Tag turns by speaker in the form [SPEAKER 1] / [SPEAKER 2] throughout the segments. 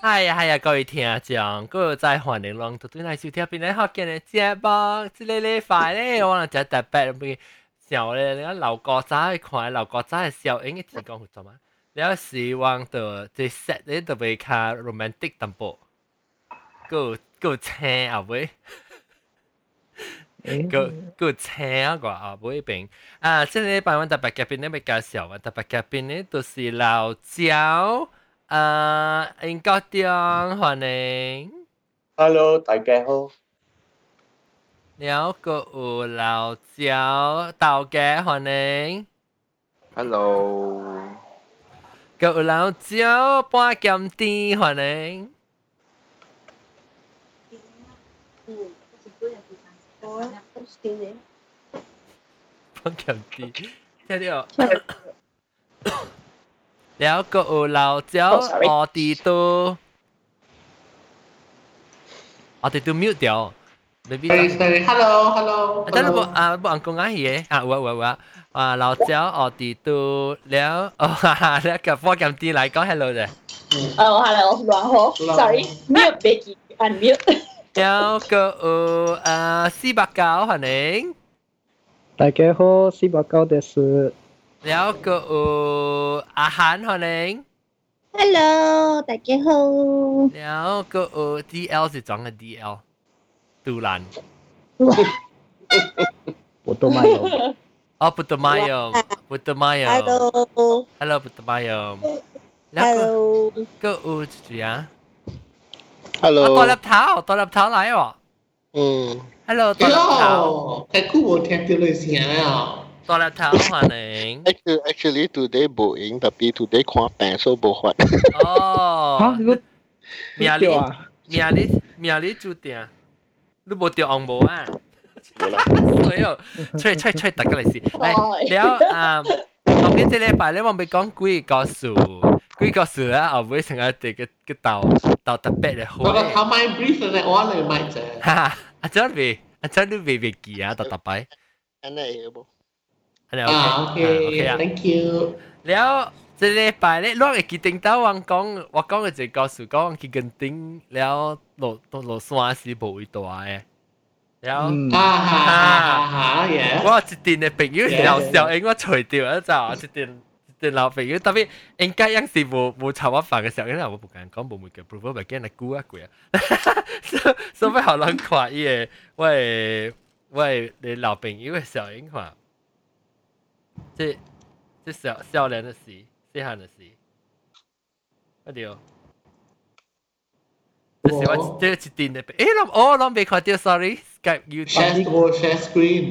[SPEAKER 1] 哎呀哎呀，各位听众，各位在欢迎龙途对来收听《平台福建的节目》，这个礼拜咧，我能食特别咪想咧，你看老古仔去看老古仔的效应嘅提供做嘛？了希望到即 set 咧特别较 romantic 淡薄，够够青啊喂！个个青个啊，每一边啊，即礼拜阮特别嘉宾咧要介绍，阮特别嘉宾咧就是老蕉啊，英国中欢迎，
[SPEAKER 2] Hello，大家好，
[SPEAKER 1] 了个有老蕉豆家欢迎，
[SPEAKER 3] Hello，
[SPEAKER 1] 个有老蕉半咸甜欢 迎，半咸甜，听着。 了个有老蕉
[SPEAKER 2] Oh, sorry.
[SPEAKER 1] 奥迪都，奥迪都 mute 掉，maybe 咱
[SPEAKER 4] Hello，Hello，
[SPEAKER 1] 啊，但是不啊不按公安嘢啊，我我我啊老蕉我哋都了 哦，哈哈，你個科咁啲嚟講 hello 啫，
[SPEAKER 5] Oh, hello, Luang Ho. Sorry, mute, Becky. Unmute.
[SPEAKER 1] 有個啊四百九係咪？
[SPEAKER 6] 大家好，四百九的是
[SPEAKER 1] 有個阿涵係咪？
[SPEAKER 5] Hello, 大家好。
[SPEAKER 1] 有個 DL 是講嘅 DL，杜蘭
[SPEAKER 6] 我都卖了，
[SPEAKER 1] 哦，不得買用，不得買用，hello 不得買用，有個個主啊，我
[SPEAKER 3] Hello，
[SPEAKER 1] 多粒頭，多粒頭嚟喎
[SPEAKER 3] 嗯，
[SPEAKER 1] ，hello 多粒頭，
[SPEAKER 4] Hello，แต่กูบอกแทนตัวเลยเสียงแล้ว
[SPEAKER 1] 多粒頭係咪？
[SPEAKER 3] actually actually today 无闲，特别 today eh. 看病所无法。
[SPEAKER 1] 哦，
[SPEAKER 6] 你个
[SPEAKER 1] 明
[SPEAKER 6] 对
[SPEAKER 1] 日
[SPEAKER 6] 啊，
[SPEAKER 1] 明日明日注定，你无钓红毛啊？所以吹吹吹，大家嚟试。来了啊，后边这礼拜咧，我咪讲几个数，几个数啊，后尾成日哋嘅嘅豆豆特别嘅好
[SPEAKER 4] แล้ว。ก็ทำไม brief อะไรอ้อนเลยไม่เจอ
[SPEAKER 1] 哈哈，阿张未阿张都未未记啊，特特摆，
[SPEAKER 3] 安尼会无？
[SPEAKER 1] 系咪
[SPEAKER 4] อ่าโอเค
[SPEAKER 1] ？OK 啊。
[SPEAKER 4] À, thank you
[SPEAKER 1] แล้วจะได้ไปเลยลองไอ้กี่ติงเต้าวางกองว่ากองก็จะก็สู่กองกี่กันติงแล้วโหลดโหลดสวาสีบุยตัวเองแล้ว
[SPEAKER 6] 嗯，
[SPEAKER 4] อ่าหาหาหาเย้
[SPEAKER 1] ว่าจิตินเนี่ยเป็นยู
[SPEAKER 4] Yeah.
[SPEAKER 1] เราเสียวเองว่าเฉยเดียวแล้วจ้ะจิตินจิตินเราเป็นยูแต่พี่เองก็ยังสิบูบูชาวว่าฝังกันเสียวเองเราบุกกันก็บุกมือกันพูดว่าแบบแกนักกู้อะกูอะ so so ไม่好难夸耶喂喂你老朋友的小英话这这小小年的事细汉的事啊对哦这是我
[SPEAKER 4] 哦
[SPEAKER 1] 这是真的诶เราอ๋อเราไม่ค่อยเดียว sorry Skype you
[SPEAKER 4] share screen share screen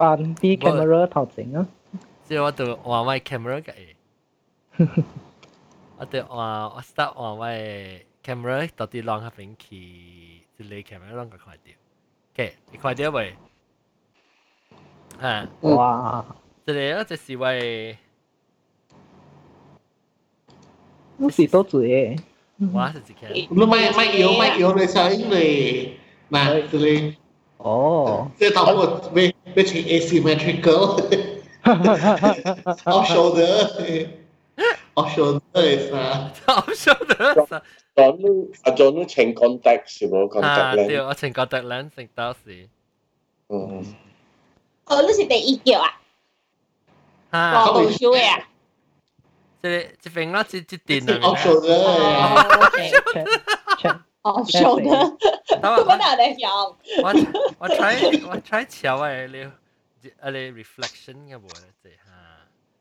[SPEAKER 6] 把啲 camera 头前啊，
[SPEAKER 1] 即係我度換位 camera 嘅嘢，我度換我 start 換位 camera 到底浪喺邊去？即係 camera 浪個快啲，OK，你快啲喂，啊，
[SPEAKER 6] 哇，
[SPEAKER 1] 即係我即是喂，
[SPEAKER 6] 我是多嘴诶，
[SPEAKER 1] 我是只 camera，
[SPEAKER 4] รู้ไหมไม่เอียวไม่เอียวเลย s h a r i n g เลยนะตัวเลย
[SPEAKER 6] 哦，
[SPEAKER 4] เสื้อทั้งหมดไม่ไม่ใช่ asymmetrical
[SPEAKER 6] 哈哈哈哈哈哈
[SPEAKER 4] off shoulder off shoulder is นะ
[SPEAKER 1] 我曉得，
[SPEAKER 2] 仲有啊仲有情 contact 是冇 contact
[SPEAKER 1] 啊，對，
[SPEAKER 2] 咧，
[SPEAKER 1] 我前個突然成到時，
[SPEAKER 2] 嗯，
[SPEAKER 5] 哦，你是第一叫啊？
[SPEAKER 1] 啊，
[SPEAKER 5] 我无收的啊。
[SPEAKER 1] 即係即邊我即即電
[SPEAKER 4] off
[SPEAKER 1] 啊，
[SPEAKER 4] shoulder
[SPEAKER 5] 哦，OK，
[SPEAKER 6] check
[SPEAKER 5] 哦，收的。
[SPEAKER 1] 等
[SPEAKER 5] 我
[SPEAKER 1] 我
[SPEAKER 5] 哪来晓？
[SPEAKER 1] 我我 try 我 try 瞧誒你，誒你 reflection 嘅喎，即係嚇。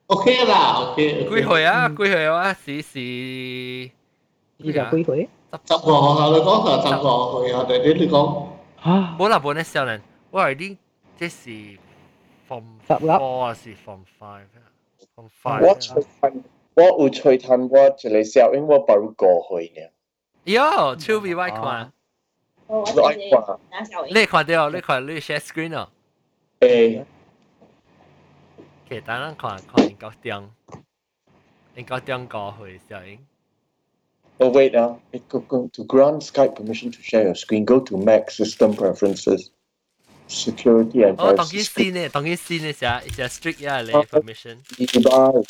[SPEAKER 4] โอเคล่ะโอเคโอเค
[SPEAKER 1] 几岁啊？
[SPEAKER 6] 嗯
[SPEAKER 1] 几岁啊？是是几
[SPEAKER 6] 二
[SPEAKER 1] 啊
[SPEAKER 6] 十？几岁
[SPEAKER 4] จับหัวของเราแล้วก็สาวจับหัวของเราแต่นี่คือของ
[SPEAKER 6] 啊，
[SPEAKER 1] 冇啦，冇呢少人。我係啲即是 from
[SPEAKER 6] 十粒
[SPEAKER 1] four 啊是 from five 啊，from
[SPEAKER 2] 我
[SPEAKER 1] five 啊。
[SPEAKER 2] 吹探，我有吹探我一個小英我把佢過去呢，
[SPEAKER 1] 哟，超 V Y 看，
[SPEAKER 5] 我
[SPEAKER 2] 我
[SPEAKER 5] 真
[SPEAKER 2] 愛
[SPEAKER 5] 是
[SPEAKER 2] 掛，
[SPEAKER 5] 哪晓得？
[SPEAKER 1] 你看到，你看你 share screen à. 哦。
[SPEAKER 2] 誒，
[SPEAKER 1] 其實等陣看看英國中，英國中過去少英。
[SPEAKER 2] Oh wait 啊，it go go to grant Skype permission to share your screen. Go to Mac system preferences, security and
[SPEAKER 1] 哦，當佢
[SPEAKER 2] privacy. screen
[SPEAKER 1] 先呢，當佢先呢，寫寫 strict 呀，你
[SPEAKER 2] 哦
[SPEAKER 1] permission。
[SPEAKER 2] device,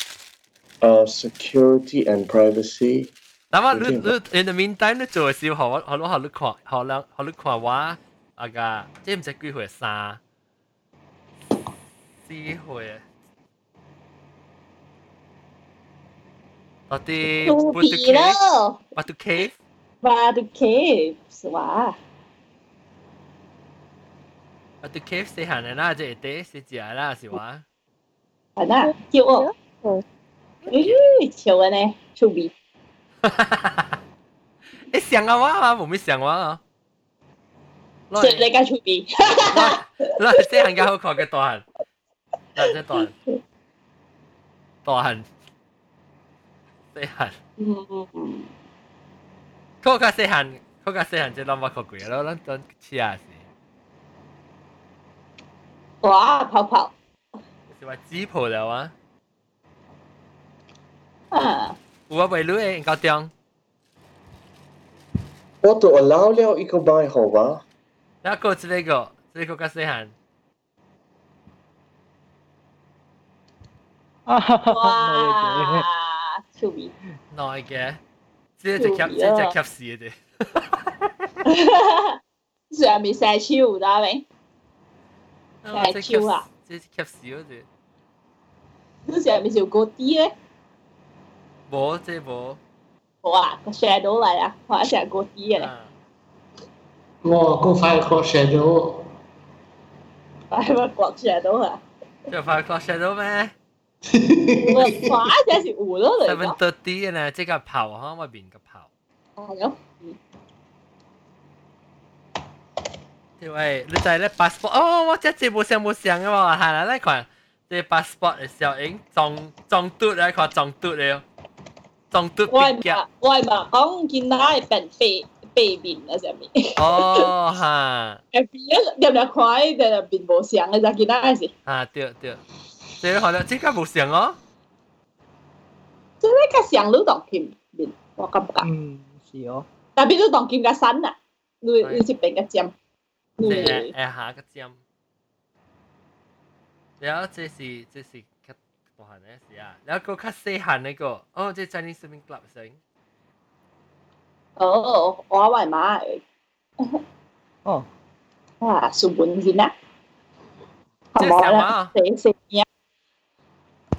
[SPEAKER 2] uh, security and privacy.
[SPEAKER 1] 但 แต่ว่าลู
[SPEAKER 2] จริงๆ
[SPEAKER 1] ลู in the meantime ลูกจู่สิวเขาเขาลูกเขาลูกขวาเขาแล้วเขาลูกขวาว่าอ่ะก็เจมส์จะกี่หัวซาสี่หัวตอนที่
[SPEAKER 5] ดู
[SPEAKER 1] ปุ
[SPEAKER 5] ผี
[SPEAKER 1] ตุเค
[SPEAKER 5] แล้ว
[SPEAKER 1] ปุตุเคฟ
[SPEAKER 5] บาดูเคสว่า
[SPEAKER 1] ปุตุเคฟสิหันหน้าจะเอเตสิจ๋าหน้าสิวะ
[SPEAKER 5] อันน่ะเกี่ยวอ่ะเอ้ยเชียวอันเนี่ยชูบี
[SPEAKER 1] เอ๊ะเสียงอะวะผมไม่เสียงวะเหรอ
[SPEAKER 5] เสร็จเลยก็ชูบี
[SPEAKER 1] แล้วเสียงก็เขาขอกันตอนแล้วจะตอนตอนเสียง
[SPEAKER 5] อืม
[SPEAKER 1] เขาก็เสียหันเขาก็เสียหันจะลำบากกว่ากูแล้วแล้วตอนเชียร์สิ
[SPEAKER 5] ว้าเผาเผา
[SPEAKER 1] สิว่าจีโผล่แล้ววะ
[SPEAKER 5] อ่า
[SPEAKER 1] กูว่าไปรู้เองก็เตียง
[SPEAKER 2] 我都 allow 了一个班好吧？
[SPEAKER 1] แล้วกูจะได้ก็จะได้ก็เสียหัน
[SPEAKER 6] 啊哈哈
[SPEAKER 5] ว้า
[SPEAKER 6] 哈！
[SPEAKER 5] ชูบี
[SPEAKER 1] น้อยแกจะจะแคปจะจะแคปสีเด้
[SPEAKER 5] 虽然没塞球，知道没？
[SPEAKER 1] จะแคปสีเด้
[SPEAKER 5] 你虽然没有过低嘞，
[SPEAKER 1] บ่จะบ่
[SPEAKER 5] 哇，个 shadow 来啊，我还想过低嘞，
[SPEAKER 4] ngô có phải có sẽ đủ
[SPEAKER 5] 我还要光 shadow 啊，
[SPEAKER 1] จะฟังคลาสเชโดไหม
[SPEAKER 5] 我哇，真是有了
[SPEAKER 1] แต่
[SPEAKER 5] 嘞
[SPEAKER 1] มัน
[SPEAKER 5] 个，
[SPEAKER 1] ตัวตีนะจะกับเผาห้องมาบินกับเผา
[SPEAKER 5] 哎呦，
[SPEAKER 1] ที่ว่ารู้ใจแล้วพาสปอร์ตโอ้ว่าจะจีบเสียงบ่เสียงก็ว่าหันแล้วขวัญจะพาสปอร์ตเสียงเองจองจองตุ๊ดแล้วขอจองตุ๊ดแล้วจองตุ๊ด
[SPEAKER 5] 我
[SPEAKER 1] ปิ๊กแก
[SPEAKER 5] 嘛我嘛讲今仔变飞飞面啊，啥物？
[SPEAKER 1] อ๋อฮะ
[SPEAKER 5] 哎，变了点点快，点点变无像啊，啥今仔是？
[SPEAKER 1] ฮะเดี๋ยวเดี๋ยวเดี๋ยวขอแล้วที่ก็ไม่เสียงอ๋อ
[SPEAKER 5] 即个较像你当金面，我感觉，
[SPEAKER 6] 嗯，是哦。
[SPEAKER 5] 但比你当金较瘦啊，你你是变较尖，
[SPEAKER 1] เดี๋ยว
[SPEAKER 5] 你。
[SPEAKER 1] แอร์หากระเจียมแล้วเจสีเจสีคัดบอหันนะเสียแล้วก็คัดเซหันนะก็โอ้เจจันนี่สมิงกลับเสียง
[SPEAKER 5] Ờ, 哦，我外妈
[SPEAKER 6] 哦，
[SPEAKER 5] 啊，是文人啊，
[SPEAKER 1] เจเสียงมา
[SPEAKER 5] 谁谁呀？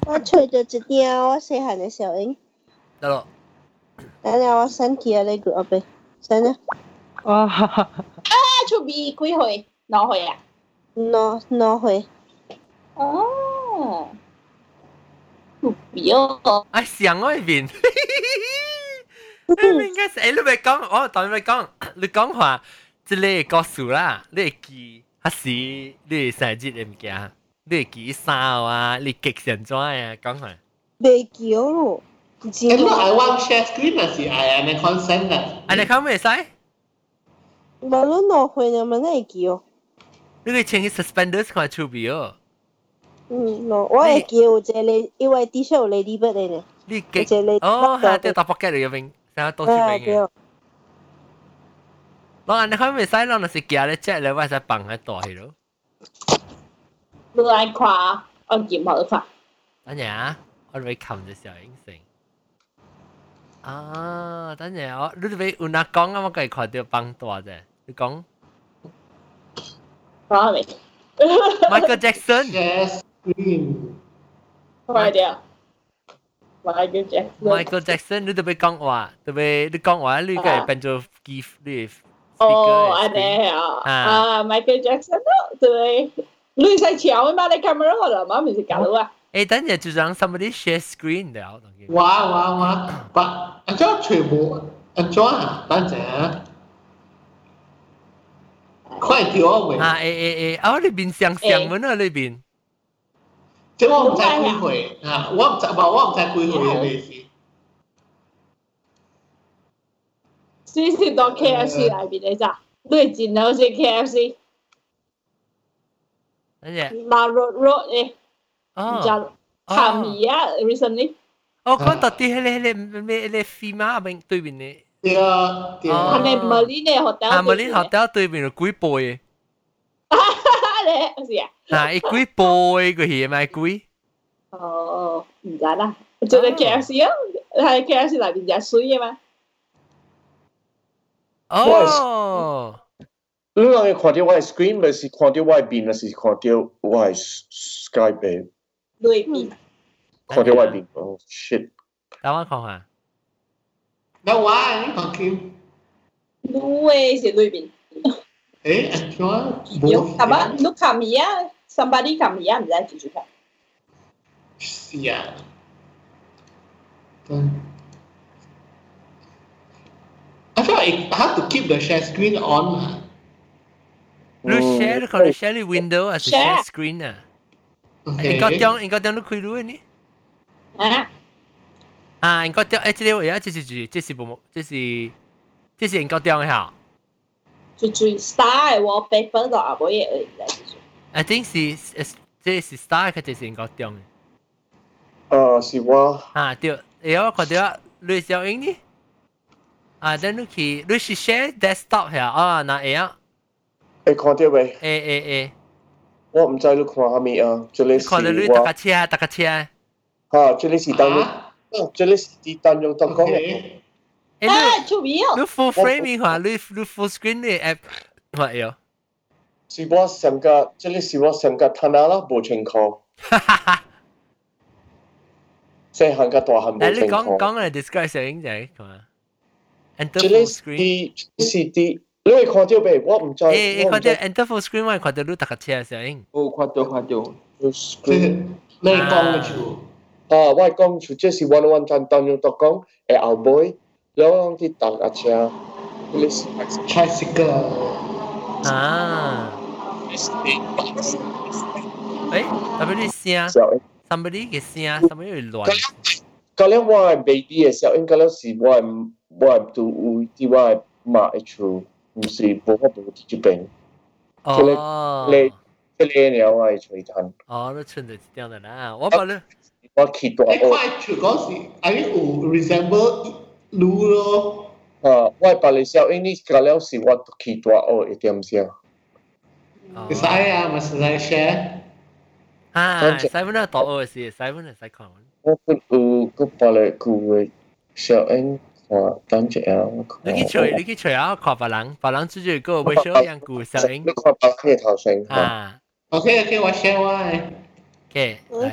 [SPEAKER 7] 我隨著一點，我細漢嘅時候已經，
[SPEAKER 1] ตลอด
[SPEAKER 7] 等下我新起呢個啊，真啊，
[SPEAKER 6] 啊哈哈哈！
[SPEAKER 5] 他出比几岁？哪岁啊？
[SPEAKER 7] 攞攞去，
[SPEAKER 5] Ờ. 哦，出比哦，
[SPEAKER 1] ไอเสียงก็ไม่บินไอ้ไม่งั้นเอ้ลูกไปกังโอ้ตอนไปกังลูกกังหัว这类告诉啦，你记还是你生日的物件，你记啥啊？你记成怎啊？讲下。
[SPEAKER 7] 未叫咯，唔知
[SPEAKER 4] cái lúc ai quăng share screen là gì ai anh ấy consent à
[SPEAKER 1] อันนี้เขาไม่ใช่
[SPEAKER 7] 無論攞去你咪會叫，
[SPEAKER 1] นี่คือเชิง suspenders ของชูบิโอ
[SPEAKER 7] 嗯，攞我會叫有一個你，因為底下有 lady bird 嘅呢，
[SPEAKER 1] นี่
[SPEAKER 7] 有
[SPEAKER 1] เก่
[SPEAKER 7] 一
[SPEAKER 1] ง
[SPEAKER 7] 個 lady
[SPEAKER 1] โอ้
[SPEAKER 7] bird
[SPEAKER 1] ฮะเดี๋ยวตบปากแกเลยยังเป็นแต่ว่าต้องชิเป็นไง
[SPEAKER 7] 對
[SPEAKER 1] ลองอันนี้เขาไม่ใช่ลองนั่นสิเกียร์เลยเจ๊เลยว่าจะปังให้ต่อให้รู้
[SPEAKER 5] 你来看，我见好看。
[SPEAKER 1] ตั้งแต่อันไปคำจะเสียอิงสิงอ่าตั้งแต่อ๋อรู้ไปอุณากงอ่ะมันก็ขอเดียวปังตัวเจ้ลูกกง
[SPEAKER 5] 看未？
[SPEAKER 1] ไมเคิลแจ็กสัน
[SPEAKER 4] share screen
[SPEAKER 5] 快点，我来给讲。
[SPEAKER 1] ไมเคิลแจ็กสันรู้ไปกงว่ารู้ไปลูกกงว่าลูกก็เป็นตัวกีฟลูก
[SPEAKER 5] 哦，安尼啊，啊，Michael À, Jackson 咯，对。你使瞧嘛？你 camera 我啦，妈咪是搞啊。
[SPEAKER 1] เอ้ตั้งแต่จู่ๆ somebody share screen แล้วตรงนี้
[SPEAKER 4] quá quá quá và anh cho chuyển bộ anh cho à bạn trẻ khoai thiếu không vậy
[SPEAKER 1] อ่าเอเอเอเอาเลยบินเสียงเสียงเหมือนเลยบิน
[SPEAKER 4] chứ không chạy quy hồi à không chạy bảo không chạy quy hồi là gì
[SPEAKER 5] 是是到 KFC 内面的咋？对，真好是 KFC，
[SPEAKER 1] นั่นแหละ
[SPEAKER 5] 那 road road 诶，
[SPEAKER 1] อ๋อ
[SPEAKER 5] 唔知
[SPEAKER 1] Ờ.
[SPEAKER 5] 探鱼啊，recently，
[SPEAKER 1] โอ้ก็ตัดที่ให้เล่เล่เล่เล่ฟีมาเป็นตัวบินเนี่ย
[SPEAKER 4] thì ờ, thì
[SPEAKER 5] 係咪 Marina
[SPEAKER 1] อ่า
[SPEAKER 5] Hotel？
[SPEAKER 1] มาลินฮอ เทลตัวบินกุ้ยโปย
[SPEAKER 5] 咧，是啊，
[SPEAKER 1] อ่าไอ้กุ้ยโปยก็เหี้ยไหมกุ้ย
[SPEAKER 5] Ờ, 哦，唔知啦，就係 KFC 啊，喺 KFC 內面食水嘅嘛，
[SPEAKER 1] 哦，
[SPEAKER 8] 你人会看到我的 screen，不是看到我的面，不是看到我的 Skype 的，
[SPEAKER 5] 对比，
[SPEAKER 8] 看到我的面。哦，shit！
[SPEAKER 1] 等我看看。
[SPEAKER 4] แล้วว่าอันนี้ของคิว
[SPEAKER 5] 对是对比。
[SPEAKER 4] เอ๊ะคิวว่าบู
[SPEAKER 5] 有，阿爸，你看米啊，somebody 看米啊，唔知几时看。
[SPEAKER 4] เสียอืม I feel like I have to keep the share screen on มา
[SPEAKER 1] 你 share 你看你 share 你 window 还是 share
[SPEAKER 5] Share
[SPEAKER 1] screen à. 啊？
[SPEAKER 4] โอเค
[SPEAKER 1] 应该将应该将你开到呢？
[SPEAKER 5] 啊，
[SPEAKER 1] 啊，应该将诶，这个位啊，这是这这是不这是这是应该将下。
[SPEAKER 5] 就就 star 的 wallpaper 都阿无嘢，唔知几时。
[SPEAKER 1] I think 是是这是 star 还是应该将的？
[SPEAKER 8] 啊，是我
[SPEAKER 1] 啊，对，然后看到你小英呢？啊，等你去，你是 share desktop À, 下啊？那会啊？
[SPEAKER 8] 会哎看到未？
[SPEAKER 1] 诶诶诶，
[SPEAKER 8] 我唔知你看虾米啊？这里是
[SPEAKER 1] 看到你搭
[SPEAKER 8] 我
[SPEAKER 1] 架，车，搭架车。
[SPEAKER 8] 啊，这里是单用，这里是伫单啊用当
[SPEAKER 4] โอ
[SPEAKER 8] 讲
[SPEAKER 4] เค
[SPEAKER 8] 的。
[SPEAKER 1] 诶，
[SPEAKER 5] 啊，出名 哦，
[SPEAKER 1] 你 full framing 话，你你 full screen 的 app 话有？
[SPEAKER 8] 是我上个，这里是我上个趁啊啦，无千块，
[SPEAKER 1] 哈哈哈。
[SPEAKER 8] 细汉甲大汉无
[SPEAKER 1] 但你
[SPEAKER 8] 千
[SPEAKER 1] 讲
[SPEAKER 8] 块。
[SPEAKER 1] 講嚟 describe 小英仔，係嘛？Enter
[SPEAKER 8] 这里
[SPEAKER 1] full
[SPEAKER 8] 是
[SPEAKER 1] screen，
[SPEAKER 8] 伫，这是伫，你会看到未？我唔知，我
[SPEAKER 1] 誒誒，
[SPEAKER 8] 唔
[SPEAKER 1] 嗰啲
[SPEAKER 8] 知。
[SPEAKER 1] enter full screen 我係覺得你特車小英，
[SPEAKER 9] 哦，看到看到，
[SPEAKER 4] คือ
[SPEAKER 8] screen
[SPEAKER 4] ในกล้องมันอยู่
[SPEAKER 8] 啊，我讲就这是 one one 站当用到讲，会后背，然后去搭架啊车，这里是
[SPEAKER 4] tricycle
[SPEAKER 1] 啊，誒，somebody 聲
[SPEAKER 8] 小英。
[SPEAKER 1] ，somebody 嘅聲，somebody 會亂，
[SPEAKER 8] ก็เรียกว่า baby eh, เสียวเองก็แล้วสิว่าว่าตัวอุยที่ว่ามาไอชูมันสิบอกว่าบอกที่จะเป็น 佢哋
[SPEAKER 1] 哦，
[SPEAKER 8] 你เจเลเนี่ยว่าไอช่วยทัน
[SPEAKER 1] 哦，你穿就這樣的啦，我把你，
[SPEAKER 8] ว่าคิดว่า
[SPEAKER 4] ไอ้
[SPEAKER 8] โอ้
[SPEAKER 4] ควายถือก็สิไอ้อู resemble รู้เนาะ
[SPEAKER 8] อ่าว่าไปเลยเสียวเองนี่ก็แล้วสิว่าคิดว่าโอ้ไอเตรียมเสีย
[SPEAKER 1] 哦
[SPEAKER 4] ไอ้สายอะมันสายแชร์
[SPEAKER 1] 啊
[SPEAKER 8] 跟住
[SPEAKER 1] ，Simon 係讀我是，Simon 啊係識講，
[SPEAKER 8] ก็คุณอูก็ไปเลยกูเสียวเองขอตั้งใจเอา
[SPEAKER 1] 你去
[SPEAKER 8] 哦
[SPEAKER 1] 除，你去除啊，看別人，別人出去嗰個 visual 樣故小英
[SPEAKER 8] ไม่ควรปากให้ทาวเซงค่ะ
[SPEAKER 1] 啊
[SPEAKER 4] โอเคโอเคว่าแชร์ไว่า
[SPEAKER 1] ，OK，
[SPEAKER 7] 嗯
[SPEAKER 1] 嚟，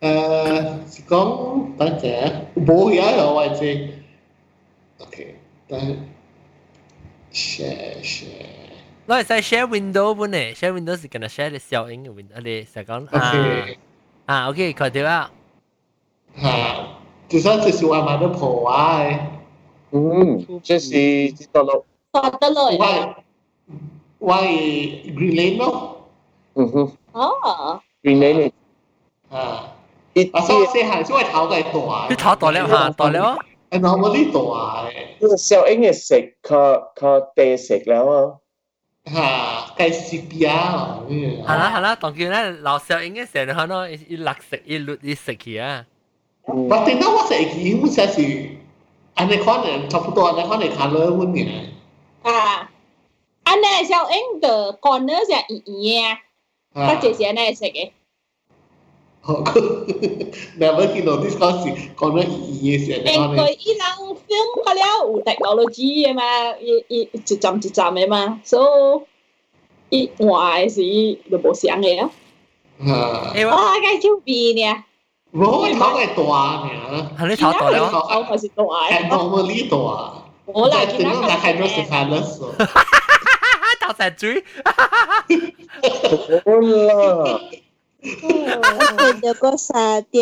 [SPEAKER 4] เอ่อสิกองตั้งแต่โบกย้ายเหรอว่าจริงโอเคตั้งแชร์แชร์
[SPEAKER 1] 我係使 share window 本嚟，share window 是跟住 share 你小英嘅 window，我哋成日講
[SPEAKER 4] โอเค
[SPEAKER 1] 啊。อ่าโอเคขอเดี๋ยวอ่ะ
[SPEAKER 4] ฮะจุดสั้นจุดสูงอามาเดอร์โผล่ไว้
[SPEAKER 8] อืมเจสซี่ที่ตลก
[SPEAKER 5] 看得落
[SPEAKER 4] ไว้
[SPEAKER 5] 嚟。
[SPEAKER 4] ไว้กรีนเลนเนาะ
[SPEAKER 8] อือฮึ
[SPEAKER 5] 哦，
[SPEAKER 8] วีเนนี่
[SPEAKER 4] อ่า
[SPEAKER 8] อี
[SPEAKER 4] อาซอ
[SPEAKER 8] ที่
[SPEAKER 4] เสียหายช่วยเท้าไก่ตัว
[SPEAKER 1] พี่ถอดต่อแล้วฮะต่อแล้วอ่ะ
[SPEAKER 4] ไอ้ normally ตัวไอ้
[SPEAKER 8] คือเซลเองเนี่ยเสกคอคอเตะเสกแล้วอ่ะ
[SPEAKER 4] ฮะไก่สิบยาวเนี่ย
[SPEAKER 1] ฮะละฮะละตอนกินนั้นเราเซลเองเนี่ยเสียนะฮะเนาะอีหลักเสกอีหลุดอีเสกเหีย
[SPEAKER 8] อืม
[SPEAKER 4] ว่าถึงต้องว่าใส่กี่มุ้งใส่สิอันในคอนเนี่ยทับตัวอันในคอนในคาเลอร์มุ้งเนี่ย
[SPEAKER 5] 啊，安尼小英的 corner 是圆圆啊，
[SPEAKER 4] 啊
[SPEAKER 5] 佮姐姐那色嘅，
[SPEAKER 4] Oh, Never think of this cause corner yes and
[SPEAKER 5] 因
[SPEAKER 4] corner.
[SPEAKER 5] 为伊人 film 佮了有 technology 嘅嘛，伊伊一站一站嘅嘛，所以伊换的是就无相嘅啊。
[SPEAKER 1] เอ้ยว่า
[SPEAKER 5] 啊，介手臂呢？
[SPEAKER 4] โอ้ยเขาไอตัวเนี่ย
[SPEAKER 1] ฮันนี่ถอดต่อแล้วอ่ะ
[SPEAKER 5] 我可是大
[SPEAKER 4] แอนนอ
[SPEAKER 5] 嘅，
[SPEAKER 4] ร์มอลี่ตัว
[SPEAKER 5] 我来
[SPEAKER 4] ถึ
[SPEAKER 5] 去
[SPEAKER 4] ง
[SPEAKER 5] 那
[SPEAKER 4] ต้องแต่ใครโดนสแคเลส
[SPEAKER 1] อ่าตาแสนจุ้ย
[SPEAKER 8] โอ้ล่ะ
[SPEAKER 7] 我见到个沙雕，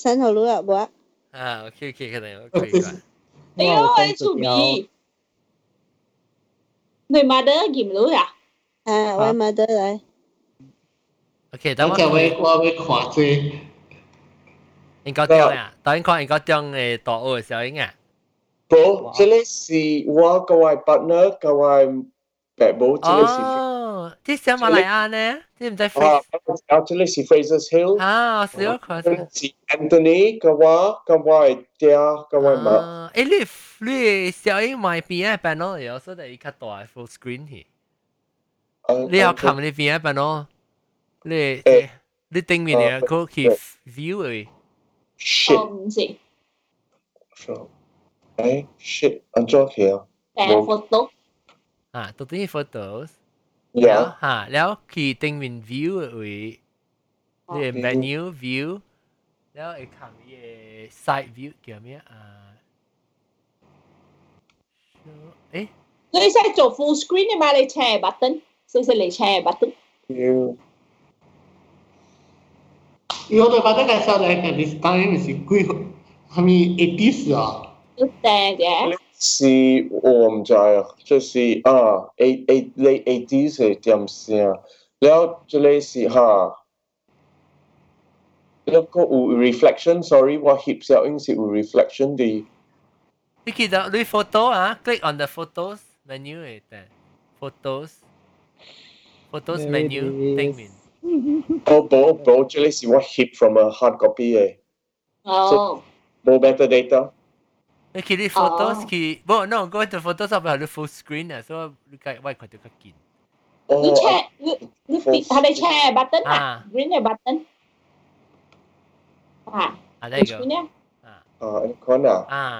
[SPEAKER 7] 三头鹿啊，无
[SPEAKER 1] อ่าโอเคโอเคขนาดก็อีกว่า
[SPEAKER 5] 哎呦，我出名。你妈的，见唔到呀？
[SPEAKER 7] 啊，我冇得来，
[SPEAKER 1] โอเคแต่
[SPEAKER 4] แล้ว
[SPEAKER 1] ว่า
[SPEAKER 4] จะไว้ว่าไว้ขวาเจ
[SPEAKER 1] เองก็เตียงอ่ะตอนเองก็เองก็เตียงเออต่อโอ้เซลเองอ่ะ
[SPEAKER 8] โบเจเลสีว่ากับวายพาร์ทเนอร์กับวายแบบโบเจ
[SPEAKER 1] อ๋อ
[SPEAKER 8] เลสี
[SPEAKER 1] ที่เสียมาหลายอันนะที่มันจะฟรี
[SPEAKER 8] อ่าเอาเจเลสีเฟรเซอร์ฮิล
[SPEAKER 1] อ่าเสียขอ
[SPEAKER 8] เจเลสีแอนโทนีกับว่ากับวายเตียกับวายมา
[SPEAKER 1] เอ้ยลิฟลิเซลเองมาปีอ่ะแปนเนาะเดี๋ยวสุดท้ายก็ต่อ full screen ที่
[SPEAKER 8] Ah.
[SPEAKER 1] 你要看你边一边咯，你
[SPEAKER 8] 誒
[SPEAKER 1] 你顶面嘅嗰去 view 诶，
[SPEAKER 8] ชิต
[SPEAKER 5] 哦，唔是，
[SPEAKER 2] Eh?
[SPEAKER 8] เอ้ชิตอันจ้าเขียว
[SPEAKER 5] 但 photo
[SPEAKER 1] อ่าตัวที่ photos
[SPEAKER 8] Dạ.
[SPEAKER 1] แล้ว
[SPEAKER 2] Yeah.
[SPEAKER 1] ฮะแล้วคีย์ติ้งเป็น view เอ้ย
[SPEAKER 5] อ๋อ
[SPEAKER 1] เรียก menu view แล้วไอ้คำนี้ side view เกี่ยวไหมอ่า show เอ๊ะ
[SPEAKER 5] 所以现在做 full screen 你买嚟 share button，是不是嚟 share button？
[SPEAKER 2] You-
[SPEAKER 4] You know, but like I said, like at this time is good. I mean, it is uh,
[SPEAKER 5] 要訂嘅，
[SPEAKER 2] 是我唔知啊，就是啊，A A 你 A D 是點先啊？แล้วจะเลยสิฮะแล้วก็อู reflection sorry ว่า hip เซลอิงสิอู reflection ดี
[SPEAKER 1] นี่คือดู photo อ่ะ click on the photos menu เอ้ยแต่ photos photos
[SPEAKER 6] There it
[SPEAKER 1] menu ติ้งเป็น
[SPEAKER 6] is.
[SPEAKER 2] โบโบโบจะเลยสิว่า hip from a hard copy เอ
[SPEAKER 5] 哦，
[SPEAKER 2] โบ better data
[SPEAKER 1] Okay, the photos
[SPEAKER 5] Oh.
[SPEAKER 1] ki bo no go to photos of the full screen ah so look at what could you kin.
[SPEAKER 2] โอ้
[SPEAKER 5] 你 share 你你別係你 share button à? 啊
[SPEAKER 1] 啊
[SPEAKER 5] ，green 嘅 button 啊
[SPEAKER 1] Ah there you
[SPEAKER 5] ，green
[SPEAKER 1] go.
[SPEAKER 5] 咧，
[SPEAKER 1] Ah.
[SPEAKER 2] อ่าคอนอ่ะ
[SPEAKER 1] Ah.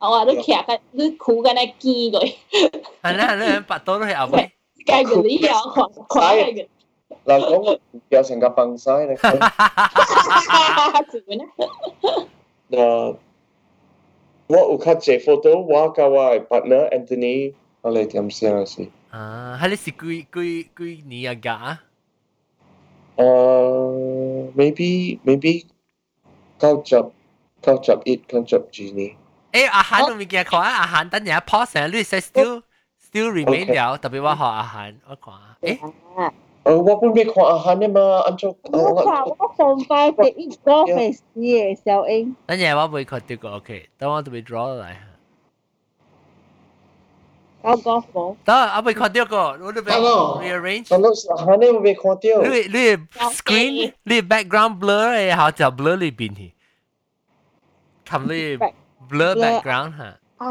[SPEAKER 5] 我話你騎嘅，你酷嘅你見佢，
[SPEAKER 1] Ana le pa todo he awe.
[SPEAKER 5] 梗係佢呢樣狂狂嘅佢，
[SPEAKER 2] เราก็เดียวสังกับปังซ้ายนะครับ
[SPEAKER 5] 自己咧，
[SPEAKER 2] เอ่อว่าอุคัดเจโฟโต้ว่ากาวายพาร์ทเนอร์แอนโทนีอะไรที่ทำเสียงอะสิ
[SPEAKER 1] Ah, hale si kui kui kui ni aga.
[SPEAKER 2] เอ่อ Uh, maybe maybe เข้าจับเข้าจับอิดเข้าจับจีนี่
[SPEAKER 1] Eh ah han no mi kia kwa ah han dan ya pause and lui say still still remain
[SPEAKER 2] Okay.
[SPEAKER 1] liao tapi wa ha ah han wa kwa. Eh
[SPEAKER 2] เออว่าคุณไปขออาหารเนี่ยมาอันจบ
[SPEAKER 8] Ờ,
[SPEAKER 7] 我话我放快只一个粉丝嘅小英，
[SPEAKER 1] dan ya wa boy ko tu go okay. Don't want to be draw like.
[SPEAKER 7] 我讲冇，
[SPEAKER 1] Da ah boy ko tu go. Would be
[SPEAKER 4] Hello.
[SPEAKER 1] rearrange.
[SPEAKER 2] ตอนนั้นอาหารเนี่ยมันไปขอเที่ยว
[SPEAKER 1] Lui lui screen lui background blur eh how to blur lui bin hi. Kam lui
[SPEAKER 7] Back-
[SPEAKER 1] blur
[SPEAKER 7] blur.
[SPEAKER 1] background ha.
[SPEAKER 5] 啊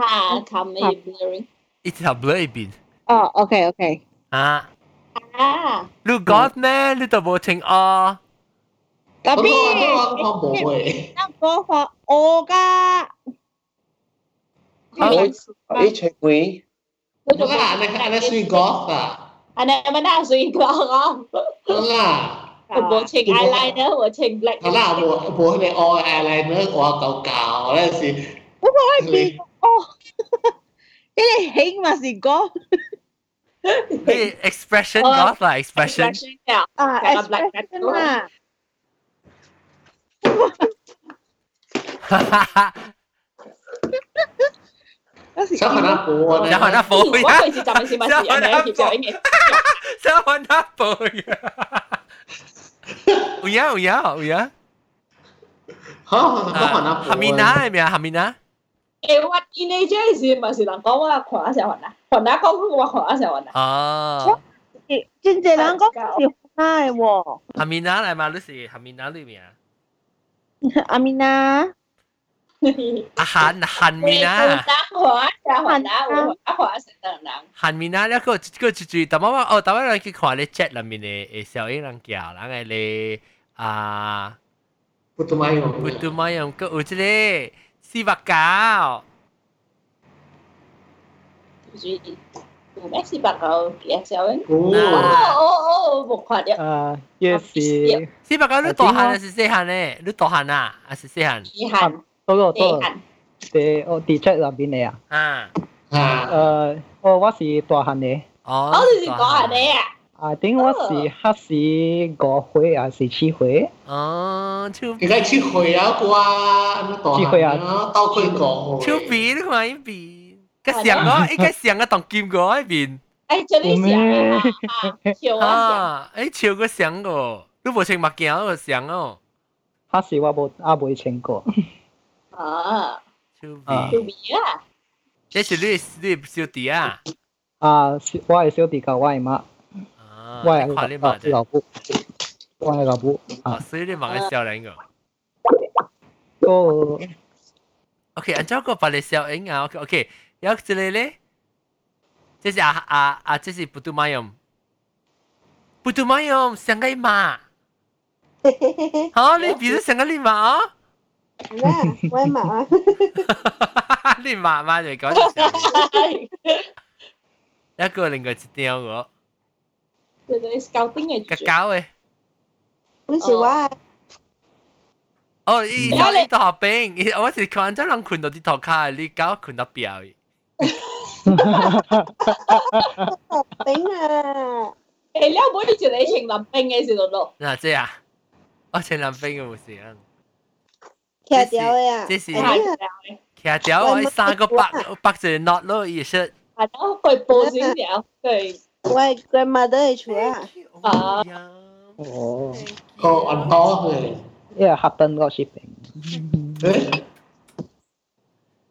[SPEAKER 5] ，come in blurring
[SPEAKER 1] It's a blur bin.
[SPEAKER 7] 哦，OK Ờ, OK，
[SPEAKER 1] Ha.
[SPEAKER 5] 啊，
[SPEAKER 1] Lui got man lui to bo ting a.
[SPEAKER 7] 隔
[SPEAKER 4] but
[SPEAKER 7] 壁
[SPEAKER 4] no, no, no, no, no.
[SPEAKER 7] 那个话我噶，
[SPEAKER 1] 好
[SPEAKER 2] ไอ้เชควี
[SPEAKER 5] 佢
[SPEAKER 4] นั่
[SPEAKER 5] 仲
[SPEAKER 4] นล่ะนั่นอันนั้นซีกอล์ฟอ่ะ
[SPEAKER 5] 係咪咪嗱水講啊？
[SPEAKER 4] นั่นล่ะ
[SPEAKER 5] 我請 eyeliner，我請 black
[SPEAKER 4] นั่นล่ะโบโบในออแอร์ไลเนอร์กว่าเก่าๆแล้วสิ
[SPEAKER 7] 我讲一边哦，你哋兴嘛是讲
[SPEAKER 1] Lui expression
[SPEAKER 5] Oh,
[SPEAKER 1] got like expression.
[SPEAKER 5] expression 啊，
[SPEAKER 7] 啊
[SPEAKER 5] 係啊，black
[SPEAKER 7] ，expression 嘛，嗰時
[SPEAKER 4] ชอบคณะโบนะ
[SPEAKER 1] Ya ha na
[SPEAKER 5] 我
[SPEAKER 1] bo
[SPEAKER 5] 以為
[SPEAKER 1] ya.
[SPEAKER 5] 佢是暫時咪是人哋協助嘅，
[SPEAKER 1] Ya ha na bo ya. Uya uya uya.
[SPEAKER 4] ฮะชอบคณะโบ
[SPEAKER 1] Hamina eh mia Hamina.
[SPEAKER 5] 誒我 teenager 時咪是人講話狂一成雲啊，雲啊講我狂一成雲啊，
[SPEAKER 1] Ah.
[SPEAKER 7] 真正人講是花嘅喎，
[SPEAKER 1] Hamina lai ma lui si Hamina lui mia.
[SPEAKER 7] 阿米娜，
[SPEAKER 1] อาหารหันมีนะ
[SPEAKER 5] 狂一成雲啊，我啊狂一成人人，
[SPEAKER 1] หันมีนะแล้วก็ก็จู่ๆแต่ว่าว่าโอ้แต่ว่าเราคิดขวาเลยเจ็ดละมีเนี่ยเอเซลเองรังเกียจแล้วไงเลยอ่า
[SPEAKER 4] พุทธไมยของ
[SPEAKER 1] อุตุมายังก็อุจเลยสิบเก้า
[SPEAKER 5] 注意，咩事白狗嘅時候，哦
[SPEAKER 4] กู
[SPEAKER 5] 哦哦，冇狂掉，
[SPEAKER 6] 啊，也是
[SPEAKER 5] 是，
[SPEAKER 1] สิบเก้าลูกต่อหันสิสี่หันเนี่ยลูกต่อหันอ่ะอ่ะสิสี่หัน
[SPEAKER 5] 遺憾
[SPEAKER 6] 多個多
[SPEAKER 5] 遺
[SPEAKER 6] 個
[SPEAKER 5] 憾，
[SPEAKER 6] 地我地質入邊嚟啊。
[SPEAKER 1] อ่า
[SPEAKER 4] ฮะ
[SPEAKER 6] 誒，我我是大漢嘅，
[SPEAKER 1] อ๋อ
[SPEAKER 5] 我就是講下你啊，
[SPEAKER 6] 啊，頂我是黑市五歲還是七歲？
[SPEAKER 1] อ๋อชู
[SPEAKER 4] ยังไงชื่อคุยแล้วกูว่าอันนั้นต่อเต้าคุยก่อน
[SPEAKER 1] ชูบีหรือไงบีก็เสียงก็ไอ้ก็เสียงก็ต้องกิมก็ไอ้บิน
[SPEAKER 5] 誒做呢事啊，笑
[SPEAKER 1] อ่า
[SPEAKER 5] 啊
[SPEAKER 1] ไอ้เชียวก็เสียงก็ลูกผู้ชายมาเกี่ยวก็เสียงอ๋อ
[SPEAKER 6] 黑市我冇啊未請過，
[SPEAKER 5] 笑，啊，
[SPEAKER 1] ชูบี
[SPEAKER 6] 啊
[SPEAKER 5] 做咩啊？
[SPEAKER 1] 这是你你小弟啊？
[SPEAKER 6] 啊，小我係小弟教我係媽，
[SPEAKER 1] 啊，
[SPEAKER 6] 我係
[SPEAKER 1] 看你
[SPEAKER 6] 老
[SPEAKER 1] 嘛的，
[SPEAKER 6] 我係老母，我係老母
[SPEAKER 1] 哦，
[SPEAKER 6] 啊，
[SPEAKER 1] 所以你嘛个小人个。
[SPEAKER 6] 個
[SPEAKER 1] OK，按照个把你小人啊，OK OK，然后这里嘞，这是啊啊啊，这是不杜马用，不杜马用上个嘛，好，你比如上个你嘛 啊，
[SPEAKER 7] 啦，我嘛啊，
[SPEAKER 1] 你嘛嘛就讲。
[SPEAKER 5] 係
[SPEAKER 1] 一個另外一條我
[SPEAKER 5] 就係 scouting 嘅
[SPEAKER 1] 格
[SPEAKER 5] 主
[SPEAKER 1] 狗嘅。
[SPEAKER 7] 唔是我，
[SPEAKER 1] 哦，伊
[SPEAKER 5] 我
[SPEAKER 1] 伊
[SPEAKER 5] 咧
[SPEAKER 1] 度學兵，伊我是看真人群到啲頭卡，你狗群到表嘅。
[SPEAKER 7] 顶啊！
[SPEAKER 5] 誒，你每次你情林兵嘅時候咯，
[SPEAKER 1] 嗱，即係啊，我請人兵嘅冇事啊。
[SPEAKER 7] 徛掉的啊！
[SPEAKER 1] 这是
[SPEAKER 7] 哎呀
[SPEAKER 1] 其實屌我係三個百百字 not 咯，意思。
[SPEAKER 5] 係咯，佢報少少，佢
[SPEAKER 7] 我的 grandmother 的厝啊，
[SPEAKER 5] 啊
[SPEAKER 6] 哦，
[SPEAKER 4] ก็อันต่อเลย
[SPEAKER 6] 一个黑灯个 shipping，
[SPEAKER 4] เฮ้ย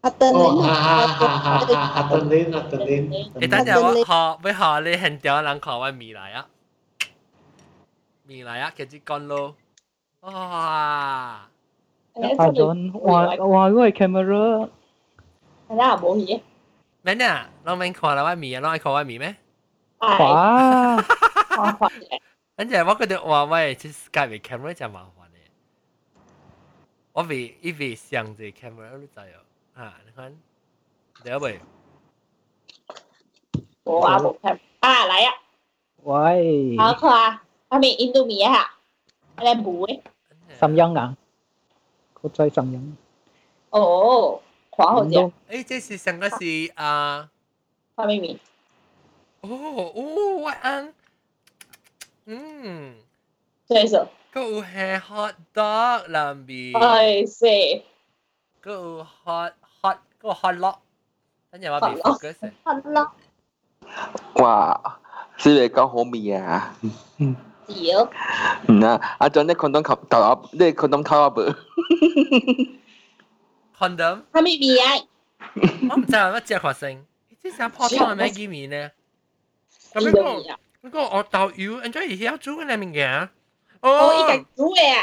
[SPEAKER 7] 阿登
[SPEAKER 4] โอ้ฮ่าฮ่าฮ่าฮ่า
[SPEAKER 7] 恁
[SPEAKER 4] ฮ่าฮัตเตอร์ลินฮัตเตอร์ลิน
[SPEAKER 1] 你等陣我學，俾學你很屌人學我未來啊，未來啊，其實講咯，哇，
[SPEAKER 6] 阿 John 换换个 camera，
[SPEAKER 5] 係啦，冇嘢，
[SPEAKER 1] 咩啊？攞明看啦，我未啊，攞嚟看我未咩？
[SPEAKER 5] 係
[SPEAKER 6] 哇，
[SPEAKER 5] 快快嘅，
[SPEAKER 1] 等陣我嗰條話喂，即 Skype camera 就麻煩嘅，我未依未上隻 camera 都就有啊，你看，屌未？
[SPEAKER 5] 冇啊冇聽，啊嚟啊！
[SPEAKER 6] 喂，
[SPEAKER 5] 好可啊，阿咪印度米啊，阿咧唔會
[SPEAKER 6] 什音啊？国际什音，
[SPEAKER 5] 哦，狂好只，
[SPEAKER 1] 誒，即是上個是啊。
[SPEAKER 5] 阿咪咪，
[SPEAKER 1] 哦哦，我啱，嗯，
[SPEAKER 5] 所以说，
[SPEAKER 1] 佢有係 hot dog 裏面，
[SPEAKER 5] 哎是，
[SPEAKER 1] 佢有 hot hot 嗰個 hot log，等陣我俾
[SPEAKER 5] Hot
[SPEAKER 1] focus。
[SPEAKER 5] 好咯，
[SPEAKER 10] ว่าซื้อเลยก็โฮมเมีย
[SPEAKER 5] 屌，
[SPEAKER 10] อืมนะอาจารย์ได้คนต้องขับต่อได้คนต้องท่อเบอร์
[SPEAKER 1] condom，
[SPEAKER 5] 阿咪咪啊，
[SPEAKER 1] 我唔知係乜隻學生，即係破窗係咩機面呢？咁
[SPEAKER 5] 印
[SPEAKER 1] 呢
[SPEAKER 5] 度米
[SPEAKER 1] 個
[SPEAKER 5] 啊，
[SPEAKER 1] 呢個我導遊 enjoy 而家做嘅兩面嘅，
[SPEAKER 5] 我依家
[SPEAKER 1] 哦，
[SPEAKER 5] 煮嘅啊，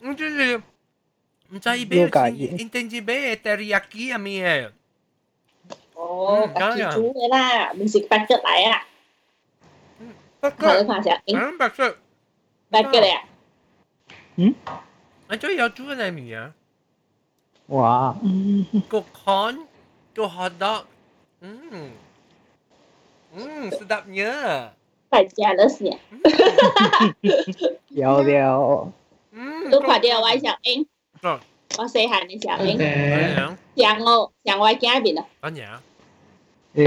[SPEAKER 1] 唔知係唔知係俾 intensive 俾 teriyaki 係咩？
[SPEAKER 5] 哦，家己煮嘅啦，唔是白吉嚟啊，
[SPEAKER 1] 不
[SPEAKER 5] 睇你
[SPEAKER 1] 過，
[SPEAKER 5] 看下，
[SPEAKER 1] 兩百歲，
[SPEAKER 5] 白吉嚟啊，
[SPEAKER 1] 我最有做嘅兩面啊。
[SPEAKER 6] 哇，嗯
[SPEAKER 1] กุกคอนตัวฮอตดอกอืมอืมสุดับเยอะ
[SPEAKER 5] 白吉老師，
[SPEAKER 6] 有了，
[SPEAKER 1] อืม
[SPEAKER 5] 都快啲我想應，我細下你想
[SPEAKER 4] โอ
[SPEAKER 5] 應
[SPEAKER 4] เค，
[SPEAKER 1] อย่าง
[SPEAKER 5] 想我想我驚邊啊，
[SPEAKER 1] อันอย่าง
[SPEAKER 6] 诶，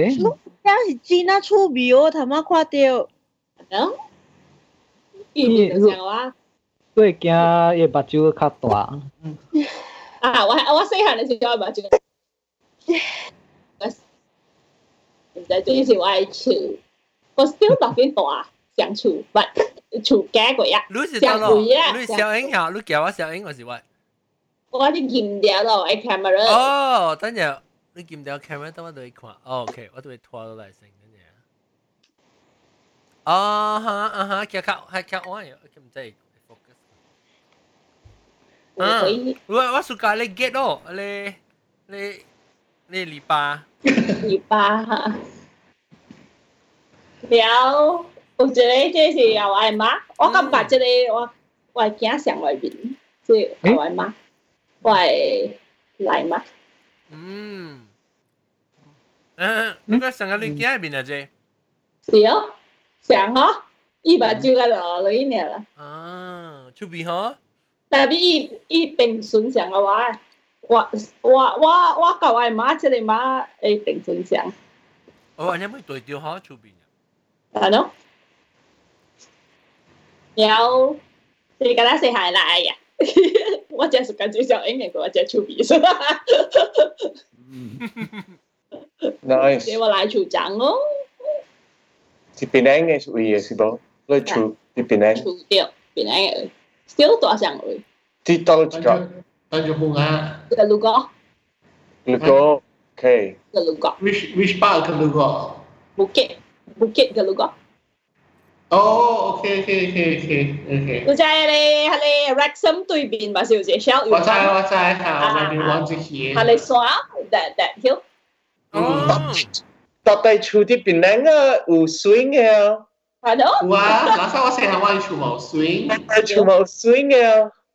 [SPEAKER 7] 这是 Gina 出名哦，他妈看到，
[SPEAKER 5] 嗯，伊邊想我。
[SPEAKER 6] 最惊伊目睭较大，
[SPEAKER 5] 啊，我我细汉嘅时候嘛，就唔知最是我嘅厝，我 still 特别大，上厝，不厝加过呀，
[SPEAKER 1] รู้สึกตลอดรู้เสียวเองเหรอรู้เกี่ยวว่าเสียวเองหรือสิวะ
[SPEAKER 5] 我啲見掉咯，喺 camera，
[SPEAKER 1] โอ้
[SPEAKER 5] 哦，
[SPEAKER 1] ตั้งแต่รู้กิมเดียวแคมเมอร์ต้องว่าตัวเองขวาโอเคว่าตัวเองทัวร์ตัวไหนสิ่งนั้นเนี่ยอ๋อฮะอ่าฮะเกี่ยวกับให้แค่อ้อยโอเคไม่ใช่โฟกัส
[SPEAKER 5] 所以
[SPEAKER 1] รู้ว่าสุกาเลยเก็ตโอ้เลยเลยเลยลีปา
[SPEAKER 5] 二八，了，我覺得這是我阿媽，我感覺這個我我驚上外面，所以我阿媽，我嚟嘛，
[SPEAKER 1] 嗯，嗯，那个上个你见面了啫，
[SPEAKER 5] 是哦，上哦，伊目睭個落落去了。
[SPEAKER 1] 啊，出边嗬，
[SPEAKER 5] 但係伊伊定順上嘅話，我我我我教我阿媽即係媽會定順上，
[SPEAKER 1] 我话你咪对调嗬，出边，
[SPEAKER 5] 係咯。有你跟他 say hi 啦，哎呀，我只是感覺上應該我只出鼻水，
[SPEAKER 2] Nice.
[SPEAKER 5] 你話來出長咯，
[SPEAKER 2] Di Penang eh, oh iya sih bang. Lo cu di Penang.
[SPEAKER 5] 出掉變係 still 大上位，
[SPEAKER 2] Di tol
[SPEAKER 4] ตั้ง
[SPEAKER 2] juga.
[SPEAKER 4] อยู่ตั้งอยู่บุงฮะ
[SPEAKER 5] 個如果
[SPEAKER 2] Lego. Okay.
[SPEAKER 5] 個如果
[SPEAKER 4] which which part คือลูกอ่ะ
[SPEAKER 5] bukit bukit 個如果，
[SPEAKER 4] โอ้โอเคโอเคโอเคโอเคโอเค
[SPEAKER 5] 你知你係你 Rexham 對面嘛，小姐 Shell
[SPEAKER 4] ว่าใช่ว่าใช่ค่ะว่าไม่ว่าจะเขียน
[SPEAKER 5] 係你山 that that hill。
[SPEAKER 1] 哦，
[SPEAKER 2] Tapi cu di Penang ah, u swing ya.
[SPEAKER 5] Hello，
[SPEAKER 4] ว้าแล้วถ้าว่าเสียว่าชูหมอสวิง
[SPEAKER 2] Tapi cu mau swing ya.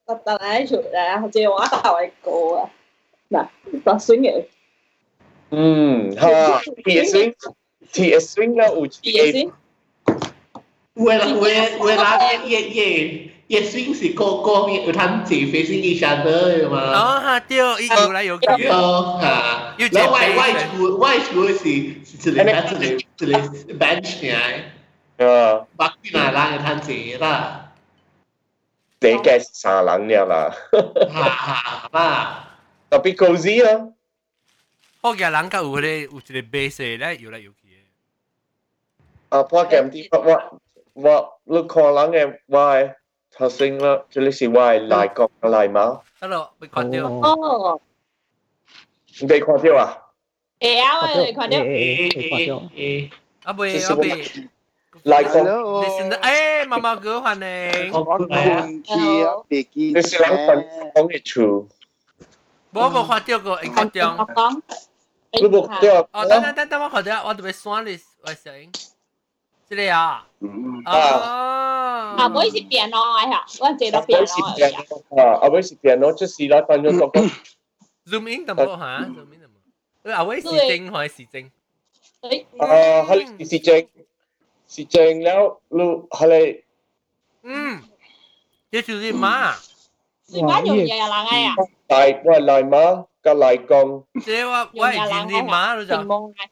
[SPEAKER 5] 特特喺度咧，即係我大位個啊，嗱，特選嘅，
[SPEAKER 2] Ừ, Hmm, ha. Iya swing.
[SPEAKER 8] T S swing 啦，有
[SPEAKER 5] T
[SPEAKER 8] T A，
[SPEAKER 5] S
[SPEAKER 4] เวลาเวลาเวลาเนี่ยเย่เย่เย่ซิงสิโกโก้เนี่ยทันสี facing each other มา
[SPEAKER 1] 哦哈对，伊游来游去，
[SPEAKER 4] เออฮะแล้วไหวไหวชูไหวชูสิสิเลยนะสิเลยสิเลย bench เนี่ย
[SPEAKER 2] Ờ.
[SPEAKER 8] 啊，
[SPEAKER 4] บักที่นาล่างทันสีล่ะ
[SPEAKER 8] 你梗係三人了啦，
[SPEAKER 4] ฮะฮะล่ะ
[SPEAKER 8] 特別 cozy 啦，
[SPEAKER 1] 好嘅人家有迄个有一个 base 咧游来游去的。
[SPEAKER 8] 啊，破咁啲我我我你看人嘅我頭先啦，即係是我嘅內角內馬，
[SPEAKER 1] 啊咯，被看到，
[SPEAKER 5] 어.
[SPEAKER 6] 哦
[SPEAKER 5] 哦，
[SPEAKER 8] 你未看到啊？
[SPEAKER 5] 会啊，我会看到
[SPEAKER 6] 诶，诶，
[SPEAKER 4] เอ๊ะ
[SPEAKER 6] 诶，诶，
[SPEAKER 4] เอ๊ะ
[SPEAKER 6] 诶，
[SPEAKER 4] เอ๊ะ
[SPEAKER 1] 啊未
[SPEAKER 8] 即
[SPEAKER 1] 啊
[SPEAKER 8] 係我
[SPEAKER 1] 未，
[SPEAKER 8] 內內
[SPEAKER 11] 係
[SPEAKER 8] 角，
[SPEAKER 11] 咯，
[SPEAKER 1] 你现在诶，妈妈哥欢迎
[SPEAKER 4] ข，อบ
[SPEAKER 11] 我
[SPEAKER 4] คุณนะ
[SPEAKER 11] 空氣啊，未見
[SPEAKER 8] 你是人
[SPEAKER 12] à.
[SPEAKER 8] 分講嘅處，
[SPEAKER 1] 我无看到过，会看到。
[SPEAKER 5] 讲，
[SPEAKER 8] 你冇
[SPEAKER 5] à.
[SPEAKER 8] 到
[SPEAKER 1] 哦，等
[SPEAKER 8] 啊
[SPEAKER 1] 等？等等，我看到，我特别删你我摄影，这个啊， 아.
[SPEAKER 8] 啊，
[SPEAKER 1] 哦，
[SPEAKER 5] 啊，不会是变咯，哎呀，我坐到
[SPEAKER 8] 阿
[SPEAKER 5] 变
[SPEAKER 8] 偉是
[SPEAKER 5] 咯，哎
[SPEAKER 8] 變
[SPEAKER 5] 呀，
[SPEAKER 8] 啊，阿偉是變咯，即是啦，反正講講
[SPEAKER 1] zoom in 得冇哈，zoom in 得冇，你阿伟是正还是正？
[SPEAKER 5] 哎，
[SPEAKER 8] 啊，係是是正，是正了，你係你。
[SPEAKER 1] 嗯，这就是妈，
[SPEAKER 5] 是蛮容易啊，人哎呀，
[SPEAKER 8] ลายว่าลายม้ากับลายกอง
[SPEAKER 1] 这我我认你妈了
[SPEAKER 5] 成
[SPEAKER 1] 就，
[SPEAKER 5] 功啊，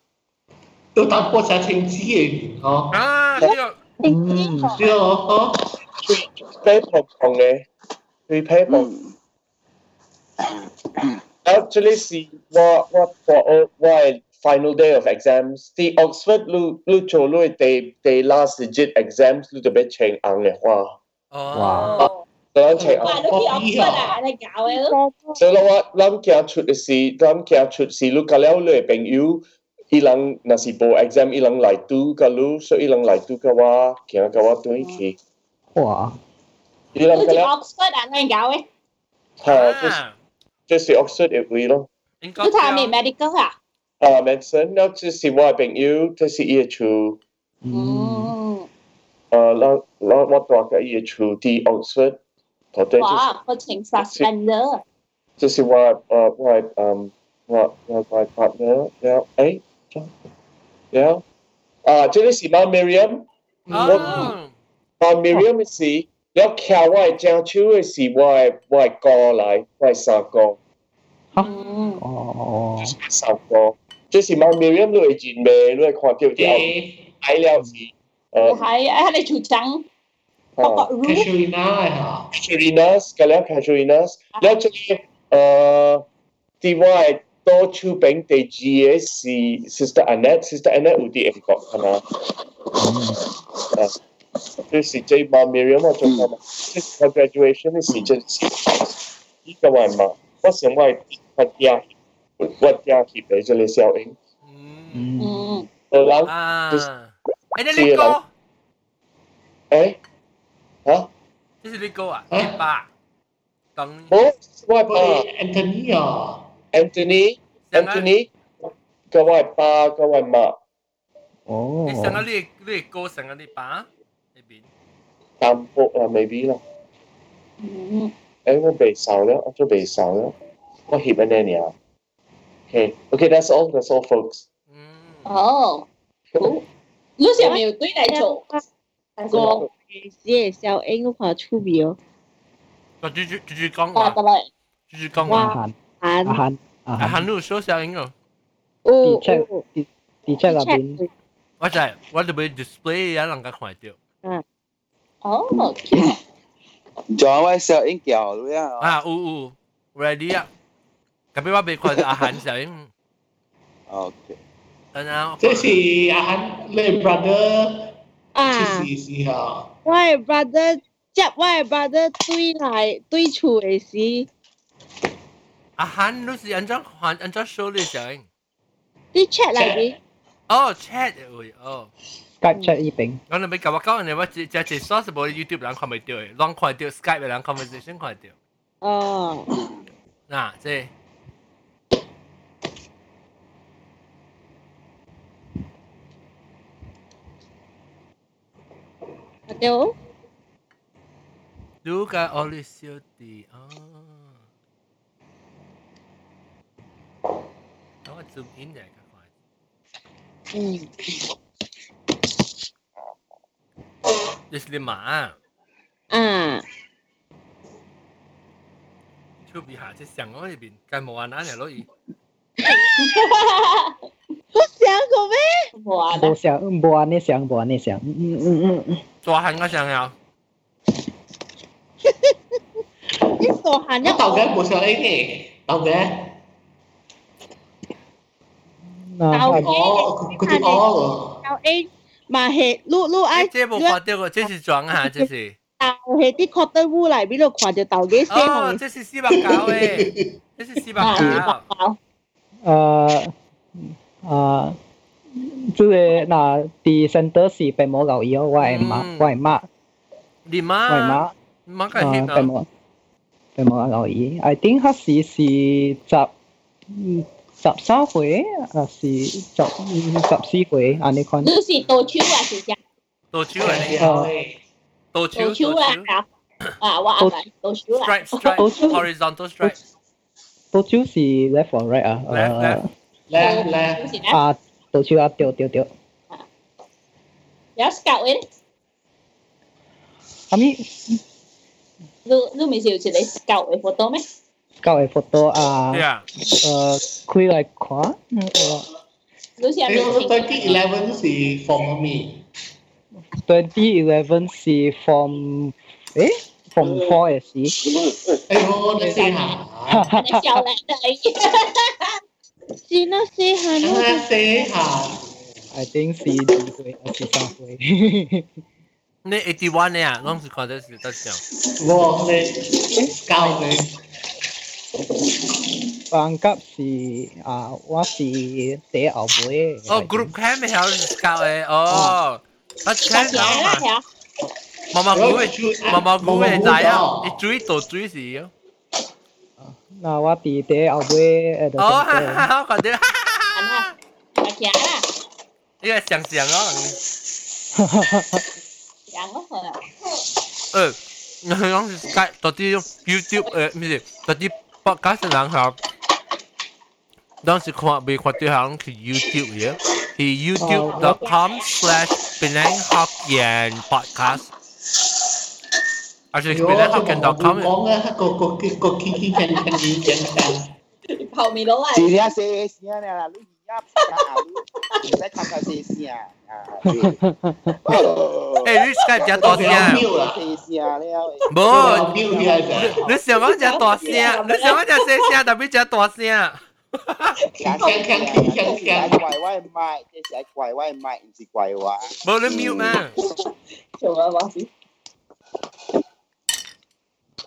[SPEAKER 4] ตัวตามโปรแซชิงจีเองอ๋อ
[SPEAKER 1] 啊，这个
[SPEAKER 6] 嗯，
[SPEAKER 4] เดี๋ยวอ๋อ
[SPEAKER 8] เพ่ผมของไงคือเพ่ผม
[SPEAKER 12] Mm.
[SPEAKER 8] แล้วจะเรียกสิว่าว่าว่าว่า oh, final day of exams ที่ Oxford ลู่ลู่โชว์ลู่เตเต last digit exams ลู่จะไปเชงอังเนี่ยว่า
[SPEAKER 1] 哦，
[SPEAKER 5] 哦，
[SPEAKER 8] แล้วเชงอัง
[SPEAKER 5] 哇，你去澳门啊，你搞诶，
[SPEAKER 8] เสร็จแล้วว่าล้ำเกียร์ชุดสิล้ำเกียร์ชุดสิลู่ก็แล้วเลยเป็นยูอีหลังนาสิโบ exam อีหลังหลายตู้ก็ลู่ส่วนอีหลังหลายตู้ก็ว่าเกียร์ก็ว่าตัวนี้คือ
[SPEAKER 6] 哇，
[SPEAKER 8] อีหลัง
[SPEAKER 5] 你
[SPEAKER 8] ก็
[SPEAKER 5] 去
[SPEAKER 8] แล้ว
[SPEAKER 5] 澳门啊，你搞诶，
[SPEAKER 1] À,
[SPEAKER 8] ฮะจะจะสิ Oxford Ah, เอ็ดวีเนาะ
[SPEAKER 1] 应该
[SPEAKER 5] 你睇咩 medical 啊？
[SPEAKER 8] 啊，Manson，那这是我的朋友，这是伊的厝，
[SPEAKER 6] 嗯，
[SPEAKER 5] 嗯，
[SPEAKER 8] 呃，那那我住个伊的厝伫 Oxford，头对，这
[SPEAKER 5] 哇，我情杀人了，
[SPEAKER 8] 这是我的呃我的嗯我我我的 partner，然后诶，然后啊，这里是 Mount Miriam，
[SPEAKER 1] Ờ. 哦，
[SPEAKER 8] Mount Miriam 是，然后徛我的漳州的是我的我的哥来，我的三哥，
[SPEAKER 5] 嗯，
[SPEAKER 6] 哦，
[SPEAKER 8] 三哥，这是 Mount Miriam 你会认袂，你会看到的，
[SPEAKER 4] เอ๊ะ
[SPEAKER 8] 海了是，呃，
[SPEAKER 5] 系，哎，你出张，我
[SPEAKER 8] 啊
[SPEAKER 5] 个。
[SPEAKER 4] แค
[SPEAKER 5] room。
[SPEAKER 4] ชลีน่าเหรอ
[SPEAKER 8] Casuarinas, Galera Casuarinas.
[SPEAKER 5] Ah.
[SPEAKER 8] Leo Chile, uh, TY, To Chu Beng Te Gia, si Sister Annette, Sister Annette Udi and Kok Kana. Uh, This is J. Ma Miriam, or Chong Kama. This is her graduation, this is just. Ika Wai Ma. What's in Wai? What Ya? What Ya Keep Angela Xiao Ing?
[SPEAKER 1] Ừ. 嗯，
[SPEAKER 6] 嗯，
[SPEAKER 5] 嗯，
[SPEAKER 8] The Lang,
[SPEAKER 1] 啊，哎，那你哥，
[SPEAKER 8] eh? Huh?
[SPEAKER 1] 这是你哥啊，你爸，等，
[SPEAKER 8] Oh, Wai
[SPEAKER 4] เอ๊ะ
[SPEAKER 8] Pa.
[SPEAKER 4] แอนโทนีเหรอ
[SPEAKER 8] Anthony,
[SPEAKER 1] 想啊，
[SPEAKER 8] Anthony. Ka Wai Pa, Ka Wai Ma.
[SPEAKER 1] 你想啊，
[SPEAKER 6] 哦，
[SPEAKER 1] 你你哥想啊，你爸那边，
[SPEAKER 8] Tampo, uh, maybe lah.
[SPEAKER 5] 嗯，
[SPEAKER 8] 哎，我被扫了，我就被扫了，我 hit 那你啊。Okay, okay, that's all, that's all, folks.
[SPEAKER 1] 嗯，
[SPEAKER 5] 哦，好，你想要对来做？
[SPEAKER 7] 个这小英我看出名，
[SPEAKER 1] 就继续继续讲话
[SPEAKER 5] 哇，得，啦，
[SPEAKER 1] 继续讲
[SPEAKER 6] 阿
[SPEAKER 1] 话，
[SPEAKER 6] 涵，
[SPEAKER 7] 啊
[SPEAKER 6] 阿涵，阿
[SPEAKER 1] 啊，
[SPEAKER 6] 涵，
[SPEAKER 1] 韩露说小英哦。
[SPEAKER 7] 哦
[SPEAKER 6] 地震
[SPEAKER 7] 哦，
[SPEAKER 6] 地在那边，
[SPEAKER 1] 我知，我特别 display 也人家看到。
[SPEAKER 5] 哦，
[SPEAKER 12] 仲有位小英叫你啊，
[SPEAKER 1] 啊，有有，ready 啊！隔壁我被看到阿韩小英，
[SPEAKER 12] 哦，
[SPEAKER 1] 等下
[SPEAKER 4] เจสีอาฮันเลย brother ชื่อ
[SPEAKER 7] 啊
[SPEAKER 4] สี，สีเหรอ
[SPEAKER 7] 我的 à, brother 接我的 brother 对来对处的是。
[SPEAKER 1] 阿韩都是按照看按照手的小英。
[SPEAKER 7] 你 check 来面
[SPEAKER 1] 哦，chat 喂哦，
[SPEAKER 6] 隔出一边，
[SPEAKER 1] 我哋咪甲我讲，你我只只只 source 冇 YouTube 人看唔到嘅，人看到 Skype 人 conversation 看到。
[SPEAKER 7] 哦，
[SPEAKER 1] 嗱，即系
[SPEAKER 7] 对哦，
[SPEAKER 1] 如果我哋小弟哦。我 zoom in 嚟嘅，你是你妈，
[SPEAKER 13] 啊，
[SPEAKER 1] 手臂下只上我那边，该冇安那了咯伊。
[SPEAKER 13] 想过咩？
[SPEAKER 5] 无啊啦
[SPEAKER 6] 无，想，无安尼想，无安尼想，嗯嗯嗯嗯，
[SPEAKER 1] 大汉我想要，
[SPEAKER 13] 你傻闲
[SPEAKER 4] 你
[SPEAKER 13] 一
[SPEAKER 4] 豆嘅冇上 A 嘅，豆嘅，
[SPEAKER 6] 那
[SPEAKER 13] 豆
[SPEAKER 6] 我
[SPEAKER 4] 哦，佢啲哦，
[SPEAKER 13] 有 A 嘛係碌碌 I
[SPEAKER 1] 哎，这冇看到个，这是装啊，这是。
[SPEAKER 13] 係啲 cotton wool 嚟邊度掛只豆幾聲
[SPEAKER 1] 哦，
[SPEAKER 13] 紅
[SPEAKER 1] 这是四百九诶，这是四百九。
[SPEAKER 6] 呃呃，即个那伫 center 是被无留意哦，我的妈，
[SPEAKER 1] 嗯
[SPEAKER 6] 我的妈，
[SPEAKER 1] 你
[SPEAKER 6] 我的
[SPEAKER 1] 妈，
[SPEAKER 6] 妈，
[SPEAKER 1] 妈个
[SPEAKER 6] 呃，
[SPEAKER 1] 黑
[SPEAKER 6] 被
[SPEAKER 1] 啊，
[SPEAKER 6] 无被无留意，I think 他是是十嗯十三岁，啊是十嗯十四岁，安尼款
[SPEAKER 5] 你。是多手啊是啥？
[SPEAKER 1] 多久诶？
[SPEAKER 4] 係
[SPEAKER 1] 多
[SPEAKER 5] 多
[SPEAKER 1] 久？
[SPEAKER 5] 手
[SPEAKER 1] 多
[SPEAKER 5] 啊
[SPEAKER 1] 久
[SPEAKER 5] 啊！啊，我阿爸多手啊，
[SPEAKER 1] ？Stripe, stripe, horizontal stripe.
[SPEAKER 6] 多久是 left or right 啊？
[SPEAKER 1] Left, left
[SPEAKER 6] 呃
[SPEAKER 4] 咧咧
[SPEAKER 5] 有。是啊，
[SPEAKER 6] 啊，多久啊？对对对。
[SPEAKER 5] 有 scout 诶，
[SPEAKER 6] 啊咪
[SPEAKER 5] 你你咪是有一个 scout 诶活动咩？
[SPEAKER 6] 教嘅 photo 啊，
[SPEAKER 1] 对啊，
[SPEAKER 6] 誒開嚟看，嗯
[SPEAKER 5] 你是阿
[SPEAKER 4] 你我
[SPEAKER 5] 咩？
[SPEAKER 4] twenty eleven 是 from me，
[SPEAKER 6] ，twenty eleven 是 from 誒 from four 嘅事，
[SPEAKER 4] 哎呦，你試下，
[SPEAKER 5] 你小来的而已。
[SPEAKER 13] 先啦，先下
[SPEAKER 4] 等下
[SPEAKER 13] 啦，
[SPEAKER 4] 試下，
[SPEAKER 6] I think 是二歲還是三 歲？
[SPEAKER 1] 你 eighty one 诶啊，拢是看到是多少？
[SPEAKER 4] 我你教你，
[SPEAKER 6] 班級是啊，我是第後尾。
[SPEAKER 1] 哦，group camp 诶，还是 scout 诶？哦，啊，camp
[SPEAKER 5] 来啦，
[SPEAKER 1] 啊，
[SPEAKER 5] 遐
[SPEAKER 1] 妈妈姑诶，妈妈姑诶，仔啊，
[SPEAKER 4] 你
[SPEAKER 1] 伊追到追是哦。
[SPEAKER 6] 那我是第後尾誒就
[SPEAKER 1] 哦，哈哈， 哈，看到，
[SPEAKER 5] 啊，行啦，
[SPEAKER 1] 你个想想哦，
[SPEAKER 5] 行咯，
[SPEAKER 1] 呃，你拢是 skype，到底 YouTube 诶，唔是，到底 podcast 人下，当时看未看到行是 YouTube 嘅，是 YouTube.com/slash Penang Hokkien Podcast，而且 Penang
[SPEAKER 4] 我就
[SPEAKER 1] Hokkien
[SPEAKER 4] 冇
[SPEAKER 1] dot com
[SPEAKER 4] 講啊，個個個個 Kiki 人人人人，
[SPEAKER 5] 你泡面佬啊，
[SPEAKER 12] 是呀，是是呀，啦，你呀，你再看看是是呀，啊，
[SPEAKER 1] 诶，你 Skype 只大声，
[SPEAKER 4] 彪啦，
[SPEAKER 12] 是呀，了，
[SPEAKER 1] 无。
[SPEAKER 4] 彪啲係
[SPEAKER 1] 你想讲只大声，你想讲只细声，特别只大声。
[SPEAKER 12] 锵怪外卖，这是怪外卖，不是怪我，
[SPEAKER 1] 无你 mute 啊，
[SPEAKER 5] 做啊，我是。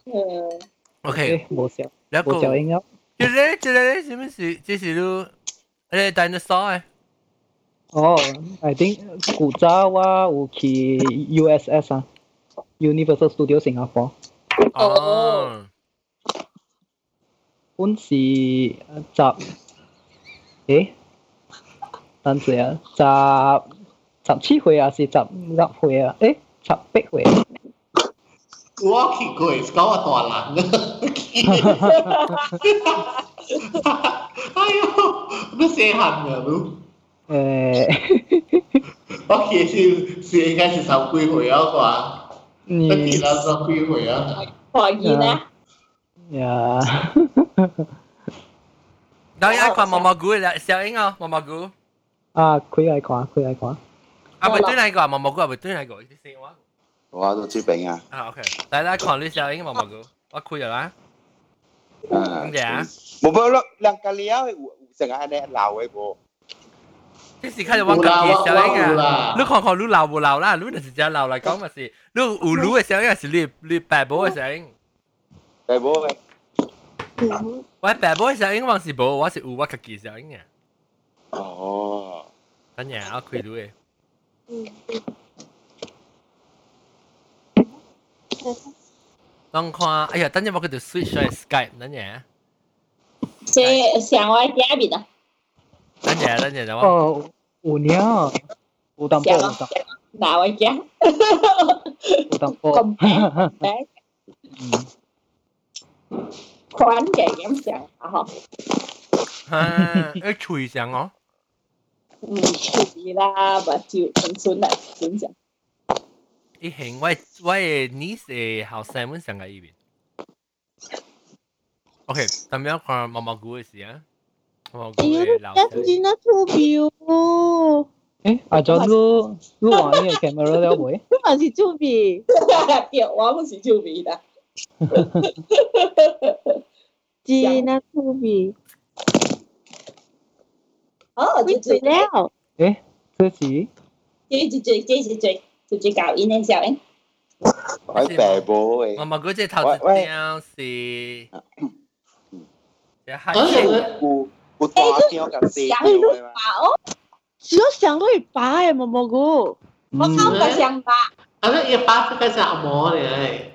[SPEAKER 5] 嗯，
[SPEAKER 1] OK，
[SPEAKER 6] 誒冇笑，
[SPEAKER 1] 然
[SPEAKER 6] 冇
[SPEAKER 1] 后
[SPEAKER 6] 笑應該。
[SPEAKER 1] 这个这个是不是这是路？诶，dinosaur 诶，
[SPEAKER 6] 哦，I think 古早我有去 USS 啊，Universal Studio Singapore。
[SPEAKER 1] 哦，
[SPEAKER 6] 本是十，诶，等陣啊，十十七歲啊，是十六歲啊，诶，十八歲啊，
[SPEAKER 4] 我去過，講我大人哎呦，你細行啊，你。
[SPEAKER 6] 诶，
[SPEAKER 4] 我其實是應該是十幾歲啊啩，得
[SPEAKER 6] 你
[SPEAKER 4] 幾多十幾歲啊？
[SPEAKER 5] 可以啦，
[SPEAKER 6] 呀，
[SPEAKER 1] 等下看毛毛菇啦，小英哦，毛毛菇，
[SPEAKER 6] 啊，開嚟看，開嚟看，
[SPEAKER 1] 啊，未对那个毛毛菇，啊，未对那个，你先我。
[SPEAKER 12] 我都知病啊，
[SPEAKER 1] 啊，OK，来来看你小英毛毛菇，我开咗啦，
[SPEAKER 12] 嗯，冇冇咯，兩個了，成日喺你鬧嘅噃，
[SPEAKER 1] 即时开始我
[SPEAKER 4] 有
[SPEAKER 1] 讲
[SPEAKER 4] 啦，我
[SPEAKER 1] 嘢小英
[SPEAKER 4] 我有
[SPEAKER 1] 啊。
[SPEAKER 4] 啦
[SPEAKER 1] 你，看看你老唔老啦？你就是只老嚟讲咪是，你有老嘅小英是你你白宝嘅小英，
[SPEAKER 12] 係冇嘅，
[SPEAKER 1] 我白宝嘅小英我是冇，我是有我自己小英啊。
[SPEAKER 12] 哦，
[SPEAKER 1] 等下我开到嘅，等看，哎呀，等下我佢就 switch 咗 Skype，等下。
[SPEAKER 5] 这上我家边啊，
[SPEAKER 1] 等下等下，等我
[SPEAKER 6] 哦，有鸟，有淡薄，
[SPEAKER 5] 上
[SPEAKER 6] 有
[SPEAKER 5] 我
[SPEAKER 6] 淡，
[SPEAKER 5] 拿我家，
[SPEAKER 6] 有淡
[SPEAKER 5] 咁
[SPEAKER 6] 薄，
[SPEAKER 5] 平，来款嘅咁上啊嗬，
[SPEAKER 1] 哈，你吹上我，
[SPEAKER 5] 嗯，确实啦，把酒纯纯啦，纯讲。
[SPEAKER 1] อีเห็นว่าว่านิสเอ好三文想个一遍。OK，怎么样看毛毛菇的事啊？毛毛菇
[SPEAKER 13] 哎呦
[SPEAKER 1] 的老师，
[SPEAKER 13] ，that's not too beautiful。
[SPEAKER 6] 诶，啊阿俊，你你换呢個 camera 了未？
[SPEAKER 13] 你嘛是做咩？
[SPEAKER 5] 对，我不是酒味啦。
[SPEAKER 13] 真啊做咩？
[SPEAKER 5] 哦，
[SPEAKER 13] 你
[SPEAKER 5] 这
[SPEAKER 13] 做
[SPEAKER 5] 这这
[SPEAKER 13] 了？
[SPEAKER 6] 诶，这是
[SPEAKER 5] 这这这是最最最搞音的笑诶。
[SPEAKER 12] 我白无诶
[SPEAKER 1] 毛，毛菇这头一张是，一下
[SPEAKER 12] 有有大张甲细张诶嘛，
[SPEAKER 5] 啊哦，
[SPEAKER 13] 只要想到一把诶，毛毛菇，
[SPEAKER 5] 我
[SPEAKER 6] 嗯
[SPEAKER 5] 看不像吧？
[SPEAKER 4] 啊，那一巴这个是按摩的哎，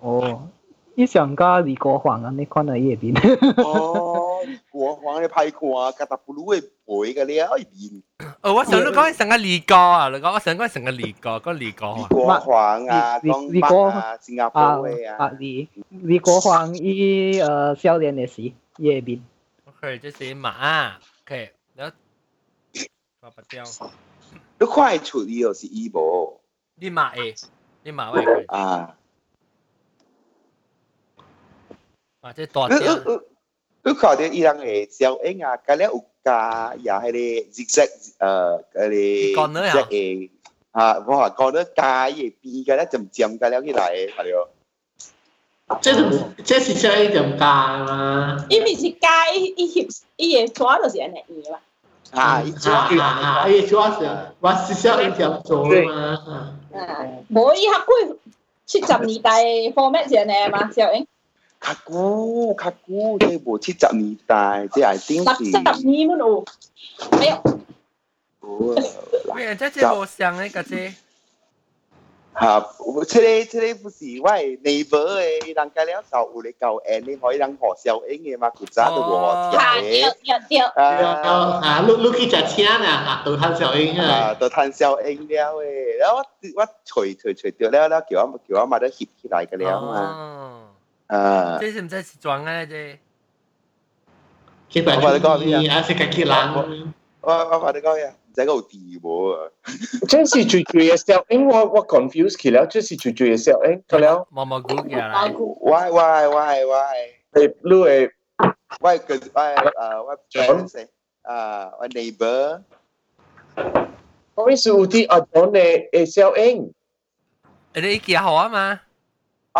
[SPEAKER 6] 哦，伊上加李國煌啊，你看喺呢邊。
[SPEAKER 12] 哦，国皇咧歹看，甲达布鲁诶陪个了面，
[SPEAKER 1] 哦，我想你讲成个李哥啊，你讲我想讲成个李哥，个李哥
[SPEAKER 12] 美
[SPEAKER 1] 啊，
[SPEAKER 12] 国皇啊，讲乜啊，新加
[SPEAKER 6] 啊
[SPEAKER 12] 坡诶啊
[SPEAKER 6] 啊，，李李國煌伊呃少年嘅時呢邊。
[SPEAKER 1] OK，这是马，OK，แล้ว发不掉，
[SPEAKER 12] 你看会出伊哦是伊无
[SPEAKER 1] 你马 A，你马我会，
[SPEAKER 12] 啊，
[SPEAKER 1] 马这大
[SPEAKER 12] 你
[SPEAKER 1] 张
[SPEAKER 12] 你，你你看着伊人诶小英啊，甲了有加也迄个 zigzag 呃，迄个 zigzag 诶啊，我话讲咧加伊边甲咧渐渐甲了起来诶，系了。
[SPEAKER 4] 这种这是叫一种加嘛？
[SPEAKER 5] 伊毋是加伊伊翕伊个纸就是安尼样嘛。
[SPEAKER 4] Ừ.
[SPEAKER 12] 啊，伊
[SPEAKER 4] 啊啊啊！哎，主要是我是叫一种做嘛。
[SPEAKER 5] 啊，无伊较过七十年代的 format 是安尼嘛，笑诶。
[SPEAKER 12] 较久较久，这无七十年代，这还真
[SPEAKER 5] 六
[SPEAKER 12] 是
[SPEAKER 5] 十年阮有，哎呦，
[SPEAKER 12] 有
[SPEAKER 1] 喂，人家这无像那个这，
[SPEAKER 12] 哈，这个这个不是我的 neighbor 的，人家了sau 有咧教 N 的，可以人学小 N 的嘛，古早都无
[SPEAKER 5] 啊
[SPEAKER 12] 学
[SPEAKER 5] 对
[SPEAKER 12] 的，
[SPEAKER 5] 对对，
[SPEAKER 12] À. 啊
[SPEAKER 4] 啊，你你去食车呢？啊，都很小英啊。
[SPEAKER 12] 啊，都趁小 N 了诶，然后我我揣揣揣着了了，叫我叫我嘛得翕起来个了
[SPEAKER 1] Ờ.
[SPEAKER 12] 嘛，
[SPEAKER 1] 哦，
[SPEAKER 12] 啊，
[SPEAKER 1] 这是唔知是装啊这，
[SPEAKER 4] 即个啊，是家己人。
[SPEAKER 12] 我我话你讲呀，唔知有地无啊，
[SPEAKER 2] 这是最主要笑，因为我我 confuse 起了，这是最主要笑，哎，他了，
[SPEAKER 1] 毛毛菇过来，
[SPEAKER 12] 我我我我。
[SPEAKER 2] 哎，路哎，
[SPEAKER 12] 我嘅我誒我 friends 誒啊我 À, neighbor
[SPEAKER 2] 我意思有啲阿 John 的的笑英，
[SPEAKER 1] 你一件好啊嘛，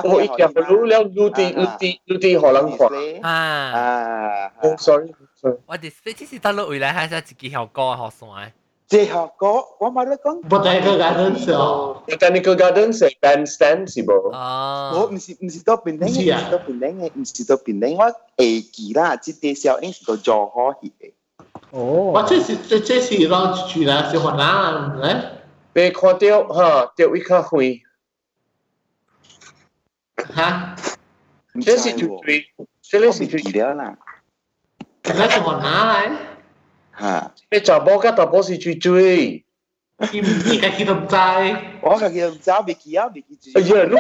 [SPEAKER 2] 我一讲不路了，路的路的路的荷兰话，
[SPEAKER 1] À. 啊，
[SPEAKER 12] 啊，
[SPEAKER 8] Ừ.
[SPEAKER 2] 哦，sorry，sorry，
[SPEAKER 8] Oh,
[SPEAKER 1] 我哋这是大陆未来还是自己效果好算，
[SPEAKER 12] 最後嗰我冇得講，
[SPEAKER 4] 不带个家人走，
[SPEAKER 2] Botanical Garden 是 bandstand 是不？
[SPEAKER 1] Ờ.
[SPEAKER 12] 我
[SPEAKER 1] 哦
[SPEAKER 12] 唔，是唔是到邊頂嘅，唔是到邊頂嘅，唔是到邊頂，我會記啦，即啲小英是到做好嘅，
[SPEAKER 4] 我
[SPEAKER 6] 哦，
[SPEAKER 4] 这是这这是让住啦，是河南人
[SPEAKER 2] 被看到哈，钓一卡灰，
[SPEAKER 4] 哈，
[SPEAKER 2] 这是最最，这
[SPEAKER 12] 我
[SPEAKER 2] 个
[SPEAKER 12] 唔
[SPEAKER 2] 是最
[SPEAKER 12] 記，得啦，
[SPEAKER 4] 那是河南人，
[SPEAKER 12] 嚇，
[SPEAKER 2] 被查甫跟查甫是最最，
[SPEAKER 4] 伊伊家己都唔知，
[SPEAKER 12] 我嘅叫找未記啊，未記住，
[SPEAKER 2] 哎呀，路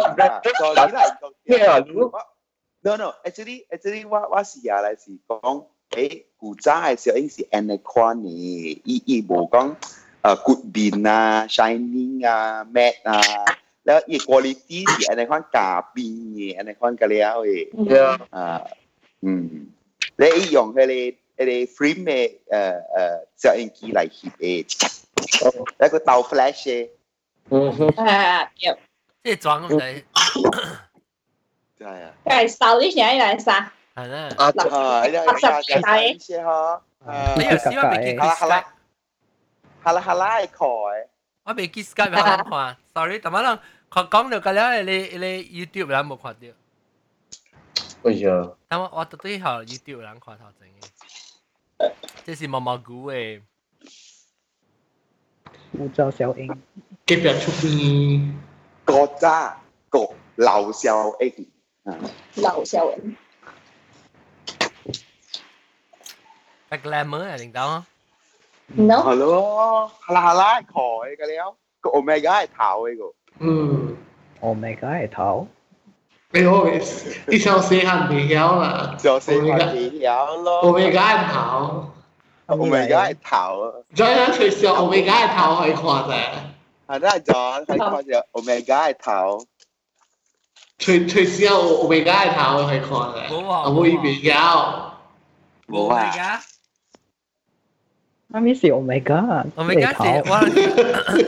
[SPEAKER 12] ，sorry 啦，
[SPEAKER 2] 咩啊？如果-
[SPEAKER 12] No no actually actually 我我是也來是講，誒古早嘅小英是 N 嘅款呢，伊伊冇講誒 good bin 啊、shining 啊、matte 啊，แล้วอี quality 是 N 嘅款กาบิน嘅 N 嘅款ก็แล้วเอง
[SPEAKER 2] 呀，
[SPEAKER 12] อ่าอืมแล้วอีหยองก็เลยเลยฟริมเอเอ่อเอ่อเจ้าเองกี่ไหลหิบเอแล้วก็เตาแฟลชเอ
[SPEAKER 2] 嗯哼，
[SPEAKER 5] 啊对，
[SPEAKER 1] 这装唔知，
[SPEAKER 12] ใช่อ่ะ
[SPEAKER 5] 该扫你先来啥？
[SPEAKER 1] 系啦，
[SPEAKER 2] 啊，
[SPEAKER 8] Mm-hmm.
[SPEAKER 12] อ่าแล้วก็จะจะใช้ใช่ฮะอ่า
[SPEAKER 1] 你有时我未见佢 Skype，
[SPEAKER 12] ฮาลาฮาลาไอ้ขอย
[SPEAKER 1] 我未见 Skype 好难看，sorry，但系我讲讲到个了，你你 YouTube 人冇看到，
[SPEAKER 2] 哎呀，
[SPEAKER 1] 但我我特对好 YouTube 人看头前嘅，这是毛毛菇嘅，
[SPEAKER 6] 有招小英。
[SPEAKER 4] 隔壁出边，
[SPEAKER 12] กอจ้ากบเหล่าเซียวเอ็ง
[SPEAKER 5] 老笑文，
[SPEAKER 1] 但 glamour 啊领导，
[SPEAKER 5] 喏，
[SPEAKER 12] ฮัลโหลฮาลาฮาลาไอ้ขอยกันแล้วก็โอเมก้าไอ้เถาไอ้กู
[SPEAKER 4] 嗯，
[SPEAKER 6] Oh my god，頭。
[SPEAKER 4] 哎呦，你想谁喊未晓啦？
[SPEAKER 12] เจอเซียนเดียวโล
[SPEAKER 4] 我未解唔好，
[SPEAKER 12] Oh my god，头
[SPEAKER 4] 再有隨時 Omega 嘅頭可以看嘅，
[SPEAKER 12] 啊，那咗喺看住 Omega 嘅頭，
[SPEAKER 4] 隨隨時有 Omega 嘅頭可以看嘅，
[SPEAKER 1] 冇啊
[SPEAKER 4] 我冇預備有。
[SPEAKER 12] 冇啊，
[SPEAKER 6] 妈咪是 Omega，
[SPEAKER 1] 我们刚才我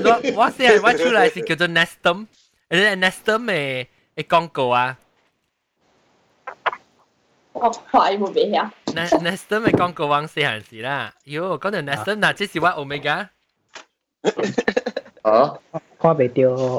[SPEAKER 1] 我我先我出来是叫做 Nestum，而且 Nestum 诶诶广告啊
[SPEAKER 5] 我快冇俾呀，
[SPEAKER 1] ，Nes-，Nestum 诶广告王细汉时啦，哟，讲到 Nestum，那这是我 Omega，
[SPEAKER 8] 啊，
[SPEAKER 6] 看袂到。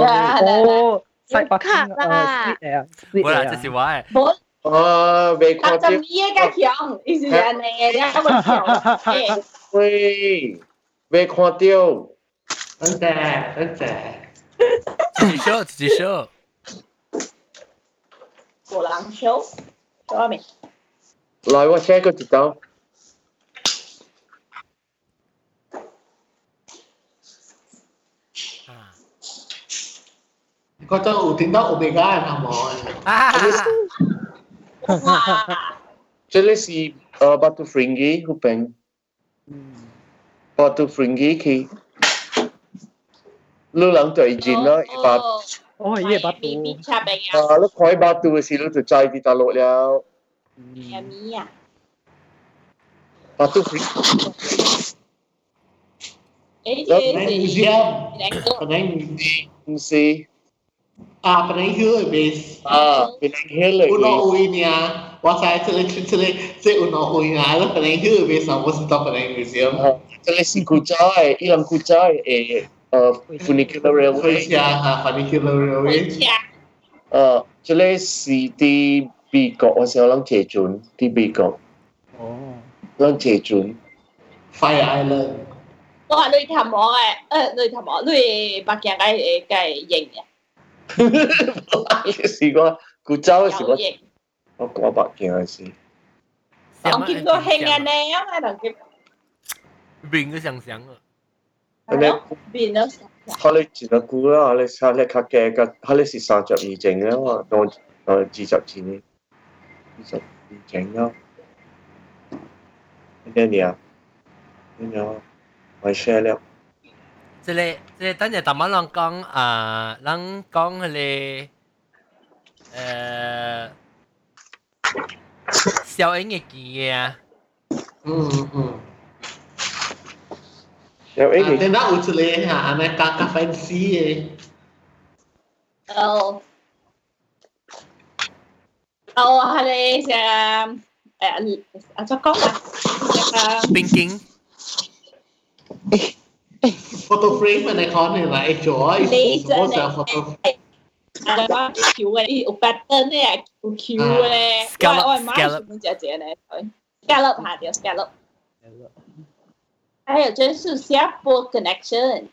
[SPEAKER 5] 呀
[SPEAKER 6] 哦，塞北
[SPEAKER 7] 卡
[SPEAKER 6] 京
[SPEAKER 7] 啦
[SPEAKER 6] 呃，诶，
[SPEAKER 1] 我啦，
[SPEAKER 6] à.
[SPEAKER 1] 这是我诶，
[SPEAKER 5] 冇
[SPEAKER 8] 啊，未
[SPEAKER 5] 阿
[SPEAKER 8] 看
[SPEAKER 5] 怎
[SPEAKER 8] 见
[SPEAKER 5] 嘢嘅強，意思係你嘅，你咁強，誒，
[SPEAKER 8] 喂，未看到，
[SPEAKER 4] 等陣，等陣，
[SPEAKER 1] 自己秀自己秀，
[SPEAKER 5] 無人收，做咩？
[SPEAKER 8] 來我 share 個一張，
[SPEAKER 1] 啊
[SPEAKER 4] 嗰陣有聽到 Omega 嘅頭冇？
[SPEAKER 1] 啊，
[SPEAKER 5] 哇！
[SPEAKER 8] 這裡是呃巴杜弗林基嗰邊，巴杜弗林基去，你人對戰啦，
[SPEAKER 5] Oh.
[SPEAKER 8] 伊巴。
[SPEAKER 6] 哦，伊个巴肚，
[SPEAKER 5] 差別呀，
[SPEAKER 8] 啊，你開巴杜嘅時，你就在啲大陸了，
[SPEAKER 5] 咩咪呀？
[SPEAKER 8] 巴杜弗林，
[SPEAKER 5] 誒，
[SPEAKER 4] 本來 museum，本來 museum，
[SPEAKER 8] 唔是
[SPEAKER 4] 啊，本來 hill 嘅 base，
[SPEAKER 8] 啊，變成 Ah, hill eh, 嚟
[SPEAKER 4] 有
[SPEAKER 8] 嘅，
[SPEAKER 4] 哪位呢？我猜出嚟出嚟，即係有哪位啊？你本來 hill 嘅 base，我唔知道本來 museum。
[SPEAKER 8] 啊，這裡是古仔，伊人古仔誒，呃，funicular uh,
[SPEAKER 4] 所
[SPEAKER 8] railway
[SPEAKER 4] 以。啊，哈，反正 hill 嘅 base。
[SPEAKER 8] 呃，即係是啲美國嗰時候，諗借轉啲美國，
[SPEAKER 6] 哦，
[SPEAKER 8] 諗借轉
[SPEAKER 4] Fire Island，
[SPEAKER 5] 我話你氹我嘅，誒，你氹我，你白鏡嘅嘅型嘅，
[SPEAKER 8] 嘅時光，古州嘅時
[SPEAKER 5] 有
[SPEAKER 8] 光，
[SPEAKER 5] 型。
[SPEAKER 8] 我講白件嘅事。
[SPEAKER 1] Dạ,
[SPEAKER 5] 我見到興嘅呢，因為能見
[SPEAKER 1] 明个想想了，
[SPEAKER 8] 咁你
[SPEAKER 5] 變咗
[SPEAKER 8] 可你前個估啦，你睇你卡嘅嘅，可你是三十二整啦，我我我二十錢，二十二整啦。咩嘢啊？咩樣？我 share 了。
[SPEAKER 1] 这里这里等下大妈人讲啊，人讲迄个，呃，小英嘅记啊，
[SPEAKER 4] 嗯嗯嗯。
[SPEAKER 8] 有
[SPEAKER 4] 啊
[SPEAKER 8] A
[SPEAKER 4] 你那有一个哈，安尼加加 fancy 的，
[SPEAKER 5] 哦，哦，係你隻誒 à, 啊，作講啊，誒
[SPEAKER 1] 冰晶，
[SPEAKER 4] photo frame 安尼看你来做，
[SPEAKER 5] 你
[SPEAKER 4] 什
[SPEAKER 5] 真
[SPEAKER 4] 么
[SPEAKER 5] 係
[SPEAKER 4] 叫 photo？
[SPEAKER 5] 啊，我橋嘅，伊有 pattern 咧，有橋咧，我我媽全部隻隻咧，scallop 下條 scallop，還有真是 s a p o connection，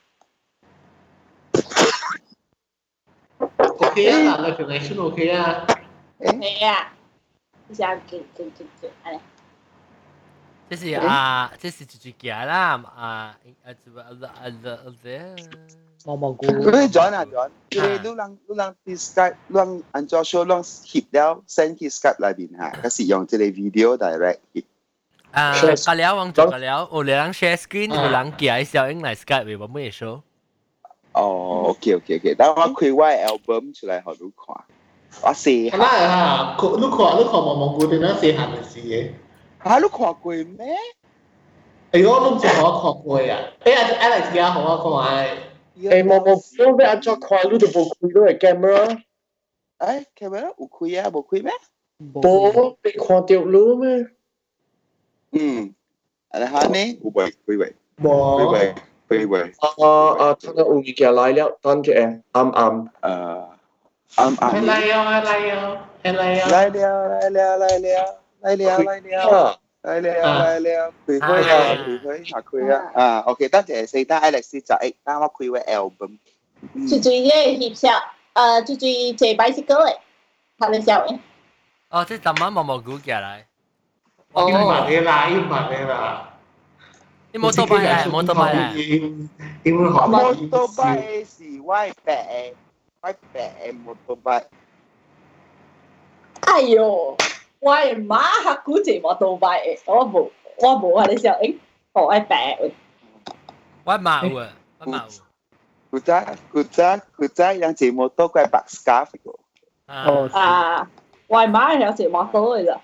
[SPEAKER 4] OK 啊，那 connection OK 啊，
[SPEAKER 5] 係啊，一下勁勁勁勁，哎。
[SPEAKER 1] 这是啊，这是一只鸡啦，啊啊，怎么啊啊啊啊？
[SPEAKER 6] 毛毛菇，
[SPEAKER 12] 嗰啲 John 啊 John，即係你人你人啲 Skype，你人按照 show 你人 hit 了 send 去 Skype 裏邊嚇，嗰時用即係 video direct hit。
[SPEAKER 1] 啊，
[SPEAKER 8] Share-
[SPEAKER 1] 隔了王做隔了，有人 share screen，
[SPEAKER 4] 啊
[SPEAKER 1] 有人寄来小英来 Skype，为我们也说，
[SPEAKER 12] 哦，OK OK OK，等我開我嘅 album 出嚟，好你看。我試
[SPEAKER 4] 好
[SPEAKER 12] 下，
[SPEAKER 4] 啦哈，看你看你看毛毛菇的那些行的事的，
[SPEAKER 12] 嚇你看過咩？
[SPEAKER 4] 哎呦，你做我看過呀，哎呀，哎來試下好我看下，
[SPEAKER 8] 誒冇冇，我俾阿作看，你都冇看到嘅 camera。
[SPEAKER 12] 誒 camera 有開啊，冇開咩？
[SPEAKER 8] Bố bị khoa tiểu lúa mê.
[SPEAKER 12] 嗯，啊嚇呢？有喂喂喂喂
[SPEAKER 4] 無，
[SPEAKER 12] 喂喂喂，
[SPEAKER 8] Ờ, ờ, thằng nó ủng kìa lại đéo, tan kìa, ầm ầm.
[SPEAKER 12] 誒，啱
[SPEAKER 4] 哎來
[SPEAKER 12] 啱。
[SPEAKER 4] 呀，哎來呀，哎來呀，
[SPEAKER 12] 來了來了來了來了
[SPEAKER 8] Quỳ
[SPEAKER 12] 來了
[SPEAKER 8] à,
[SPEAKER 12] 來了來了，開會啊開會下開啊啊！OK，等陣先，等 Alex 就誒，等我開個 album。
[SPEAKER 5] 最最嘅翕相，呃，最最坐 bicycle 嘅，拍咗相嘅。
[SPEAKER 1] 哦，这怎么毛毛菇寄来？
[SPEAKER 4] 一
[SPEAKER 5] 哦，
[SPEAKER 4] 萬的啦，一萬的啦，
[SPEAKER 1] 你冇多拜来，冇多拜来，
[SPEAKER 4] 因因為好
[SPEAKER 12] 摩
[SPEAKER 4] 多
[SPEAKER 12] 托巴是我白我白摩托巴，
[SPEAKER 5] 哎呦，我嘅媽，黑古寂寞到拜嘅，我冇，我无啊，你想诶，我爱白的，
[SPEAKER 1] 我嘛有啊，我嘛有。
[SPEAKER 12] 古早古早古早人睫毛都怪白 scarf 嘅，
[SPEAKER 1] 啊，
[SPEAKER 5] 啊，我妈有时冇到嘅咋，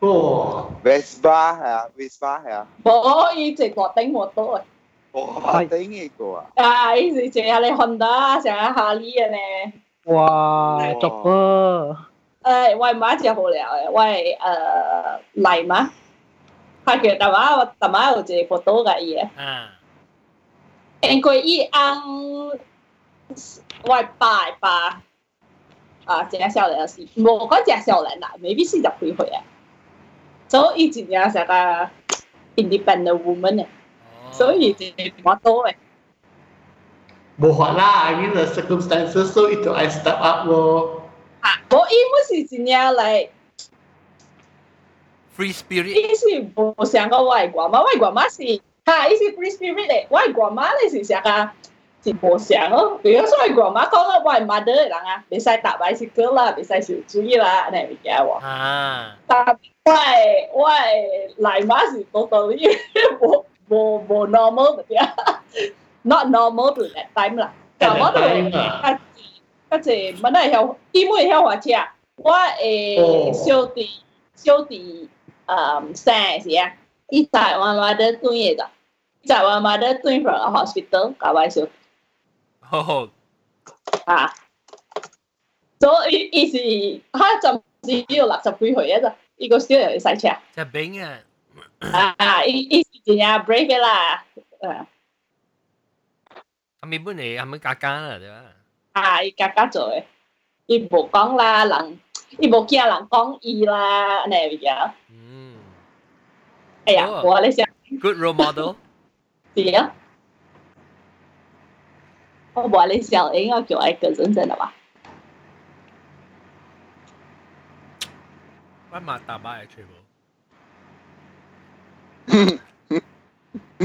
[SPEAKER 4] 哦，
[SPEAKER 12] Vespa 系啊，Vespa 系啊，
[SPEAKER 5] 无伊直落顶冇到嘅，
[SPEAKER 12] 哇顶呢個啊！
[SPEAKER 5] 啊，伊是坐下你 Honda，坐下哈利嘅呢。
[SPEAKER 6] 哇
[SPEAKER 12] 哦
[SPEAKER 6] ，chopper，
[SPEAKER 5] 诶，喂妈就好聊诶，喂诶嚟嘛，佢叫大妈，大妈有一个活動嘅嘢，
[SPEAKER 1] 啊，
[SPEAKER 5] 應該伊啱喂拜吧，啊，一個少年是，冇講一個少年啦，未必四十幾歲啊，所以一年是個 independent woman 啊，所以就冇多嘅，
[SPEAKER 4] buat lah. I mean the circumstances so itu I step up lo.
[SPEAKER 5] 啊，我伊唔是一年嚟。
[SPEAKER 1] free spirit，
[SPEAKER 5] 伊是无上个外国嘛，外国嘛是，哈，伊是 free spirit 的，外国嘛你是啥个？是无上哦，比如说外国嘛讲个外 mother 的人啊，袂使打白是哥啦，袂使受罪啦，那物件喎。
[SPEAKER 1] 啊，
[SPEAKER 5] 但喂喂，来嘛是多道理，无无无 normal 的呀，not normal to that time 啦，
[SPEAKER 4] At
[SPEAKER 5] 但
[SPEAKER 4] that
[SPEAKER 5] 我都
[SPEAKER 4] time 啊
[SPEAKER 5] 啊，啊，这乜都晓，因为晓话车，我诶
[SPEAKER 4] 哦
[SPEAKER 5] 小弟小弟啊生的时啊，伊在我妈的转的啦，在我妈的转 from hospital 搞我小弟
[SPEAKER 1] 好好，
[SPEAKER 5] 啊，所以伊是他暂时只有六十几岁啊，咋，伊个小弟会使车。
[SPEAKER 1] 只饼啊，
[SPEAKER 5] 啊，伊伊是真正 brave 的啦，啊，
[SPEAKER 1] 阿咪本嚟阿咪加加啦，对吧？
[SPEAKER 5] 啊，伊家家做诶，伊无讲啦，人伊无惊人讲伊啦，安尼物件，
[SPEAKER 1] 嗯
[SPEAKER 5] 哎呀，
[SPEAKER 1] 哦
[SPEAKER 5] 我咧想
[SPEAKER 1] Ừ. ，good role model，
[SPEAKER 5] 是啊，我无咧想应该叫爱个认真的吧，
[SPEAKER 1] 我嘛打败全部。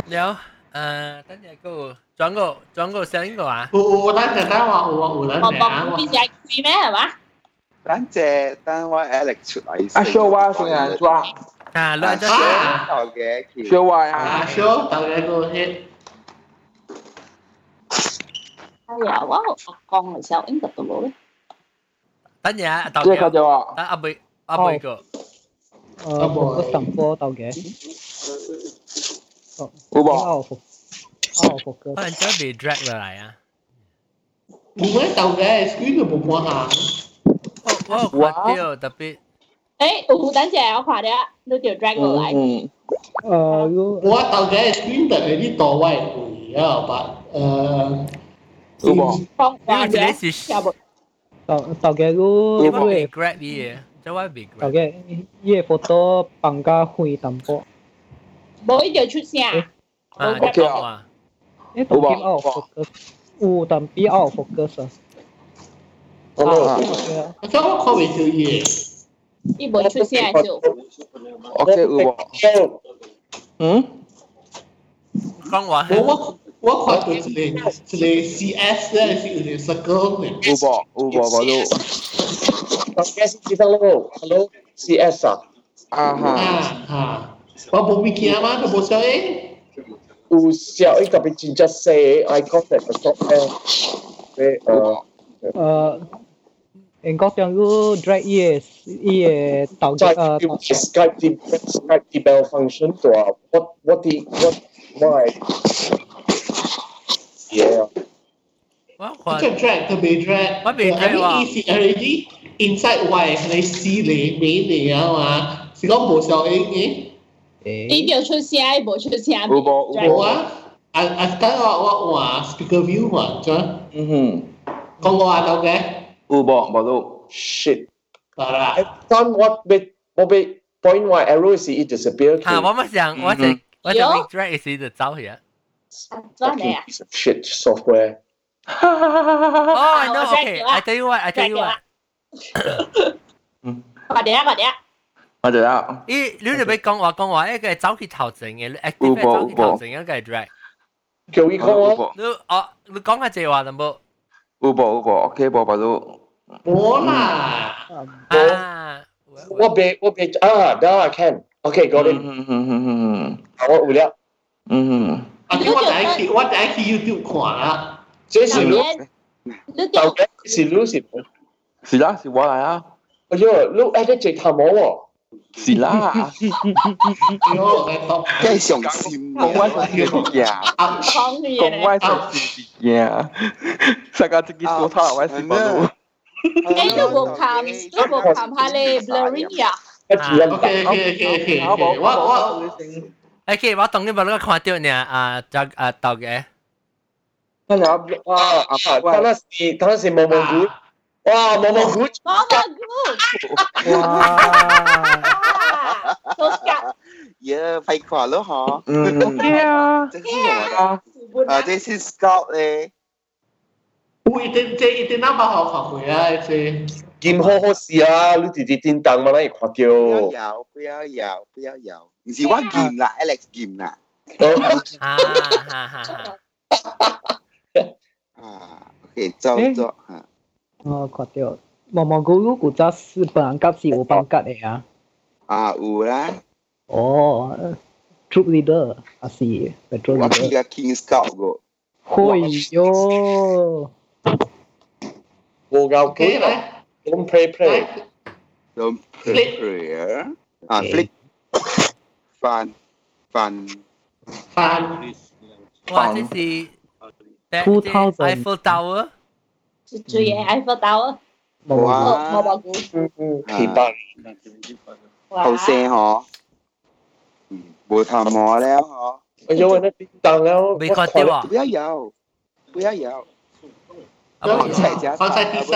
[SPEAKER 1] 了，呃，等下个转个转个声个啊，
[SPEAKER 4] Oh, oh, tak kata wah, wah, ulan
[SPEAKER 5] 我
[SPEAKER 4] ya.
[SPEAKER 5] 无必须开咩系嘛？
[SPEAKER 12] 等謝等我 Alex 出嚟先。
[SPEAKER 10] 阿 À, show 啊，成人做啊
[SPEAKER 1] 啊，
[SPEAKER 12] 阿
[SPEAKER 1] 乱咗
[SPEAKER 12] show 頭嘅橋，
[SPEAKER 10] ，show 啊，
[SPEAKER 4] Ah, show, tak kata aku eh.
[SPEAKER 5] 哎呀，我我讲嘅时候应该都冇咧，
[SPEAKER 1] 等下豆
[SPEAKER 10] 即
[SPEAKER 1] 角，
[SPEAKER 10] 刻就啊，
[SPEAKER 1] 等阿妹阿妹个，
[SPEAKER 6] 呃，
[SPEAKER 4] Double
[SPEAKER 6] 我上波到嘅，哦，
[SPEAKER 10] 有冇？
[SPEAKER 6] 阿福，阿福哥
[SPEAKER 1] 可，能真被 drag à? 落嚟啊！
[SPEAKER 4] Bunga tahu guys, kau itu bukan ha.
[SPEAKER 1] 我我有看到特别，
[SPEAKER 5] 诶，有等阵我看下，你就 drag
[SPEAKER 10] Ừ.
[SPEAKER 5] 过来，
[SPEAKER 10] 嗯，
[SPEAKER 6] 呃，如
[SPEAKER 4] Bunga tahu guys, kau itu dari tawai. Ya, pak. Eh,
[SPEAKER 10] Ubah.
[SPEAKER 5] 讲
[SPEAKER 1] 因為
[SPEAKER 5] 话
[SPEAKER 1] 這個
[SPEAKER 5] 嘅，
[SPEAKER 1] 是
[SPEAKER 5] 要不
[SPEAKER 6] 到到嘅如
[SPEAKER 1] 因為
[SPEAKER 6] 如
[SPEAKER 1] 被
[SPEAKER 6] 嘅，
[SPEAKER 1] grab 嘢，即係被
[SPEAKER 6] 到
[SPEAKER 1] grab。
[SPEAKER 6] 嘅，伊嘅 photo 放加灰淡薄，
[SPEAKER 5] 无伊就出声，
[SPEAKER 1] 啊，
[SPEAKER 5] 冇
[SPEAKER 10] OK
[SPEAKER 1] 講
[SPEAKER 10] 啊
[SPEAKER 1] 話
[SPEAKER 6] 诶，到
[SPEAKER 10] 有
[SPEAKER 6] 嘅
[SPEAKER 10] 冇
[SPEAKER 6] 阿福哥，有但比阿福哥少，
[SPEAKER 2] 哦，
[SPEAKER 6] 啊
[SPEAKER 4] macam kau itu ye.
[SPEAKER 5] 伊无出声就。
[SPEAKER 10] ，OK 有冇？
[SPEAKER 2] show
[SPEAKER 10] 嗯，
[SPEAKER 1] 講話
[SPEAKER 4] Bunga, bunga kau itu sele, sele CS ya, sele circle ni.
[SPEAKER 10] 有冇？有冇冇都？
[SPEAKER 2] podcast kita lo halo CS ah
[SPEAKER 10] 啊哈，
[SPEAKER 4] Ah, ah. Kau boleh mikir apa? Kau boleh eh?
[SPEAKER 2] u xiao i tapi cinta say I contact the top eh eh
[SPEAKER 10] 有
[SPEAKER 2] uh,
[SPEAKER 10] 冇？
[SPEAKER 6] 呃，英國將佢 drag 伊嘅伊嘅到嘅
[SPEAKER 2] type
[SPEAKER 6] 呃
[SPEAKER 2] the Skype the Skype the bell function to uh, what what the what why yeah
[SPEAKER 1] 我看
[SPEAKER 4] Macam drag, kau boleh drag.
[SPEAKER 1] Kau boleh drag,
[SPEAKER 4] I mean,
[SPEAKER 1] wah.
[SPEAKER 4] easy already. Inside why? Sele C le, main le, ya, wah. Si kau boleh eh, eh.
[SPEAKER 5] 伊
[SPEAKER 6] 誒，
[SPEAKER 5] 就出声，伊无出声。
[SPEAKER 10] 有冇？有
[SPEAKER 4] 我
[SPEAKER 10] 冇？
[SPEAKER 4] 啊，啊啊，等我我我 ah, speaker view ah. 嘛，啫，
[SPEAKER 10] 嗯哼，
[SPEAKER 4] 講我下到嘅，
[SPEAKER 10] 有冇？冇都。
[SPEAKER 2] shit
[SPEAKER 4] 得
[SPEAKER 2] I
[SPEAKER 4] 啦，
[SPEAKER 2] can't what bit what bit point why arrow is it disappear
[SPEAKER 1] 嚇，
[SPEAKER 2] to
[SPEAKER 1] 我咪想我就
[SPEAKER 10] 嗯
[SPEAKER 1] 我就被
[SPEAKER 5] 有
[SPEAKER 1] drag 時就走嘢。
[SPEAKER 5] 转嚟
[SPEAKER 2] fucking
[SPEAKER 5] 啊！
[SPEAKER 2] piece of shit software
[SPEAKER 1] 哦，I
[SPEAKER 5] 我
[SPEAKER 1] know,
[SPEAKER 5] 知
[SPEAKER 1] okay.
[SPEAKER 5] 咗啦
[SPEAKER 1] I tell you what, I tell you
[SPEAKER 5] 知咗
[SPEAKER 1] what.
[SPEAKER 5] 啦快啲啊！快啲啊！
[SPEAKER 10] 我就啊，
[SPEAKER 1] 咦，你哋咪講話講話，誒佢係走去頭前嘅，你 active
[SPEAKER 10] 有
[SPEAKER 1] 係
[SPEAKER 10] 冇
[SPEAKER 1] 走去頭前嘅，佢係 drag。
[SPEAKER 2] 叫伊
[SPEAKER 10] 有
[SPEAKER 2] 講我
[SPEAKER 10] 冇？
[SPEAKER 1] 你哦，你講下這話就冇
[SPEAKER 10] 有冇？有冇？OK 冇冇都。
[SPEAKER 4] 冇啦，
[SPEAKER 1] 啊？喂喂
[SPEAKER 2] 我被我被啊 now I can okay got it
[SPEAKER 10] 嗯嗯嗯嗯嗯。
[SPEAKER 8] 我有了，
[SPEAKER 10] 嗯，
[SPEAKER 4] 啊，你我第一去，我第一去 YouTube 看啊，
[SPEAKER 8] 这是路，
[SPEAKER 5] 你
[SPEAKER 8] 到
[SPEAKER 5] 就
[SPEAKER 8] 底是路是无？
[SPEAKER 10] 是啦，是我来啊，
[SPEAKER 8] 哎哟，路哎，你最头毛喎，
[SPEAKER 10] 是啦，
[SPEAKER 4] 哟，来头，
[SPEAKER 12] 真系上心
[SPEAKER 10] 讲我上
[SPEAKER 12] 嘅。
[SPEAKER 10] 先自己啊，
[SPEAKER 4] 啊，
[SPEAKER 5] 講嘅嘢
[SPEAKER 10] 讲
[SPEAKER 5] 嚟。
[SPEAKER 10] 我上先自己啊，世界自己所他我先不到，
[SPEAKER 12] Ờ,
[SPEAKER 5] 哎，你冇看，你冇看下咧 Blurry à? 啊？
[SPEAKER 8] 一次咁大，
[SPEAKER 4] OK OK OK OK，我我
[SPEAKER 1] 哎，佢我当你把那个看到呢啊，就啊到嘅，
[SPEAKER 10] 那你要哇
[SPEAKER 8] 啊，他那是他那是毛毛菇，哇，毛毛菇，
[SPEAKER 5] 我話 good
[SPEAKER 1] 哇，
[SPEAKER 5] 啊，都夾
[SPEAKER 12] 耶，快垮了哈！
[SPEAKER 10] 嗯，
[SPEAKER 6] 啊，
[SPEAKER 12] 这是我
[SPEAKER 10] 啊，
[SPEAKER 12] 的，啊，这是 Scout 嘞，
[SPEAKER 4] 有一点这一点那么好看回啊，这
[SPEAKER 8] 见好好事啊，你直接叮当嘛，那也看到，
[SPEAKER 12] 不要摇，不要摇，不要摇，唔是我剑啦，Alex 剑啦，
[SPEAKER 1] 啊哈哈哈，
[SPEAKER 12] 啊，OK，走走吓，
[SPEAKER 6] 我看到，毛毛菇菇古早是本人夹是有帮夹的啊。
[SPEAKER 12] 啊有啦，
[SPEAKER 6] 哦，troop leader À, 还是 patrol
[SPEAKER 12] 我去
[SPEAKER 6] leader？
[SPEAKER 12] 个 King Scout 个，
[SPEAKER 6] 会哟，
[SPEAKER 8] 我搞鬼
[SPEAKER 4] ，OK
[SPEAKER 8] 啦，
[SPEAKER 4] 来
[SPEAKER 8] 咁 play play，
[SPEAKER 4] 来，
[SPEAKER 12] 咁 prayer 啊 À, flick，翻翻
[SPEAKER 4] 翻
[SPEAKER 1] 哇，这是
[SPEAKER 6] 2000
[SPEAKER 1] Eiffel Tower，
[SPEAKER 5] 最最嘢 Eiffel Tower，
[SPEAKER 6] 毛毛
[SPEAKER 5] 我我話估，
[SPEAKER 8] 嗯嗯，期
[SPEAKER 12] à,
[SPEAKER 8] 待，
[SPEAKER 5] 哇
[SPEAKER 12] 后生嗬，嗯，冇探我了嗬，
[SPEAKER 8] 哎哟，那叮当了，
[SPEAKER 1] 未看到啊
[SPEAKER 12] 不，要摇，不要摇。
[SPEAKER 1] 啊冇
[SPEAKER 12] 放
[SPEAKER 1] 看
[SPEAKER 12] 在
[SPEAKER 1] 到
[SPEAKER 12] 家，
[SPEAKER 4] 放在地上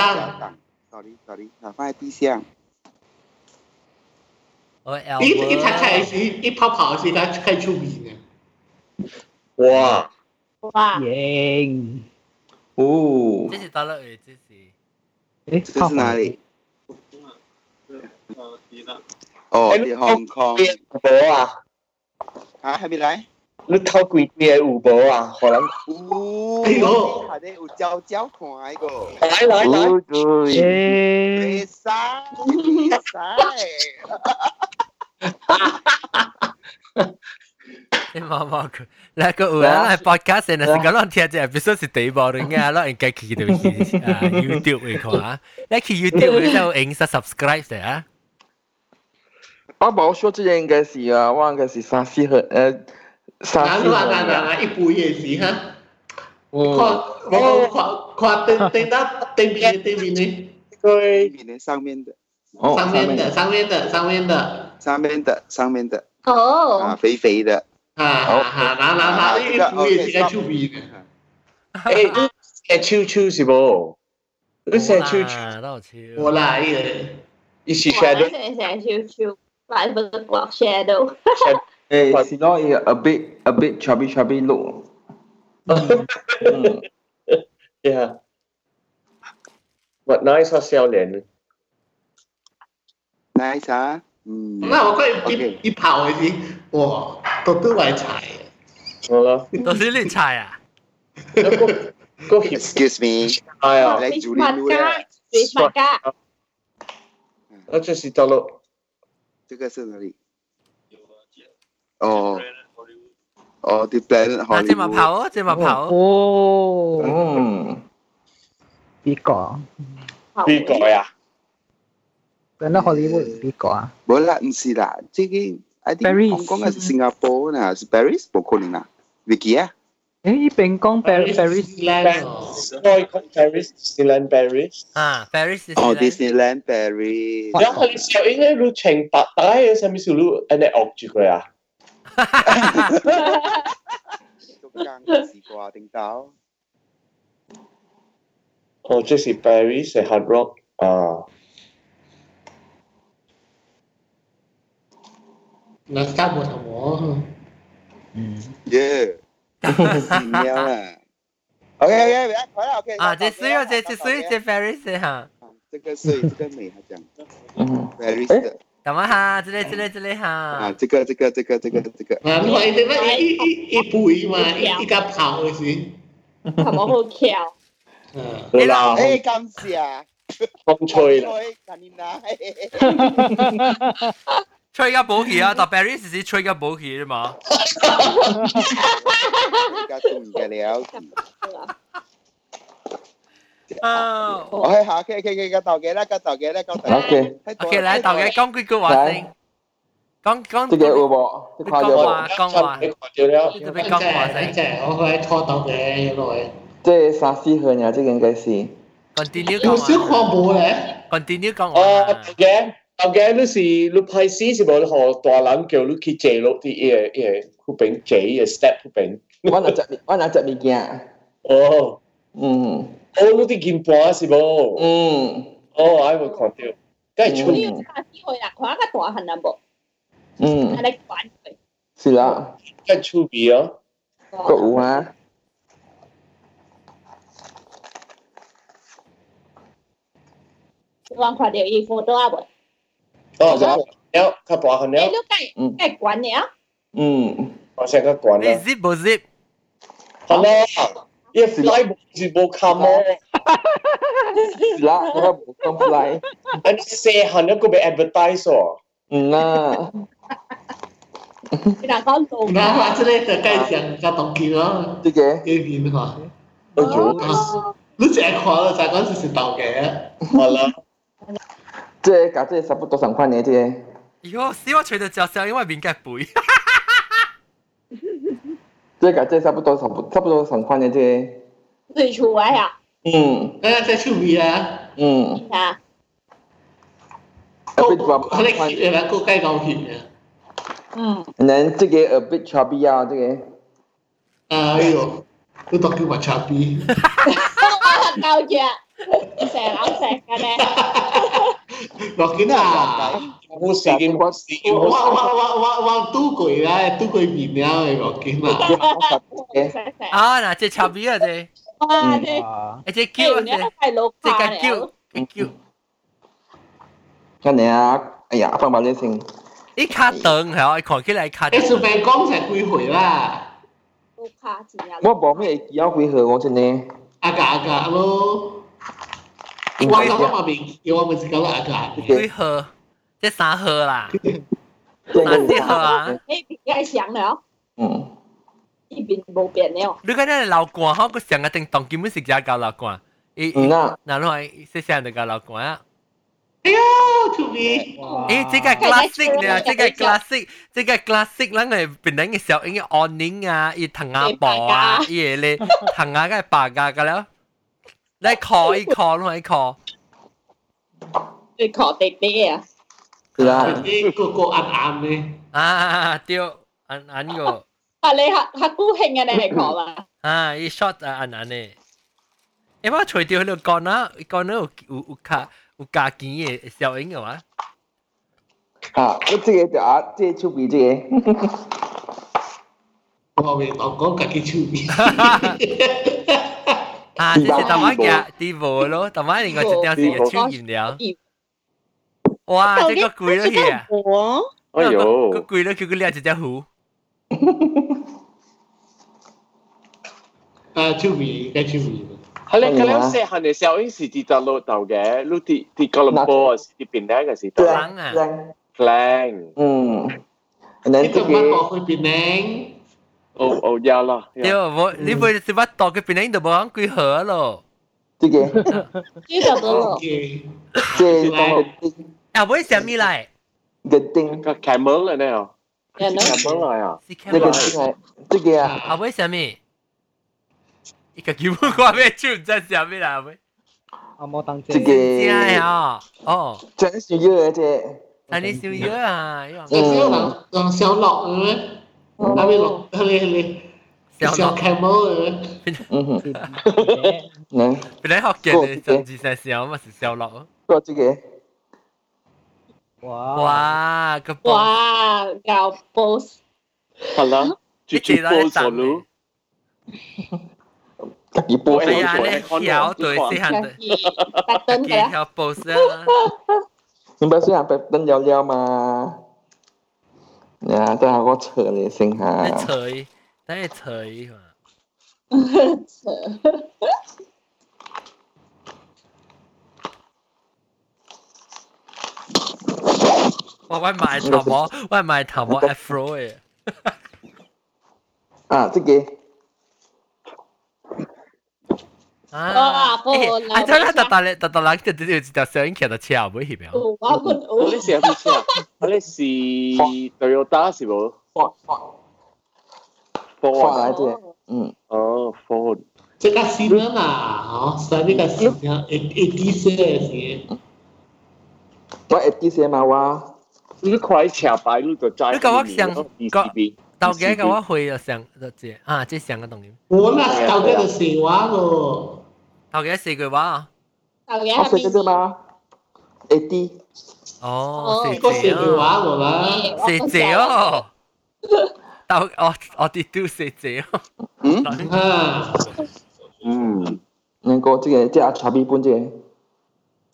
[SPEAKER 12] ，sorry sorry，啊，放在地上。
[SPEAKER 1] 我
[SPEAKER 4] 一一踩踩
[SPEAKER 1] Albert，
[SPEAKER 4] 是一跑跑是它开出名的，
[SPEAKER 8] 哇，
[SPEAKER 5] 哇，
[SPEAKER 6] 赢，
[SPEAKER 10] 哦
[SPEAKER 1] 这，是到了诶，这是
[SPEAKER 6] 诶，
[SPEAKER 12] 这是哪里？哦，是 Ờ, Hong Kong
[SPEAKER 8] 有冇啊？
[SPEAKER 12] 啊，还没来。
[SPEAKER 8] 你偷几遍有冇啊？可能，
[SPEAKER 12] 哦，
[SPEAKER 4] 哎呦
[SPEAKER 12] 下底有焦焦看那个，
[SPEAKER 8] 来来来，
[SPEAKER 10] 哦对，
[SPEAKER 12] 比
[SPEAKER 6] 诶，
[SPEAKER 12] 赛比赛，
[SPEAKER 1] 你毛毛菇，那个有人来 podcast 呢，是讲咱听这 episode 是第一部的，啊，咱应该去到去啊 YouTube 去看啊，你去 YouTube 你就影下 subscribe 的啊。
[SPEAKER 10] 我冇说这个应该是啊，我应该是三四盒，呃，
[SPEAKER 4] 那
[SPEAKER 10] 三四
[SPEAKER 4] 那那那
[SPEAKER 10] 盒，
[SPEAKER 4] 那一步也是哈，看
[SPEAKER 10] 嗯，
[SPEAKER 4] 我看看等等到对面对面的。
[SPEAKER 8] 佢
[SPEAKER 12] 你的上面的，
[SPEAKER 10] 哦，
[SPEAKER 4] 上面的，上面的，上面的，
[SPEAKER 12] 上面的，上面的，啊，
[SPEAKER 5] 哦，
[SPEAKER 12] 肥肥的，
[SPEAKER 4] 啊啊啊！拿拿拿，一股也是该出名的。
[SPEAKER 8] 诶，你写手手是冇？你写手手，
[SPEAKER 1] 到
[SPEAKER 4] 我啦，一个
[SPEAKER 8] 伊是
[SPEAKER 5] 哇，
[SPEAKER 8] shadow
[SPEAKER 5] 成成少少，但係唔係 shadow，
[SPEAKER 10] 诶，是咯，伊 a bit a bit chubby chubby look，嗯，
[SPEAKER 8] yeah. But nice 啊，少年，
[SPEAKER 12] 来啥？嗯，
[SPEAKER 4] 那我快一一跑回去，哇，都都来踩。
[SPEAKER 8] 好啦，
[SPEAKER 1] 都是你猜啊？
[SPEAKER 8] 个协
[SPEAKER 12] Excuse me，
[SPEAKER 8] 哎啊，
[SPEAKER 12] 来主力路的，
[SPEAKER 5] 最乜家？
[SPEAKER 8] 那就是到了
[SPEAKER 12] 这个是哪里？哦，哦，The Planet
[SPEAKER 1] 那这么
[SPEAKER 12] Hollywood，
[SPEAKER 1] 跑，这么跑，
[SPEAKER 6] 哦，
[SPEAKER 10] 嗯，
[SPEAKER 6] 边个啊？
[SPEAKER 8] 边个呀？
[SPEAKER 6] 本来荷里活边個啊？
[SPEAKER 12] 冇啦，唔是啦，即個 I think
[SPEAKER 6] Paris
[SPEAKER 12] 香港嘅是新加坡啦，是 Paris 冇可能啦，Vicky 啊，
[SPEAKER 6] 诶，呢邊講 Paris Paris
[SPEAKER 4] 来哦，
[SPEAKER 8] 我講 Paris Disneyland Paris，
[SPEAKER 1] 啊，Paris 是
[SPEAKER 12] 哦 Ờ, Disneyland Paris，
[SPEAKER 8] 然後你小英喺路程白帶嘅上面小路，你惡住佢啊？
[SPEAKER 12] 中間嘅事啩定搞，
[SPEAKER 8] 哦，即是 Ờ, Paris 係 Hard Rock À, 啊，
[SPEAKER 4] 那干部什么？
[SPEAKER 12] 耶，唔要啦，OK OK，別睇啦，OK，
[SPEAKER 1] 啊，这是哦，这这是这 Paris 是哈，
[SPEAKER 12] 這個是這個美，他講
[SPEAKER 10] 嗯，
[SPEAKER 12] Paris 的
[SPEAKER 1] 怎么哈？这里这里这里
[SPEAKER 12] 啊，
[SPEAKER 1] 哈，
[SPEAKER 12] 這個這個這個這個這個，
[SPEAKER 4] 啊，你看一那一一一步一嘛，一一个跑回去，
[SPEAKER 5] 係咪好巧？
[SPEAKER 4] 嗯，
[SPEAKER 8] 你
[SPEAKER 1] À,
[SPEAKER 8] 鬧
[SPEAKER 12] 誒感謝啊，
[SPEAKER 8] 風吹啦，
[SPEAKER 12] 感謝你啦，
[SPEAKER 1] 吹个保险啊，但 Barry 是是吹个保险嘛。
[SPEAKER 12] 家中意嘅了。
[SPEAKER 1] 啊
[SPEAKER 12] 我喺下，佢佢佢個頭嘅啦，個頭嘅啦，個頭嘅。
[SPEAKER 10] OK，
[SPEAKER 1] OK，嚟豆嘅講幾句話先，講講
[SPEAKER 10] 即係有冇？即
[SPEAKER 1] 你
[SPEAKER 10] 係看
[SPEAKER 8] Dạ
[SPEAKER 1] 講
[SPEAKER 8] vâng.
[SPEAKER 10] 有
[SPEAKER 1] 話
[SPEAKER 10] 冇？
[SPEAKER 1] 講話，
[SPEAKER 2] 你看到了
[SPEAKER 1] 你特別講話
[SPEAKER 4] 真
[SPEAKER 1] 先
[SPEAKER 4] 係我去拖到嘅，原來
[SPEAKER 10] 即係三四歲呀，即係應該是。
[SPEAKER 1] ，continue
[SPEAKER 4] 有
[SPEAKER 1] 講
[SPEAKER 4] 少看
[SPEAKER 1] 話
[SPEAKER 4] 冇咧，
[SPEAKER 1] ，continue 講
[SPEAKER 2] 啊
[SPEAKER 1] 話
[SPEAKER 2] 頭。嘅頭嘅你是你拍戲是無何大人叫你去坐落啲嘢嘢去邊坐嘅 step 去邊
[SPEAKER 10] 我那隻，我那隻物件。
[SPEAKER 2] 哦
[SPEAKER 10] 嗯
[SPEAKER 2] 哦你啲金盤是無
[SPEAKER 10] 嗯
[SPEAKER 2] 哦我冇看到梗係出
[SPEAKER 5] 你要揸啲去啦，佢一個大痕啊冇，
[SPEAKER 10] 嗯，
[SPEAKER 5] 係你玩佢。
[SPEAKER 10] 是啦，
[SPEAKER 2] 梗係出邊哦
[SPEAKER 5] Ờ.
[SPEAKER 10] 個有啊。
[SPEAKER 5] วางขวาเดียวอีโฟโต้อ่ะบ่
[SPEAKER 2] 哦咁了較大份
[SPEAKER 5] เอ้ย
[SPEAKER 2] 了
[SPEAKER 5] ลูกไก่ไก่กวนเนี่ย
[SPEAKER 10] Ừ. 嗯，
[SPEAKER 2] 我先較大
[SPEAKER 1] 你
[SPEAKER 2] 啦
[SPEAKER 1] zip 冇 zip？
[SPEAKER 2] Hello 伊 fly 是無卡
[SPEAKER 8] Ờ.
[SPEAKER 2] 毛
[SPEAKER 10] 是啦，那個講出來。
[SPEAKER 2] 安尼細漢你個要 advertise 哦
[SPEAKER 10] 嗯啦，
[SPEAKER 5] ที่เราก็ลง
[SPEAKER 4] 嗱，話之咧就該上加動機咯，
[SPEAKER 10] 即係
[SPEAKER 4] 幾年話，
[SPEAKER 2] 哎呦
[SPEAKER 5] Ờ.
[SPEAKER 4] 你淨係看啦，就嗰時是到嘅，
[SPEAKER 2] 好啦
[SPEAKER 10] 即係搞即係差不多三款嘅即係。
[SPEAKER 1] 如果死我除到隻手，因為面嘅 背。
[SPEAKER 10] 即係搞即係差不多差不差不多三款嘅即係。
[SPEAKER 5] สุยชูไว้อ่ะ
[SPEAKER 10] Ừ. 嗯
[SPEAKER 4] 誒即係出面啊。
[SPEAKER 10] 嗯，
[SPEAKER 5] นะ
[SPEAKER 10] 特別
[SPEAKER 4] 可能
[SPEAKER 10] 話，
[SPEAKER 4] 係啦，高雞狗血嘅。
[SPEAKER 5] อืม
[SPEAKER 10] 人即係 a bit chubby 啊，即係。
[SPEAKER 4] 哎呦，都當佢話差 B，
[SPEAKER 5] เกาเจียแสงเอาแสงกันแน่
[SPEAKER 4] 落緊啊！
[SPEAKER 2] 我是已經我是已經
[SPEAKER 4] 我我
[SPEAKER 2] 我是
[SPEAKER 4] 我我我都攰啦，都攰面啦，落緊啊！
[SPEAKER 5] แสงแสง
[SPEAKER 1] 啊，嗱，隻插邊啊，隻，
[SPEAKER 5] ว่าเนี่ย
[SPEAKER 6] 哇！
[SPEAKER 1] 誒隻
[SPEAKER 5] เกี่
[SPEAKER 1] 叫
[SPEAKER 5] ยว
[SPEAKER 1] 啊，
[SPEAKER 5] เนี่ย
[SPEAKER 1] 隻，
[SPEAKER 5] ใส่โล
[SPEAKER 1] 隻
[SPEAKER 5] คา
[SPEAKER 1] 嘅叫，
[SPEAKER 5] แล้ว
[SPEAKER 1] 嘅叫，
[SPEAKER 10] 今年啊，哎呀，放埋你先。
[SPEAKER 1] 一卡凳係我狂起嚟卡
[SPEAKER 4] 你
[SPEAKER 1] 凳。
[SPEAKER 4] 上面講成幾回啦？
[SPEAKER 5] โลคาจริงอ่ะ
[SPEAKER 10] 我冇咩記憶回合，我真係。
[SPEAKER 4] 阿格阿格咯，我諗我未叫我咪是講阿格嘅，
[SPEAKER 1] 幾號？即三號啦，
[SPEAKER 10] 即
[SPEAKER 1] 三四號啊。
[SPEAKER 5] เฮ้ยปีนี้ไอ้เสียงแล้ว
[SPEAKER 10] 嗯，
[SPEAKER 5] อีบินโบเปลี่ยนแล้ว
[SPEAKER 1] 你講你流汗，我個成個叮當根本食只狗流汗。
[SPEAKER 10] 嗯
[SPEAKER 1] 咦，
[SPEAKER 10] 啦，
[SPEAKER 1] 嗱，我係識成就狗流汗啊。
[SPEAKER 4] 哎呀，to me，
[SPEAKER 1] 咦，即個 classic 咧，即個 classic，即個 classic，咱係變人嘅時候，應該 awning 啊，伊藤阿婆啊，伊嘢咧，藤阿嘅白牙噶啦。你 call 一 call 咯，一 call。
[SPEAKER 5] ไปขอเต็กเต้อ่ะ
[SPEAKER 10] 是啦，
[SPEAKER 4] 啲個個暗暗嘅，
[SPEAKER 1] 啊，對，安安個。
[SPEAKER 5] อะไรฮะฮักกู้เฮงกันไหนขอมา
[SPEAKER 1] 啊，伊 shot 啊，安安诶。诶，我除掉迄个干啊，干啊有有有卡有加钱诶效应个嘛？
[SPEAKER 10] 啊，我即個就啊，即係出邊即 個，
[SPEAKER 4] 我未講講自己出面，
[SPEAKER 1] 啊，这是台湾嘅地步咯，台湾另外一条是个出现了。哇，这个贵了去啊！
[SPEAKER 13] 我
[SPEAKER 12] 哎
[SPEAKER 1] 个
[SPEAKER 12] 呦，
[SPEAKER 1] 贵了，叫佢掠一只虎。
[SPEAKER 4] 啊出面嘅出面。
[SPEAKER 2] 係你咁樣細漢嘅時候，應是佇搭路頭嘅，你佇佇吉隆坡啊，是佇邊咧嘅時
[SPEAKER 10] 對
[SPEAKER 2] 候
[SPEAKER 1] 啊
[SPEAKER 10] dạ.
[SPEAKER 2] ，Klang，
[SPEAKER 10] Ừ. 嗯，人
[SPEAKER 4] 你
[SPEAKER 10] 即
[SPEAKER 4] 做乜
[SPEAKER 10] 個，
[SPEAKER 4] 落去變靚？
[SPEAKER 2] 哦哦，有啦，
[SPEAKER 1] 对，
[SPEAKER 2] 有
[SPEAKER 1] 我
[SPEAKER 12] 嗯
[SPEAKER 1] 你袂是把刀去变成就无讲贵河咯。
[SPEAKER 10] 即個，
[SPEAKER 5] ชื่อกับตัวหลอก
[SPEAKER 4] 嘅
[SPEAKER 10] 即係講個丁，
[SPEAKER 1] 啊，为什么来？
[SPEAKER 10] 個丁，
[SPEAKER 2] 個 Camel 咧呢哦
[SPEAKER 5] เดี๋ยวนะ
[SPEAKER 2] ，Camel 嚟啊，
[SPEAKER 1] 是看
[SPEAKER 10] 即個
[SPEAKER 1] 来。
[SPEAKER 10] 丁係，即個啊，
[SPEAKER 1] 啊，为什么？伊个球我咩出唔知啥物
[SPEAKER 12] 嗯
[SPEAKER 1] 啦？
[SPEAKER 6] 阿莫当姐
[SPEAKER 10] 即，
[SPEAKER 1] 真系
[SPEAKER 10] 個，
[SPEAKER 1] 啊！哦，
[SPEAKER 10] 真是要嘅啫，
[SPEAKER 1] 但你少嘢啊，因为。
[SPEAKER 4] 即係小林用小樂嘅咩？阿邊落你你小 camel 嘅咩？
[SPEAKER 10] 嗯哼，
[SPEAKER 6] 是姐，
[SPEAKER 10] 人，
[SPEAKER 1] 本来学嘅咧，上次先小嘛是小六。
[SPEAKER 10] 個即個，
[SPEAKER 12] 嗯
[SPEAKER 6] 哇！
[SPEAKER 1] 哇，个
[SPEAKER 5] ว้าเกาโปส
[SPEAKER 2] 係啦，
[SPEAKER 1] 你
[SPEAKER 2] 住住
[SPEAKER 1] 跌到一
[SPEAKER 2] Paul
[SPEAKER 1] 啖
[SPEAKER 2] s l
[SPEAKER 10] 自己
[SPEAKER 2] 我
[SPEAKER 10] 播
[SPEAKER 1] 哎
[SPEAKER 10] 出，
[SPEAKER 1] 呀，你跳对细汉
[SPEAKER 5] แค่
[SPEAKER 1] 的，
[SPEAKER 5] ที่ตัดต้น
[SPEAKER 1] 佢
[SPEAKER 5] กันแล้ว
[SPEAKER 1] 跳 pose 啊，
[SPEAKER 10] 你把雖然白燈了了嘛，呀，等下我扯你先
[SPEAKER 1] 你
[SPEAKER 10] 下，
[SPEAKER 1] 吹，等你吹嘛。
[SPEAKER 5] เออ
[SPEAKER 1] 我我买头毛，我买头毛 afro 诶，
[SPEAKER 10] 啊，这个
[SPEAKER 1] 啊，
[SPEAKER 5] 不
[SPEAKER 1] 诶
[SPEAKER 5] 啦
[SPEAKER 1] 啊，咱咱达达咧达达人就只有一条小影骑到车尾去边，
[SPEAKER 5] 我我
[SPEAKER 14] 我哋成日都啊，我哋是 Toyota 是冇
[SPEAKER 10] 发来
[SPEAKER 14] ，Ford
[SPEAKER 10] 的，嗯，
[SPEAKER 14] 哦，Ford，
[SPEAKER 4] 这个新人啊，哦，所以这个新人一一滴水的是，
[SPEAKER 10] 我会记些嘛哇，
[SPEAKER 14] 呢塊車牌呢度揸，
[SPEAKER 1] 你甲我想
[SPEAKER 14] 個
[SPEAKER 1] 到家甲我回了上就这啊，这上个东西，
[SPEAKER 4] 我那是到底就是我咯，
[SPEAKER 1] 头家四句话啊，
[SPEAKER 5] 大家
[SPEAKER 10] 我
[SPEAKER 5] 係
[SPEAKER 10] 写个
[SPEAKER 5] 邊
[SPEAKER 10] 这嘛，会记，
[SPEAKER 1] 哦，
[SPEAKER 5] 哦
[SPEAKER 1] 是
[SPEAKER 4] 个是
[SPEAKER 1] 这
[SPEAKER 4] 我
[SPEAKER 1] 哦，
[SPEAKER 4] 咯啦。
[SPEAKER 1] 是这哦，到哦哦，地都是这哦，Ừ.
[SPEAKER 12] 嗯
[SPEAKER 4] 啊，
[SPEAKER 12] 嗯，
[SPEAKER 10] 能够这个这阿查比本这个，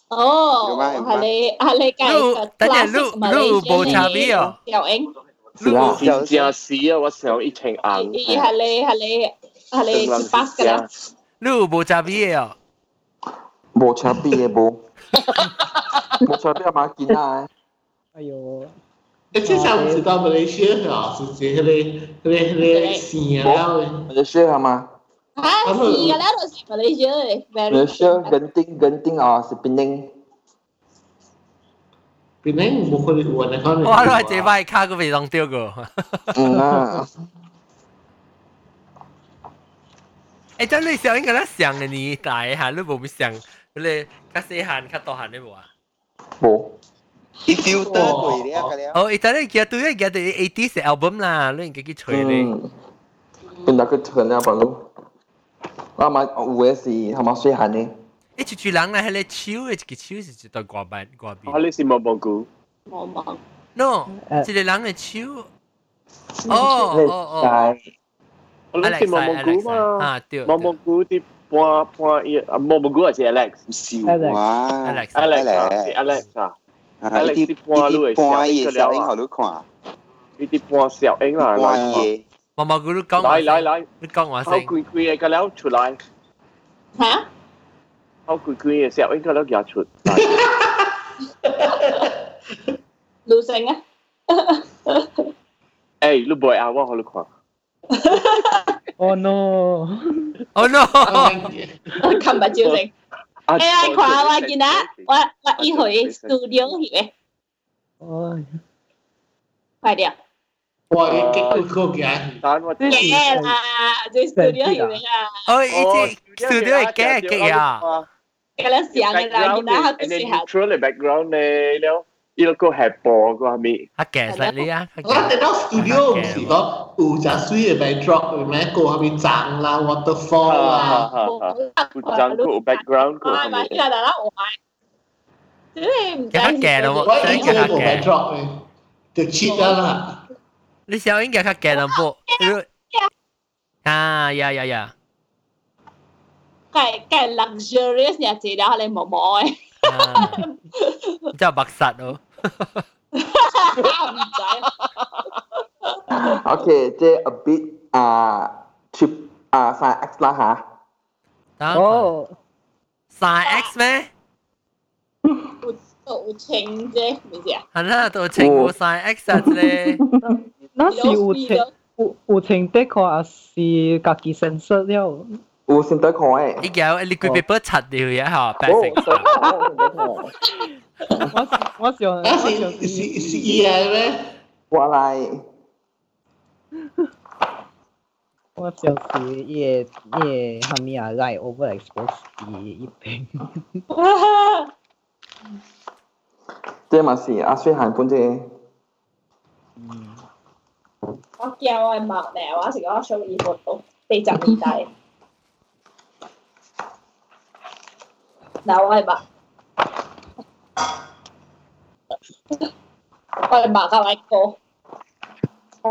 [SPEAKER 5] 哦，係你係你介
[SPEAKER 1] 路等下路路冇差別哦，
[SPEAKER 5] 又影，
[SPEAKER 10] 是啊，
[SPEAKER 14] 真正是啊，我上一程硬，
[SPEAKER 5] 咦係你係你係你 pass 㗎啦，
[SPEAKER 1] 路冇差別哦，
[SPEAKER 10] 无车比的无，无车比嘛囡仔
[SPEAKER 6] 哎呦，
[SPEAKER 4] 你至少知道马来西亞啊，是这个那个那个新人了，
[SPEAKER 10] 的，马来西亚嘛，
[SPEAKER 5] 嚇是㗎啦，都是 Malaysia
[SPEAKER 10] 马来西亚
[SPEAKER 5] very，
[SPEAKER 10] genting genting 啊是槟城，
[SPEAKER 4] 本来我可能我那可能。
[SPEAKER 1] 我都係這擺卡個未當掉個。
[SPEAKER 10] 嗯啊，
[SPEAKER 1] 诶，真你上应该咱上嘅年代吓，你冇咪上，你较细汉、较大汉你冇啊？
[SPEAKER 10] 无，
[SPEAKER 12] 一丢
[SPEAKER 1] Ừ.
[SPEAKER 12] 得佢咧，佢咧，
[SPEAKER 1] 哦，而家你记到你记到 eighty 嘅 album 啦，你应该去吹咧。
[SPEAKER 10] 嗯，เป็นนักก็เถินแล้วปะลูกว่ามาอูเอสีทำมาสวยหันนี่
[SPEAKER 1] 一撮撮人啦，喺你超嘅一撮是一段歌版歌
[SPEAKER 14] 我
[SPEAKER 1] 邊。
[SPEAKER 14] 哋是冇蘑菇，
[SPEAKER 5] 我冇，
[SPEAKER 1] no，一個人嘅超。哦
[SPEAKER 10] เลย
[SPEAKER 1] 哦
[SPEAKER 10] ใจ
[SPEAKER 1] 哦
[SPEAKER 14] 我哋是
[SPEAKER 1] ，Alex
[SPEAKER 14] 冇蘑菇嘛，
[SPEAKER 1] 啊，对
[SPEAKER 14] 冇蘑菇啲半半一，冇蘑菇係是 Alex。
[SPEAKER 12] 唔是哇
[SPEAKER 1] ，Alex
[SPEAKER 14] Alex 啊，是 Alex 啊，
[SPEAKER 12] ，Alex 一啲半夜小英好你看，
[SPEAKER 14] 呢啲半小英啊，
[SPEAKER 12] 半夜，
[SPEAKER 1] 毛毛姑，你講
[SPEAKER 14] 來來來，
[SPEAKER 1] 你講
[SPEAKER 14] 好
[SPEAKER 1] 我先。
[SPEAKER 14] 攰攰嘅，佢了出來，
[SPEAKER 5] 嚇
[SPEAKER 14] 好攰攰嘅小英佢了行出，
[SPEAKER 5] 路線 啊，
[SPEAKER 14] 誒，你唔會啊，我好你看，
[SPEAKER 6] Oh no！
[SPEAKER 1] Oh no！
[SPEAKER 5] 琴日照成。
[SPEAKER 14] 啊
[SPEAKER 5] 哎呀，看我今仔，我我一回 studio 去呗，
[SPEAKER 6] 哦，
[SPEAKER 5] 快点。
[SPEAKER 4] 我你結婚過嘅，
[SPEAKER 14] 但我啲
[SPEAKER 5] 耶啦，这 studio 去呗啊，
[SPEAKER 1] 哦，一隻 studio 嘅嘅嘅啊，
[SPEAKER 5] 给他想的啦，今仔还不是好。
[SPEAKER 14] 除了 background 咧，了，一路個係播個係咪？
[SPEAKER 1] 阿嘅實你啊，
[SPEAKER 4] 我睇到 studio 唔是講有隻水嘅 backdrop，唔係個下面漲啦，waterfall 啦，
[SPEAKER 14] 有爭個 background 個
[SPEAKER 5] 哎
[SPEAKER 14] 係
[SPEAKER 5] 嘛，
[SPEAKER 14] 咪
[SPEAKER 5] 现？在啦，我爱。真的唔知。
[SPEAKER 4] 我一個個 backdrop 嘅，就 cheap 啦，
[SPEAKER 1] 你想應該較嘅啦不？啊呀呀呀！
[SPEAKER 5] 介介 luxurious 日子啦，你毛毛 诶，
[SPEAKER 1] 啊你真係白殺哦！
[SPEAKER 5] 唔知。
[SPEAKER 10] โอเคเจอ bit อ่าทริปอ่าสาย X ละฮะ
[SPEAKER 1] 等我
[SPEAKER 6] 哦，
[SPEAKER 1] 曬 X 咩？
[SPEAKER 5] 有有清啫，咪知啊？
[SPEAKER 1] 係啦，到情冇曬 X 啊！咧，
[SPEAKER 6] 那是有情有有情的確也是家己成熟了。
[SPEAKER 10] อูซินเตอร์คอย
[SPEAKER 1] 依家你佢被不擦掉嘢嚇，白
[SPEAKER 10] โอ้
[SPEAKER 1] 色
[SPEAKER 10] ซินเตอร์คอย
[SPEAKER 6] 我是我想
[SPEAKER 10] ซินเตอร์คอย
[SPEAKER 6] 我
[SPEAKER 4] 啊是
[SPEAKER 6] 想
[SPEAKER 4] 是是 E I 咩？
[SPEAKER 10] ว่าอะไร
[SPEAKER 6] 我想是也也他们也来 over expose 的一边。
[SPEAKER 10] เจมาสีอาสวยหันปุ่นเจ
[SPEAKER 6] 嗯，
[SPEAKER 5] 我叫我毛咧，我是我上衣服到四十年代。嗱，我係白，我係白噶，我係高，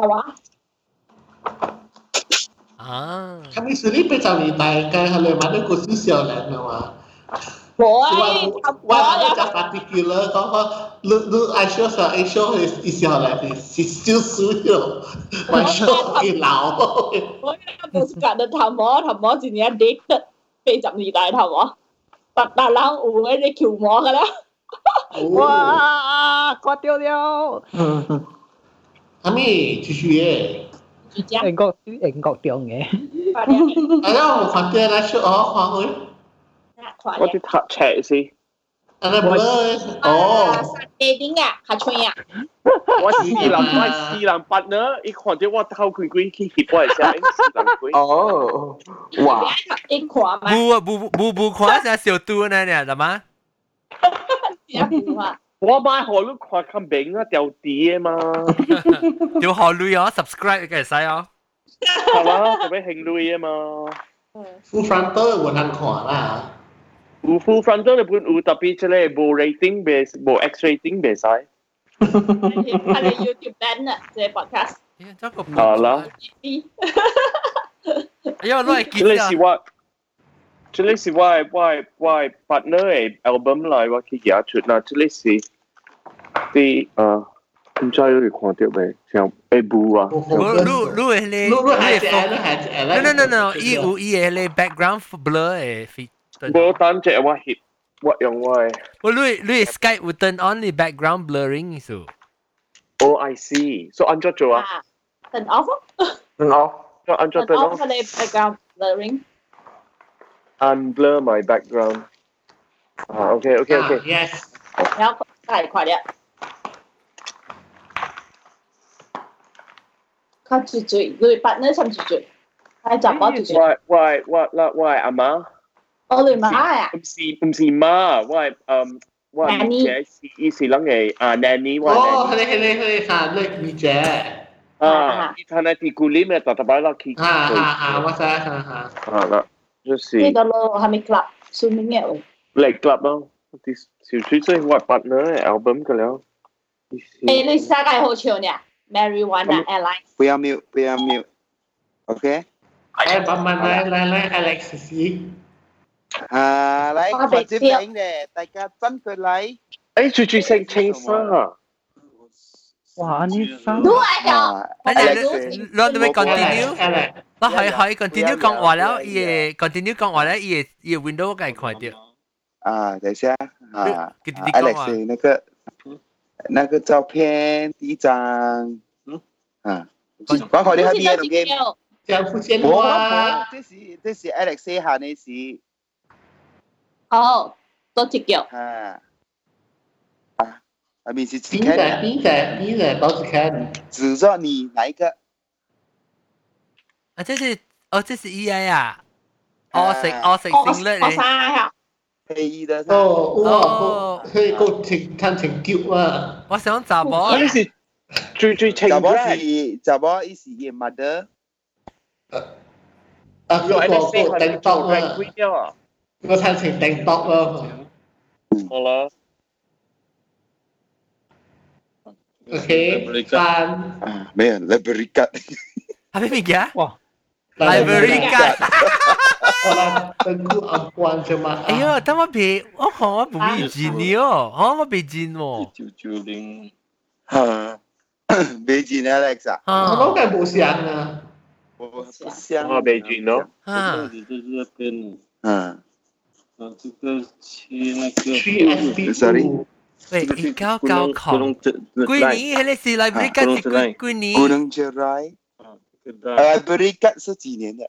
[SPEAKER 5] 係嘛？
[SPEAKER 1] 啊！
[SPEAKER 4] 佢咪是你被就年代嘅，佢哋買到個少少靚嘅嘛。
[SPEAKER 5] 我係
[SPEAKER 4] 我我那個 particular 講講，你你 I show 上 I show 係係少靚，是少少， 我 show 係老。
[SPEAKER 5] 我不是講的頭毛，頭毛今年 date 四十年代頭毛，白大佬有嗰啲條毛噶啦，
[SPEAKER 6] 哇，挂掉了！
[SPEAKER 4] 阿妹继续耶。
[SPEAKER 6] 英國英國中嘅，
[SPEAKER 4] 哎呀，我看见那是哦，黄辉，
[SPEAKER 8] 我去塔 check 先。
[SPEAKER 4] 阿那不嘞，哦，
[SPEAKER 5] 地點啊，下村啊，
[SPEAKER 8] 我是人，我是人八呢，一看到我偷佢佢去協我一下，是人鬼。
[SPEAKER 10] 哦，
[SPEAKER 5] 哇，一看嘛，
[SPEAKER 1] 不不不不看一下小度呢呢，怎么？
[SPEAKER 8] 我買何碌看看餅啊，掉地啊嘛，
[SPEAKER 1] 要學女哦，subscribe 嘅使哦。
[SPEAKER 8] 係嘛？特別興類啊嘛。
[SPEAKER 4] 富 frontal 我难看啦，
[SPEAKER 8] 有 full frontal 你本有特別之類，冇 rating 別，冇 X rating 別曬。
[SPEAKER 5] Ừ. 睇你 YouTube ban 啦，即係 podcast，
[SPEAKER 8] 好啦。
[SPEAKER 1] 哎呀，我係
[SPEAKER 8] 即係是我，即係是我係我係我係 partner 嘅 album 嚟，我佢而家出啦。即係是啲誒，唔知你哋看到未？像 A 部啊，
[SPEAKER 1] 我录录嘅咧，
[SPEAKER 4] 录录还是按啦，还是按啦。
[SPEAKER 1] No no E no no，伊有伊嘅咧 background blur eh, 嘅 fit。
[SPEAKER 8] 我單隻我 hit，我用我嘅。
[SPEAKER 1] 我录录 Skype 有 turn on 你 background blurring 數。
[SPEAKER 8] Oh I see，so 安卓做啊，
[SPEAKER 5] Ah. 等 off，
[SPEAKER 8] 等我，我安卓
[SPEAKER 5] 等
[SPEAKER 8] 等
[SPEAKER 5] off
[SPEAKER 8] 我
[SPEAKER 5] 你 background blurring，
[SPEAKER 8] ，unblur my background。啊，OK Ah, OK OK。
[SPEAKER 4] Yes，
[SPEAKER 5] 然後快快啲，卡住嘴，你 partner 沉住嘴，係集我住嘴，
[SPEAKER 8] 喂喂喂啦喂阿媽，
[SPEAKER 5] 我你媽呀，
[SPEAKER 8] 唔是唔是媽，喂嗯喂
[SPEAKER 5] Nanny
[SPEAKER 8] 姐是伊是啷個啊 nanny 喂
[SPEAKER 4] 哦，嘿
[SPEAKER 8] nanny
[SPEAKER 4] 嘞嘿嘞嘿嘞，哈，那你姐，
[SPEAKER 8] 啊，伊他那地古里面打打白啦去，
[SPEAKER 4] 哈哈哈，我知哈哈。
[SPEAKER 8] 啊啦，就是
[SPEAKER 5] 呢度咯，係咪 club 算咩嘢？
[SPEAKER 8] 嚟 club 咯，啲小水水我 partner album 嘅了，Dạ.
[SPEAKER 5] 誒，你世界好笑呢，Marijuana Airlines。
[SPEAKER 12] 不要 mute，不要 mute，OK？
[SPEAKER 4] 哎，慢慢来来来，Alex 是，
[SPEAKER 12] 啊，来，
[SPEAKER 5] 我
[SPEAKER 12] 我
[SPEAKER 5] 哋
[SPEAKER 12] 接
[SPEAKER 5] 跳
[SPEAKER 12] 名咧，大家真佢嚟。
[SPEAKER 8] 誒最最聲清沙，
[SPEAKER 6] 哇！呢三
[SPEAKER 5] 都係
[SPEAKER 12] Dạ. Ah,
[SPEAKER 5] 啊，
[SPEAKER 1] 等
[SPEAKER 12] eh.
[SPEAKER 1] 陣，你咪 continue。我係可以 continue 講話了，伊嘅 continue 講話了，伊嘅伊嘅 window 我梗係看到。
[SPEAKER 12] 啊，等一下啊
[SPEAKER 1] 给弟
[SPEAKER 12] 啊
[SPEAKER 1] 弟看嘛
[SPEAKER 12] ya. Ah. Uh, ，Alex eh, 那个那个照片第一张，啊，我我哋喺邊度嘅？
[SPEAKER 4] 讲福建
[SPEAKER 12] 我
[SPEAKER 4] 话
[SPEAKER 12] 我，这是这是 Alex eh, 下呢是
[SPEAKER 5] 哦，多隻腳，
[SPEAKER 12] 啊啊，啊，面试只
[SPEAKER 4] 你在
[SPEAKER 12] 看
[SPEAKER 4] 你在你在到处看，
[SPEAKER 12] 指着你哪一个？
[SPEAKER 1] 啊，這是哦，這是 EI 啊，我食我食
[SPEAKER 5] 我我
[SPEAKER 1] 性率
[SPEAKER 5] 生
[SPEAKER 1] 咧。
[SPEAKER 5] 啊，
[SPEAKER 12] 黑衣的上
[SPEAKER 4] 哦，哇，可以够请探请救啊，
[SPEAKER 1] 我想查某
[SPEAKER 8] 呢是最最清
[SPEAKER 12] 查某
[SPEAKER 8] 沙。
[SPEAKER 12] 是查某，伊是伊 mother，
[SPEAKER 4] 啊，
[SPEAKER 8] 有
[SPEAKER 4] 够
[SPEAKER 8] Alex
[SPEAKER 4] 够够
[SPEAKER 8] 係
[SPEAKER 4] 等
[SPEAKER 8] 做
[SPEAKER 4] 到
[SPEAKER 8] rank
[SPEAKER 4] 啊，
[SPEAKER 8] queen 咗啊，
[SPEAKER 4] 我探请等到啊
[SPEAKER 8] 好啦。
[SPEAKER 4] ，OK，三，
[SPEAKER 12] 啊，没有 l i b e r i c a
[SPEAKER 1] 係咩名嘅
[SPEAKER 6] 哇！
[SPEAKER 1] ？Library Guide。
[SPEAKER 4] 我来等顾阿关啫嘛，
[SPEAKER 1] 哎呀，等我俾我看我唔咪見你哦，我我俾見喎。
[SPEAKER 8] 九九零，
[SPEAKER 12] 啊，没见 Alex 啊，
[SPEAKER 4] 我
[SPEAKER 1] 啊
[SPEAKER 4] 都该冇想啊，
[SPEAKER 12] 我不像，
[SPEAKER 8] 我没见咯，
[SPEAKER 1] 啊！
[SPEAKER 12] 嗯，
[SPEAKER 8] Ờ,
[SPEAKER 4] 去 S B
[SPEAKER 12] Sorry
[SPEAKER 4] 五，
[SPEAKER 1] 喂，你搞搞狂，桂林迄个是 Library Guide 是桂桂林。
[SPEAKER 12] 古能 Jerry。呃，
[SPEAKER 8] Ờ,
[SPEAKER 12] 不是，干是几年的？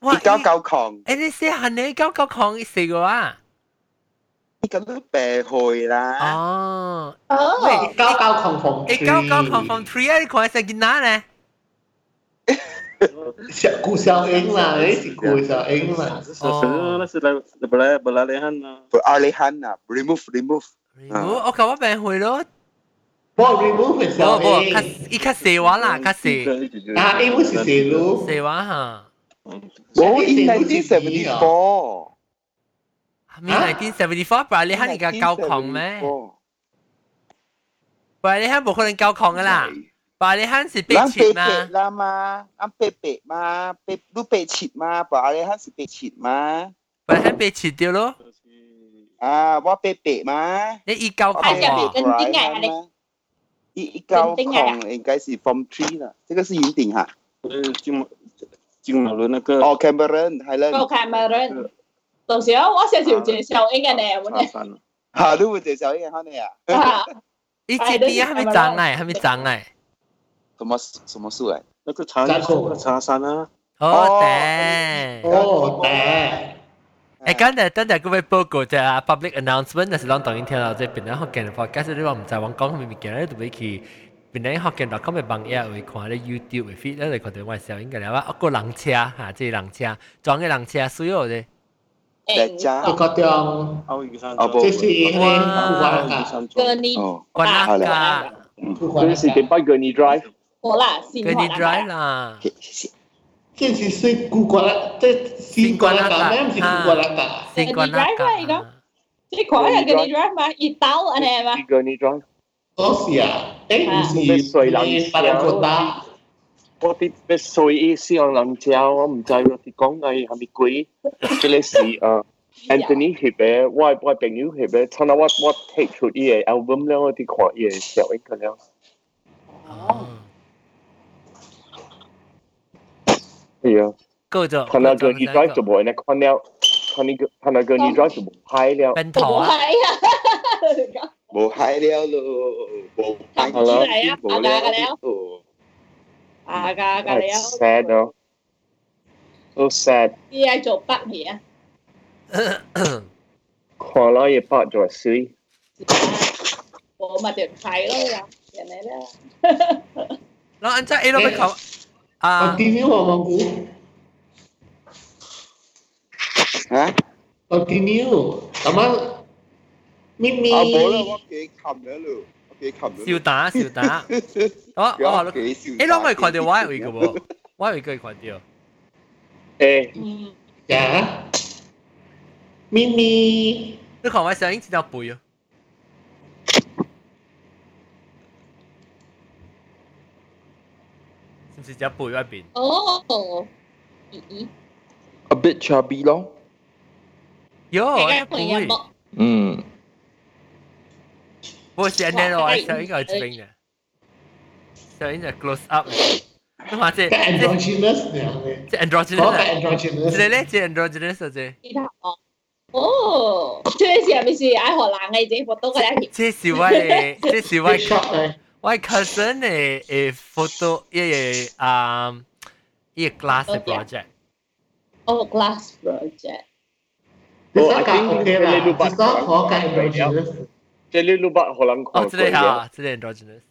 [SPEAKER 1] 哇！
[SPEAKER 12] 一九九狂，
[SPEAKER 1] 哎，你写下你搞搞狂食個啊？
[SPEAKER 12] 一九都白去
[SPEAKER 1] Ờ.
[SPEAKER 12] 啦。
[SPEAKER 1] 哦。
[SPEAKER 5] 哦，
[SPEAKER 4] 高高空空，
[SPEAKER 1] 诶，九九 confirm three 啊！你看下見哪咧？
[SPEAKER 4] 小顾小英啦，你是顾小英啦，
[SPEAKER 12] 不，阿里汉呐，remove à. remove，
[SPEAKER 1] 我我搞我病會咯，
[SPEAKER 4] 我 remove
[SPEAKER 1] 我
[SPEAKER 4] 小
[SPEAKER 1] 我
[SPEAKER 4] 英，
[SPEAKER 1] 伊較蛇話啦，較蛇
[SPEAKER 4] 啊，英文是谁路？
[SPEAKER 1] 蛇話嚇。
[SPEAKER 12] 我 in nineteen seventy four，
[SPEAKER 1] 咪 nineteen seventy four，不然你肯定搞搞狂咩？不然你肯冇可能搞狂噶啦，不然你肯是被
[SPEAKER 12] 咱
[SPEAKER 1] 切
[SPEAKER 12] 被
[SPEAKER 1] 嘛
[SPEAKER 12] 撇？啦嘛，咱被撇嘛，被都被切嘛，不阿里汉是被切嘛，
[SPEAKER 1] 不然肯被切掉咯。
[SPEAKER 12] 啊，我被撇嘛，
[SPEAKER 1] 你伊搞
[SPEAKER 12] 我
[SPEAKER 1] 狂
[SPEAKER 12] 被
[SPEAKER 1] 喎，
[SPEAKER 12] 撇过来嘛。一一高空应该是 from three 啦，这个是云顶哈。哦，Cameron
[SPEAKER 5] 個
[SPEAKER 12] Highland
[SPEAKER 5] camera，到時候我寫條介紹應該呢，我呢，
[SPEAKER 12] 啊，你有介绍一个看你啊？
[SPEAKER 1] 一这边还没长奶，还没长奶。
[SPEAKER 12] 什么什么树来？
[SPEAKER 8] 那个茶
[SPEAKER 12] 杂草
[SPEAKER 8] 茶山啊，
[SPEAKER 1] 哦，对。
[SPEAKER 4] Ờ. 哦，对。
[SPEAKER 1] 哎，刚才等下各位报告者啊，public announcement，那是咱等于听到这边咱福建的 podcast，你话唔知往讲咩物件，你特别去边咱福建 .com 嘅网页会看咧 YouTube 嘅 feed，你睇到我笑，應該了啊，一個人車嚇，即係人車，裝嘅人車需要咧。
[SPEAKER 12] 大家
[SPEAKER 4] 一個中，
[SPEAKER 8] 澳鱼山
[SPEAKER 12] 啊
[SPEAKER 8] 莊，
[SPEAKER 12] 不
[SPEAKER 4] 即是因為古玩
[SPEAKER 8] 澳鱼
[SPEAKER 4] 啊，
[SPEAKER 8] 山莊，
[SPEAKER 5] 哥你
[SPEAKER 12] 哦，
[SPEAKER 1] 關啦噶，
[SPEAKER 4] 古
[SPEAKER 14] 这
[SPEAKER 4] 玩
[SPEAKER 14] 里是第
[SPEAKER 4] 啊，
[SPEAKER 14] 八个你 drive，
[SPEAKER 5] 好啦，先
[SPEAKER 1] 佢哋
[SPEAKER 5] 看
[SPEAKER 1] dry
[SPEAKER 5] 啦，
[SPEAKER 1] 啦，
[SPEAKER 4] 即是算古玩啊，即係新古玩啊，咩唔是古玩啊？
[SPEAKER 1] 先關啦噶。
[SPEAKER 5] 即係看下佢哋 drive 嘛，熱刀啊你係
[SPEAKER 14] 第
[SPEAKER 5] 嘛？
[SPEAKER 14] 个你 drive，
[SPEAKER 4] 嗰時啊，誒唔
[SPEAKER 8] 咩
[SPEAKER 4] 是
[SPEAKER 8] 水冷
[SPEAKER 4] 八兩個打，
[SPEAKER 8] 我啲咩碎衣思我諗住我唔制我啲講藝係咪鬼？即係是啊，Anthony ờ, 協嘅，我我朋友協嘅，趁我我 take 出啲嘅 album 咧，我啲看嘢時候應該咧，
[SPEAKER 1] Ờ.
[SPEAKER 8] 係啊，
[SPEAKER 1] 夠咗，
[SPEAKER 8] 趁那個你 drive 就冇，你看了，趁呢個趁那個你 drive 就冇嗨了，
[SPEAKER 1] 奔頭
[SPEAKER 5] 我
[SPEAKER 1] 啊，
[SPEAKER 5] 係 啊，
[SPEAKER 12] 无嗨了咯，无嗨
[SPEAKER 8] 好啦
[SPEAKER 12] 无了咯，
[SPEAKER 5] 啊噶噶你
[SPEAKER 8] 係
[SPEAKER 5] 啊，
[SPEAKER 8] sad 咯，so sad。
[SPEAKER 5] 啲係做北嘢啊，
[SPEAKER 8] 看了也八咗水，
[SPEAKER 5] 我咪就睇咯，人哋咧。
[SPEAKER 1] 嗱，按照 A 都俾佢
[SPEAKER 4] 我
[SPEAKER 1] 啊，
[SPEAKER 4] 點樣我望古？
[SPEAKER 12] 啊，
[SPEAKER 4] continue. Kamal,
[SPEAKER 12] 啊无啦，
[SPEAKER 4] Mimi,
[SPEAKER 12] 我几冚了咯，我几冚
[SPEAKER 1] 笑
[SPEAKER 12] 了。
[SPEAKER 1] 打笑打，我我話你。
[SPEAKER 12] 你
[SPEAKER 1] 诶，我咪看到我有一个喎，我有一个看到，
[SPEAKER 8] 誒
[SPEAKER 4] ya, dạ. Mimi,
[SPEAKER 1] 你看我上影知道背啊，是唔是只背外边？
[SPEAKER 5] 哦，咦咦，
[SPEAKER 10] a bit chubby 咯，
[SPEAKER 1] 有，
[SPEAKER 5] 大
[SPEAKER 1] 我
[SPEAKER 5] 家朋友
[SPEAKER 1] 背，
[SPEAKER 5] 冇，
[SPEAKER 10] 嗯，
[SPEAKER 1] 我是安尼咯，我上影个这边嘅，上影就 close up，你话即
[SPEAKER 4] the
[SPEAKER 1] 即
[SPEAKER 4] androgynous ni.
[SPEAKER 1] 即
[SPEAKER 4] Oh, the
[SPEAKER 1] androgynous，
[SPEAKER 4] androgynous.
[SPEAKER 1] 即咧即 androgynous 即，
[SPEAKER 5] 其他哦，哦，即係係咪是愛荷蘭嘅啫？我都覺得
[SPEAKER 1] 即是我嘅，即是我
[SPEAKER 4] Big shot ni.
[SPEAKER 1] 我 cousin 嘅嘅 photo，一嘅啊，一 glass project。
[SPEAKER 5] 哦，glass project，
[SPEAKER 4] This
[SPEAKER 8] Oh, I
[SPEAKER 4] one
[SPEAKER 8] think
[SPEAKER 4] ka okay
[SPEAKER 8] they
[SPEAKER 4] lah.
[SPEAKER 8] do
[SPEAKER 4] This
[SPEAKER 8] but-
[SPEAKER 4] one for ka
[SPEAKER 8] but-
[SPEAKER 4] androgynous.
[SPEAKER 8] 即係呢度八可能
[SPEAKER 1] 哦，
[SPEAKER 8] 看
[SPEAKER 1] 即系
[SPEAKER 8] 過嘅。
[SPEAKER 1] 吓，即系 androgynous。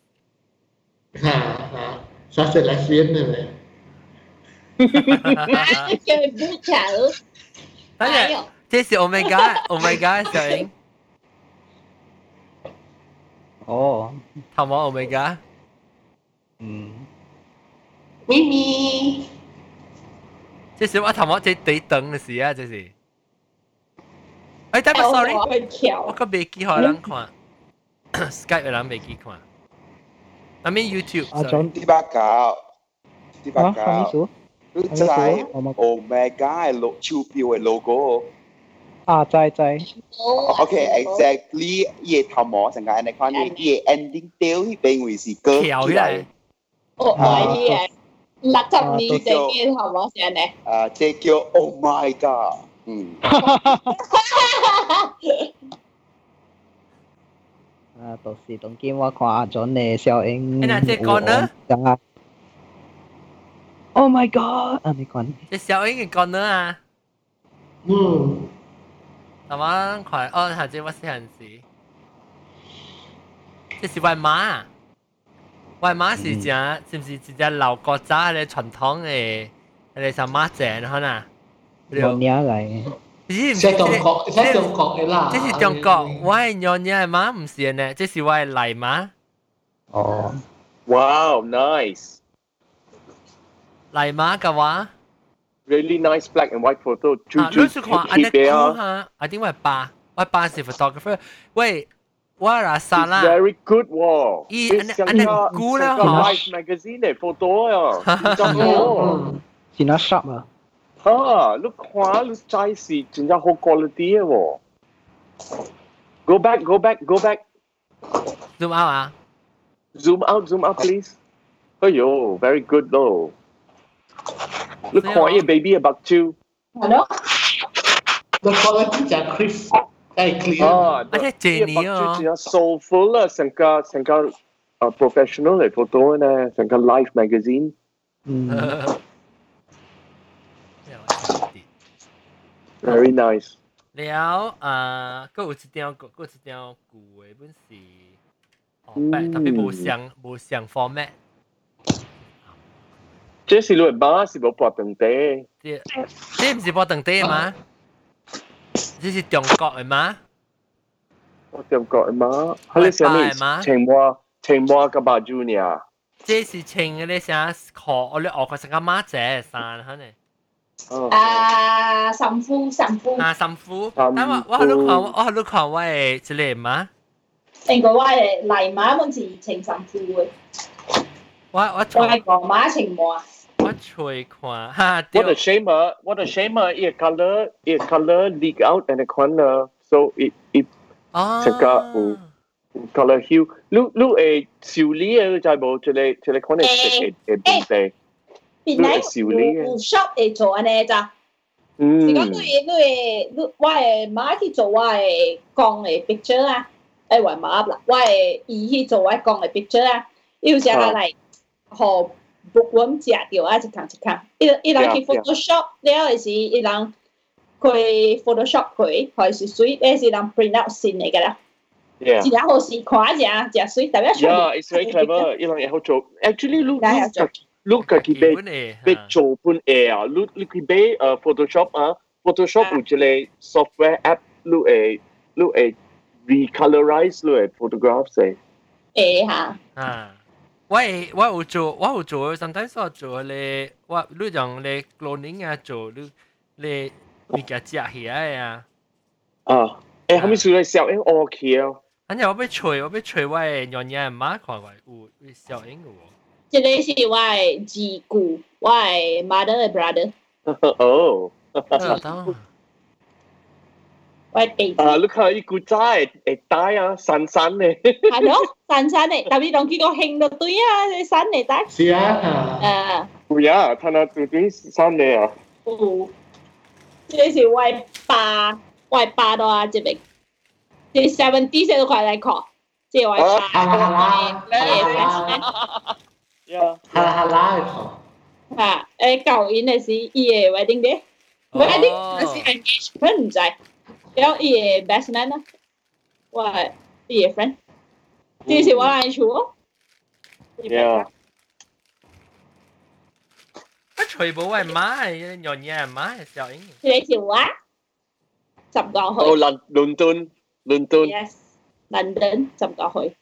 [SPEAKER 4] Ha, ha. Sa se la sien ni ni.
[SPEAKER 5] 啊，叫佢 boot
[SPEAKER 1] 等陣，即是 omega，omega 上影，
[SPEAKER 6] 哦，
[SPEAKER 1] 頭冇 omega，
[SPEAKER 6] 嗯，
[SPEAKER 4] Mimi,
[SPEAKER 1] 即是我頭冇即地等嘅事啊，即是。哎，等我
[SPEAKER 5] 頭，
[SPEAKER 1] sorry，
[SPEAKER 5] 佢
[SPEAKER 1] 我
[SPEAKER 5] 橋，
[SPEAKER 1] 個未記可能看，Skype 有人未記看。I mean YouTube，
[SPEAKER 6] 阿 John，
[SPEAKER 12] 第八九，第
[SPEAKER 6] 啊，
[SPEAKER 12] 八
[SPEAKER 6] 什么
[SPEAKER 12] 九，
[SPEAKER 6] 书？
[SPEAKER 12] 你
[SPEAKER 6] 什
[SPEAKER 12] 知
[SPEAKER 6] 么书？我们
[SPEAKER 12] Omega 嘅 logo 超标嘅 logo。
[SPEAKER 6] 啊，在在，
[SPEAKER 5] 哦
[SPEAKER 12] Okay, exactly. Ye thầm mỏ chẳng hạn này con ye ye ending tail thì bên người gì cơ.
[SPEAKER 1] 橋起嚟，
[SPEAKER 5] 哦，我啲嘢，六十年
[SPEAKER 12] 啊
[SPEAKER 5] 正嘅係咪先咧？
[SPEAKER 12] À, chế kêu oh my god. Ừ.
[SPEAKER 6] 啊，到时同见我看阿 John 嘅效应。
[SPEAKER 1] 哎那这個呢？
[SPEAKER 6] 等下。Oh my god！啊，你講
[SPEAKER 1] 即小影嘅 corner 啊，
[SPEAKER 4] hmm,
[SPEAKER 1] 頭冇看，哦，頭先我試陣時，即是外媽，外媽是只，是唔是只只老國家嘅傳統嘅，係什麼正可能？
[SPEAKER 6] 我娘嚟，
[SPEAKER 1] 咦唔
[SPEAKER 4] sa
[SPEAKER 1] 知
[SPEAKER 4] tong kok, sa
[SPEAKER 1] 即
[SPEAKER 4] tong kok ni lah.
[SPEAKER 1] 即是中國，我係用嘢嘛唔是呢，即是我係嚟嘛，
[SPEAKER 6] 哦，
[SPEAKER 8] Wow, nice.
[SPEAKER 1] 嚟嘛嘅話，
[SPEAKER 8] Really nice black and white photo.
[SPEAKER 1] 啊，老實講，阿
[SPEAKER 8] keep
[SPEAKER 1] 啲
[SPEAKER 8] there.
[SPEAKER 1] 估下，阿啲我係爸，我係爸是 photographer，喂，我係沙
[SPEAKER 8] It's
[SPEAKER 1] 啦，
[SPEAKER 8] very good 喎。
[SPEAKER 1] 咦，
[SPEAKER 8] 你
[SPEAKER 1] 安尼
[SPEAKER 8] 上
[SPEAKER 1] 安尼
[SPEAKER 8] 個
[SPEAKER 1] 估啦
[SPEAKER 8] 上個
[SPEAKER 1] 嗬
[SPEAKER 8] Life magazine 嘅 photo 啊，真
[SPEAKER 4] Hmm.
[SPEAKER 8] 好。
[SPEAKER 6] 是那 shop à? 啊？
[SPEAKER 8] 嚇，你看你齋是真係好 quality 嘅喎。Go back, go back, go back.
[SPEAKER 1] ，zoom out 啊，
[SPEAKER 8] Zoom out, zoom out, please. 哎呦，very good 咯。你看
[SPEAKER 1] 所以我
[SPEAKER 8] 嘅 baby 嘅白蕉，
[SPEAKER 5] 係咯，
[SPEAKER 4] The quality is crisp. 太
[SPEAKER 1] clear
[SPEAKER 8] 哦，
[SPEAKER 1] 而且 Jenny 哦
[SPEAKER 8] 只要 soulful uh, 啦，成個成個啊 uh, professional 嚟 photo 呢，成個 life magazine。Very nice。
[SPEAKER 1] 了啊，佮有一张佮有一张旧的本是，哦，白，特别无相无相 format，
[SPEAKER 8] 這是攞嚟巴是冇破凳底，
[SPEAKER 1] 这这不是波等地吗？这是中国的吗？
[SPEAKER 8] 我點覺啊嘛？佢哋上面情話情話嘅 baju 呢啊？
[SPEAKER 1] 这是穿的咧啥裤，我咧外国是个马仔衫，可能。
[SPEAKER 8] Oh.
[SPEAKER 5] Ah. 啊，神父神父，
[SPEAKER 1] 啊，神父，但我我喺度看，我喺度看我嘅之類嘛，
[SPEAKER 5] 應該話係泥馬本是情神父嘅，
[SPEAKER 1] 我我
[SPEAKER 5] 我係羅馬情馬，
[SPEAKER 1] 我吹看，哈，
[SPEAKER 8] 我的 shamer，我的 shamer，一 uh, color 一 color leak out and a corner，so it it 成個有有 color hue。你 eh, 你誒修理嘅就係冇，即係即係可能係係邊地，
[SPEAKER 5] 本
[SPEAKER 8] 你
[SPEAKER 5] 來
[SPEAKER 8] 係修理
[SPEAKER 5] 有有
[SPEAKER 8] 嘅，
[SPEAKER 5] shop 嚟做安尼咋？是講
[SPEAKER 8] 嗯
[SPEAKER 5] 你。你你我係馬去做我係講嘅 picture à? 啦，誒話馬啦，我係伊去做我講嘅 picture à? 啦，要食
[SPEAKER 8] Ờ.
[SPEAKER 5] 下嚟，互 bookworm 食掉啊一空一空，伊伊
[SPEAKER 8] Dạ,
[SPEAKER 5] 人去
[SPEAKER 13] Yeah, yeah.
[SPEAKER 5] Photoshop 了的是伊人佢 Photoshop 佢，還是水，誒是人 print out 新嚟㗎啦。
[SPEAKER 8] Yeah.
[SPEAKER 5] 一兩好事看一下，食水特別出
[SPEAKER 8] Yeah, Dạ. it's very clever. 伊人會好做。Actually，你
[SPEAKER 5] 係啊
[SPEAKER 8] 你自己你自己俾俾做本 air，你你去俾誒 uh, Photoshop 啊，Photoshop 有一個 software app，你會你會 eh, recolorize 你嘅 photographs eh. 誒。
[SPEAKER 5] 誒嚇，
[SPEAKER 1] 啊，我的我有做，我有做，sometimes 我做咧，我你用咧 cloning 啊做，你咧物件食起來啊，
[SPEAKER 8] 啊，誒後面出嚟笑，誒我 OK 啊。
[SPEAKER 1] 反正我要吹，我要吹我的娘娘媽看我有有效應嘅喎，
[SPEAKER 5] 即個是我的自故，我的 mother 的 brother，
[SPEAKER 8] 哦。
[SPEAKER 5] 我的地主。
[SPEAKER 8] 啊，你看伊古仔會大啊，散散嘅。
[SPEAKER 5] 係咯，散散的，特別當幾個興就對啊，散的得。
[SPEAKER 8] 是啊
[SPEAKER 5] 啊，
[SPEAKER 8] 有呀，他那做啲散嘅啊。
[SPEAKER 5] 有，這是我的爸，我的爸到啊，這邊，這 seventy 都快來看，這是我的爸。
[SPEAKER 4] 哈啦啦，Ờ. 哈啦哈啦的头，
[SPEAKER 5] 啊，誒舊年係是伊嘅 wedding day，wedding
[SPEAKER 1] 哦
[SPEAKER 5] 嗰時 engagement 唔知，然後伊嘅 best man 啦，我係伊嘅 friend，呢時我嚟做，
[SPEAKER 8] Yeah.
[SPEAKER 1] 我吹冇我的媽的娘娘媽嘅效應。
[SPEAKER 5] 呢時我十
[SPEAKER 8] 哦，
[SPEAKER 5] 九
[SPEAKER 8] 倫倫敦，倫敦
[SPEAKER 5] 去。，yes，倫敦十九去，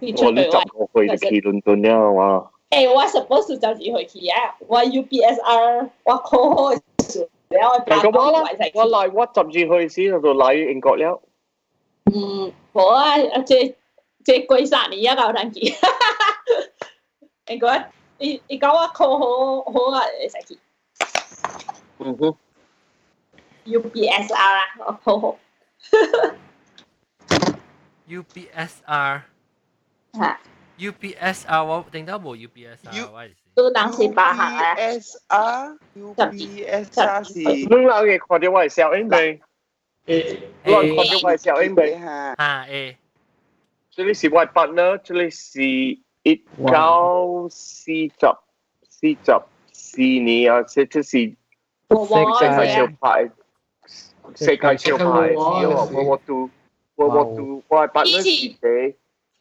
[SPEAKER 5] 你
[SPEAKER 8] 哦，你十個去就去倫敦了哇！
[SPEAKER 5] 誒，我 suppose 就只去去啊，我 UPSR，我 call 開，然後我
[SPEAKER 8] 但係我啦，我嚟我十二去先，就嚟英國了。
[SPEAKER 5] 嗯，我啊，即即鬼殺你啊！搞單機， 你講你你講我考好好啊，你先去
[SPEAKER 8] 嗯哼，
[SPEAKER 5] UPSR 啦，啊我考好
[SPEAKER 1] UPSR
[SPEAKER 5] 嚇，
[SPEAKER 1] UPSR 我頂多冇 UPSR，我係
[SPEAKER 5] 都當時八行啊
[SPEAKER 12] UPSR UPSR 是
[SPEAKER 8] 你老嘅看到我係小英未？誒，我看到我係小英未？
[SPEAKER 12] 嚇
[SPEAKER 1] 嚇誒，
[SPEAKER 8] 這裡是我 partner，這裡是一九四十四十四年啊，即即是
[SPEAKER 5] 我啊我
[SPEAKER 8] 世界潮牌，世界潮牌，我我都我我都我 partner 是誰？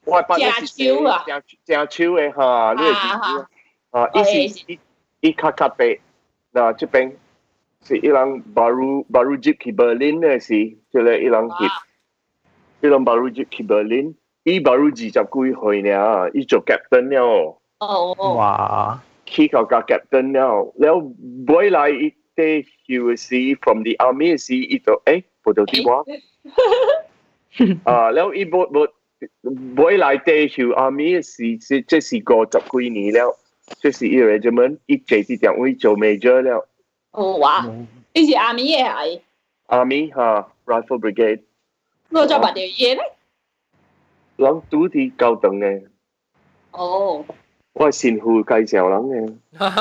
[SPEAKER 8] 我 partner 是誰？鄭鄭超嘅嚇，你係點？
[SPEAKER 5] 嚇
[SPEAKER 8] 啊，一是一一卡卡贝，那这边是伊人 baru baru jeep 去 Berlin eh, 的是，就来伊人去，伊人 baru jeep 去 Berlin，伊 baru 二十几岁呢，伊做 ah. captain oh. 了，
[SPEAKER 5] 哦，
[SPEAKER 8] 哇，去到个 captain 了，然后回来伊得 he was see from the army E 是伊就诶，不就地方。啊，แล้วอีบทบทบอยหลายเตชิวอาร์มี่สี่จะสี่กอจับกุยหนีแล้วจะสี่อีเรจิเมนต์อีเจที่จังอุ้ยโจเมเจอร์แล้ว
[SPEAKER 5] 我話你是阿米嘅係，
[SPEAKER 8] อาร์มี่ฮะ rifle brigade
[SPEAKER 5] 我做
[SPEAKER 8] 哦
[SPEAKER 5] 白條嘢咧，
[SPEAKER 8] หลังตู้ที่เก่าตังไง
[SPEAKER 5] 哦，
[SPEAKER 8] ว่าสินฮูไกลเสียวหลังไง
[SPEAKER 1] 哈 哈，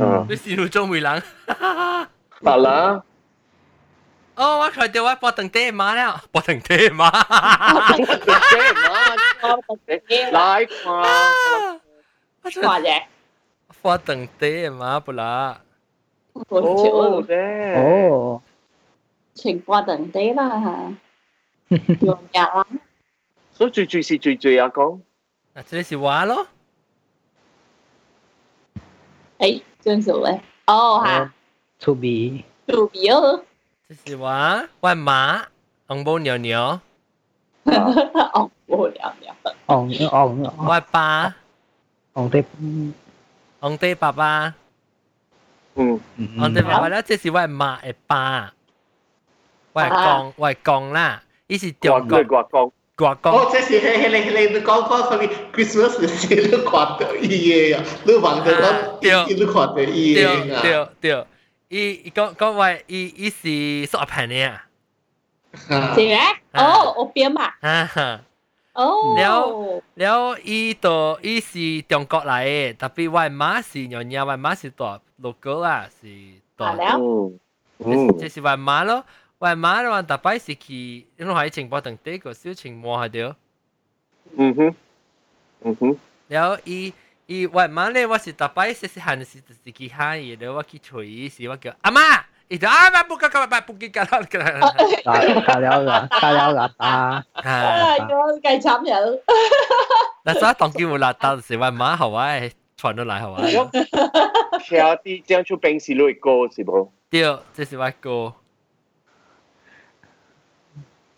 [SPEAKER 8] อ่า
[SPEAKER 6] Ừ.
[SPEAKER 1] 你是路中梅人，
[SPEAKER 8] ตาละ
[SPEAKER 1] โอ้ว่าเคยเจอว่าปอตังเต้มาแล้วปอตังเต้มา
[SPEAKER 8] หลายความ
[SPEAKER 5] ขว าแย่
[SPEAKER 1] ปอตังเต้มาปุละ
[SPEAKER 5] โอ้
[SPEAKER 8] เด้
[SPEAKER 6] โอ้
[SPEAKER 5] ถึงปอตังเต้ละโยนยาละ
[SPEAKER 8] 所以最最是最最啊讲，
[SPEAKER 1] อ่ะจะได้สิวะเหรอ
[SPEAKER 5] เอ้ยจนสุดเลยโอ้
[SPEAKER 6] Ờ.
[SPEAKER 5] ฮะ
[SPEAKER 6] to be
[SPEAKER 5] ดูเบี้ยว
[SPEAKER 1] จะสิวะว่าหมาอังโบเหนียวเหนียว
[SPEAKER 5] ออกโอ้เดี๋ยวเดี๋ยว
[SPEAKER 6] อ่องอ่อง
[SPEAKER 1] ว่าปลา
[SPEAKER 6] อ่องเต็บ
[SPEAKER 1] อังเต้ปลาปลา
[SPEAKER 8] 嗯，
[SPEAKER 1] อังเต้ปลาปลาแล้วจะสิว่าหมาไอปลาว่ากองว่ากองล่ะอีสิเจียวกอง
[SPEAKER 8] 外外讲，
[SPEAKER 1] กว่ากอง
[SPEAKER 4] 哦，这是黑黑嘞黑嘞，你讲讲什么？Christmas 是你看到伊个呀，你望到我，伊你看到伊
[SPEAKER 1] เดียว
[SPEAKER 4] 个
[SPEAKER 1] เดียว
[SPEAKER 4] 呀。
[SPEAKER 1] เดียวอีอีก็ก็ว่าอีอีสิสอบแผ่นเนี่ย
[SPEAKER 4] Ờ.
[SPEAKER 5] จริงไหมโอ้โอเปียมอ่ะ
[SPEAKER 1] ฮ่าฮ่า
[SPEAKER 5] โอ้
[SPEAKER 1] แล้วอีตัวอีสิจงกอกไหลแต่ปีว่ามาสิเหนียวเหนียวว่ามาสิตัวโลโก้ล่ะสิตัว
[SPEAKER 5] แล้ว
[SPEAKER 8] 嗯
[SPEAKER 1] 这
[SPEAKER 8] 嗯，
[SPEAKER 1] 是外妈咯，外妈的话，大摆是去，因为情报等第个小情摸下掉，
[SPEAKER 8] 嗯哼，嗯哼，
[SPEAKER 1] 然后伊伊外妈咧，我是大摆是是喊是是去喊伊，然后我去催伊，是我叫阿妈，伊就阿妈不干干嘛不干干了干了，
[SPEAKER 6] 打打了啦，打了啦，打
[SPEAKER 1] 哈，
[SPEAKER 5] โยนไก่ช้ำเดี๋ยว
[SPEAKER 1] 那啥当今无啦，但是外妈好哇，传到来好哇，
[SPEAKER 8] 徛伫漳州边是类歌是无？
[SPEAKER 1] 对，这是我哥，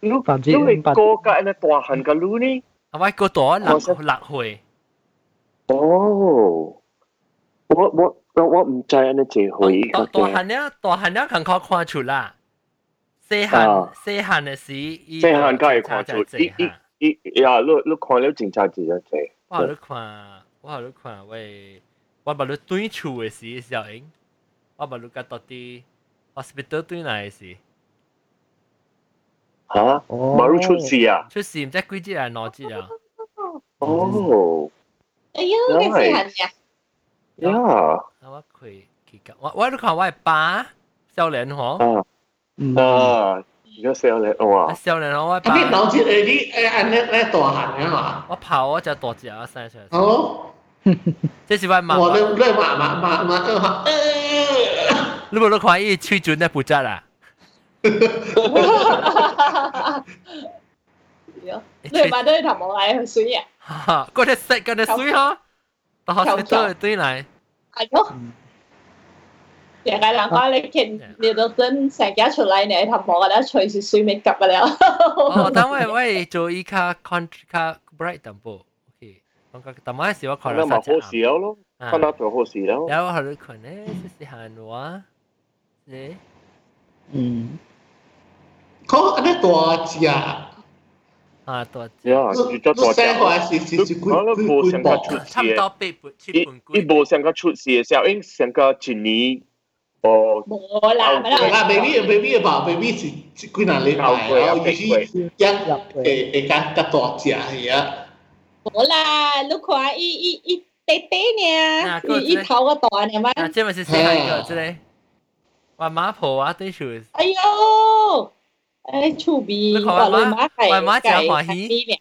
[SPEAKER 8] 你你歌甲安尼大汉甲你呢？
[SPEAKER 1] 阿我哥多六六岁，
[SPEAKER 8] 哦，我我我我唔知安尼几岁
[SPEAKER 1] 大
[SPEAKER 8] 个
[SPEAKER 1] 大汉了，大汉了，看看看出啦，细汉细汉的时，细
[SPEAKER 8] 细汉甲会看出，伊伊伊呀，你你看了真正真正济。
[SPEAKER 1] 我有咧看，我有咧看，喂，我把你转厝的时小英，我把你甲到底 hospital 转来的时，
[SPEAKER 8] 哈，冇你
[SPEAKER 6] Oh.
[SPEAKER 8] 出事啊？
[SPEAKER 1] 出事毋知几只啊，哪只啊？
[SPEAKER 8] 哦，
[SPEAKER 5] ไอ้ยูไก่สีหันเนี่ย
[SPEAKER 8] 呀，
[SPEAKER 1] 啊，我去去甲我我咧看我的爸少年吼，
[SPEAKER 8] 啊啊，而家笑你
[SPEAKER 1] 啊
[SPEAKER 8] 哇，
[SPEAKER 1] 少年吼，我的
[SPEAKER 4] 啊，你
[SPEAKER 1] 爸，
[SPEAKER 4] 老姐诶，你诶，安尼咧大汉诶嘛？
[SPEAKER 1] 我跑我只大只啊生出来，
[SPEAKER 4] 哦，
[SPEAKER 1] 这是我妈
[SPEAKER 4] 我
[SPEAKER 1] 妈，
[SPEAKER 4] 咧咧嘛嘛嘛嘛更好。呃，
[SPEAKER 1] 你无咧看伊喙唇咧不扎啦，
[SPEAKER 5] เดี๋ยวเลยมาด้วยทำอะไรสุยอ่ะ
[SPEAKER 1] 哈哈， 嗰只色嗰只水吼，到 hospital 转来，
[SPEAKER 5] ไอ้ยูเดี๋ยวกันหลังก็เลยเข็นเดี๋ยวเราเต้นแสงแก้วฉุดไรเนี่ยทำหมอกันแล้วช่วยซุยเมคกับมาแล้ว
[SPEAKER 1] 哦，但我我做伊较 con 较 bright 淡薄，OK，我讲但我是我看
[SPEAKER 8] 那
[SPEAKER 1] 了三
[SPEAKER 8] 咪
[SPEAKER 1] 只
[SPEAKER 8] 好
[SPEAKER 1] 暗
[SPEAKER 8] 事。咯，看到就好事咯。
[SPEAKER 1] 然后还是可能就是喊我，你
[SPEAKER 6] 嗯，
[SPEAKER 4] 讲安尼大只，
[SPEAKER 1] 啊多只，
[SPEAKER 8] 呀，
[SPEAKER 4] 你
[SPEAKER 8] 就
[SPEAKER 4] 你
[SPEAKER 8] 做大
[SPEAKER 4] 生活是是
[SPEAKER 8] 只。
[SPEAKER 4] 是几几几磅？
[SPEAKER 1] 差唔多八半七
[SPEAKER 8] 伊
[SPEAKER 1] 半
[SPEAKER 8] 伊
[SPEAKER 1] 攰。
[SPEAKER 8] 无想个出事嘅时候，因想个一年哦，
[SPEAKER 5] หมอลามาแล้ว
[SPEAKER 4] 啊，baby baby 吧，baby 是是几哪礼拜？然后伊是一诶诶，甲甲大只个啊。
[SPEAKER 5] หมอลาลูกควายอีอีอีเต้เต้เนี่ยอีอีเท้าก็ต่อเนี่ยมัน
[SPEAKER 1] 那这么是谁喊个之类？我妈婆啊，对手，
[SPEAKER 5] ไอ้ยูไอ้ชูบีว่าเลยมาไก่ไก่หัวฮีเนี่ย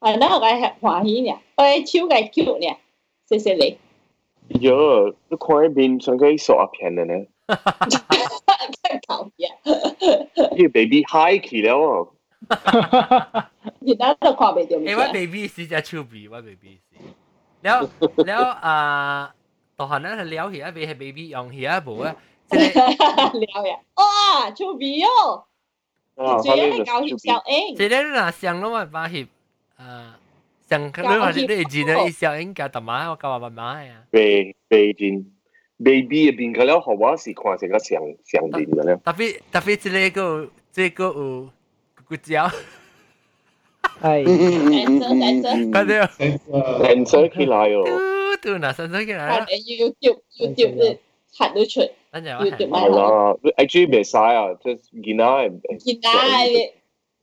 [SPEAKER 5] ไอ้นั่นไก่หัวฮีเนี่ยไอ้ชิวไก่คิวเนี่ยเสียเสี ยเลย
[SPEAKER 8] 哟，你看一面想个傻骗的呢，
[SPEAKER 5] 太讨厌。
[SPEAKER 8] 伊 baby high 去了哦，
[SPEAKER 5] 你那个话没丢
[SPEAKER 1] 诶，
[SPEAKER 5] 面
[SPEAKER 1] 我 baby 是只手臂，我 baby 是。了了啊，大汉咱聊起啊，未系 baby 用起啊无 啊，即个
[SPEAKER 5] 聊呀！哇，臭皮哦，
[SPEAKER 8] 啊，
[SPEAKER 5] 主要
[SPEAKER 8] 反正
[SPEAKER 5] 系
[SPEAKER 8] 就
[SPEAKER 5] 搞
[SPEAKER 8] 出
[SPEAKER 5] 笑
[SPEAKER 8] 事
[SPEAKER 5] 小。英，
[SPEAKER 1] 即个若上拢咪把翕啊，上你话你你记得伊小英甲大妈，我甲我妈妈呀。
[SPEAKER 8] 被被人 baby 嘅变个了，好我是看成个上上面的了，
[SPEAKER 1] 特别特别即个个即个有骨胶，
[SPEAKER 6] 哎，
[SPEAKER 12] Ừ,
[SPEAKER 1] 看到。
[SPEAKER 4] 生活
[SPEAKER 8] 人生起来哦，
[SPEAKER 1] 嘟嘟嗱，上上起来
[SPEAKER 5] 看
[SPEAKER 1] 啦，
[SPEAKER 5] 你 YouTube YouTube 是喊得出
[SPEAKER 1] 等陣我係
[SPEAKER 5] YouTube 咪好，
[SPEAKER 8] 系啦，你 IG 未使啊，即囡仔
[SPEAKER 5] 見啦，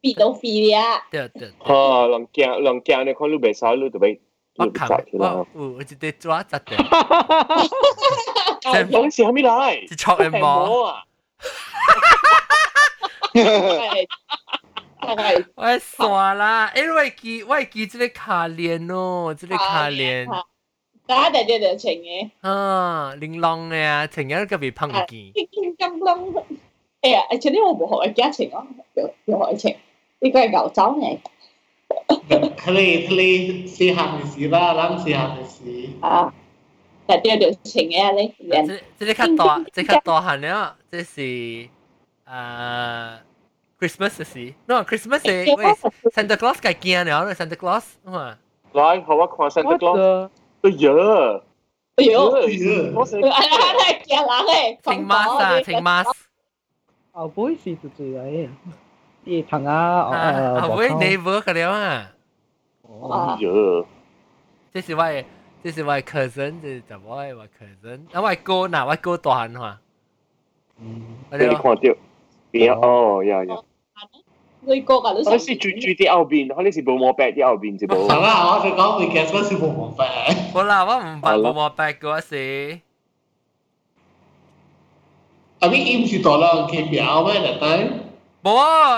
[SPEAKER 5] 肥到肥啊！
[SPEAKER 1] 對對，
[SPEAKER 8] 吓，人惊人惊你看你未使，你就俾你
[SPEAKER 1] 我
[SPEAKER 8] 就
[SPEAKER 1] 扛
[SPEAKER 8] 砸起
[SPEAKER 1] 我
[SPEAKER 8] 啦。
[SPEAKER 1] 有有一隻抓扎的，
[SPEAKER 8] 有时候咪来
[SPEAKER 1] 一撮嘅毛，
[SPEAKER 8] 啊！
[SPEAKER 1] 我傻啦，哎，我会记我会记这个卡链哦，这个卡链，
[SPEAKER 5] 打定啲就情嘅，
[SPEAKER 1] 啊，玲珑的啊，成日都被碰见，
[SPEAKER 5] 金金窿。哎呀，前啲我冇學嘅家情啊，有有學情，呢個係牛爪嚟。
[SPEAKER 4] ทะเลทะเลสีหางสีล่าล้ำสีหางสี
[SPEAKER 5] 啊，但啲就情嘅你人。
[SPEAKER 1] 这个较大，这个较大汉了，这是呃 Christmas 的事，no Christmas 是喂 Santa Claus 该惊了了，Santa Claus，哇，
[SPEAKER 8] ร้อยเพราะว่าความเซนเตอร์กลอส
[SPEAKER 1] What the-
[SPEAKER 8] ก็เยอะ
[SPEAKER 5] 哎呦
[SPEAKER 8] เยอะเพราะเซน
[SPEAKER 5] 哎呀，太驚啦！嘿，
[SPEAKER 1] 情 mask 啊，情 mask，
[SPEAKER 6] 后背是做做来的，伊棚啊，
[SPEAKER 1] 啊，后尾 never 个了啊，
[SPEAKER 8] เยอะ
[SPEAKER 1] 这是我的，这是我的 cousin，这是怎么的我的 cousin，啊，我的哥呐，我的哥大汉哈，我
[SPEAKER 8] เป็นความเดียวเปียอ๋อยา
[SPEAKER 5] 你個個都
[SPEAKER 8] ๆเขาเรียกสิจุจุที่เอาบินเขาเรียกสิโบมอแปะที่เอาบินสิโบ
[SPEAKER 4] แต่ว่าอ๋อจะก้องมีแก๊สว่าสิบหกของแปด
[SPEAKER 1] 好啦，我唔扮冇冇白过事，
[SPEAKER 4] อันนี้อิมสิต่อแล้วเคเปียเอาไว้แต่ตั้ง
[SPEAKER 1] 冇，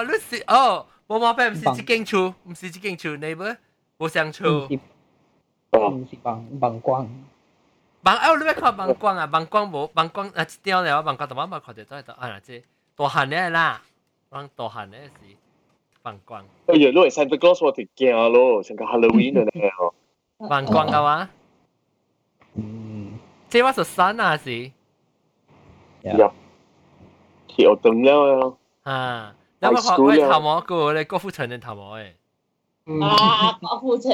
[SPEAKER 1] 你是哦，冇冇白唔是只间厝，唔是只间厝，neighbor，我想厝。
[SPEAKER 6] 唔是棒棒光，
[SPEAKER 1] บางเอ้ารู้ไหมครับบางกวางอ่ะบางกวางโบบางกวางอ่ะเดียวแล้วบางกวางแต่ว่าบางคนจะต้องตัวอ่ะนะเจตัวหันเนี่ยล่ะบางตัวหันเนี่ยสิบางกวาง
[SPEAKER 8] ก็เยอะด้วยเซนเตอร์กลอสว่าถึงเกียร์โลฉันก็ฮาโลวีนเนี่ยนะ
[SPEAKER 1] บางกวางกันวะเจว่าสุดสั้นอ่ะสิ
[SPEAKER 8] ยับที่เอาตึงแล้ว
[SPEAKER 1] อ่าแล้วมาขอ
[SPEAKER 8] High school
[SPEAKER 1] ไป
[SPEAKER 8] แล้ว
[SPEAKER 1] ถามหมอกูเลยก็ฟูเฉินเดินถามหมอเอ้ย
[SPEAKER 5] 啊，郭富城，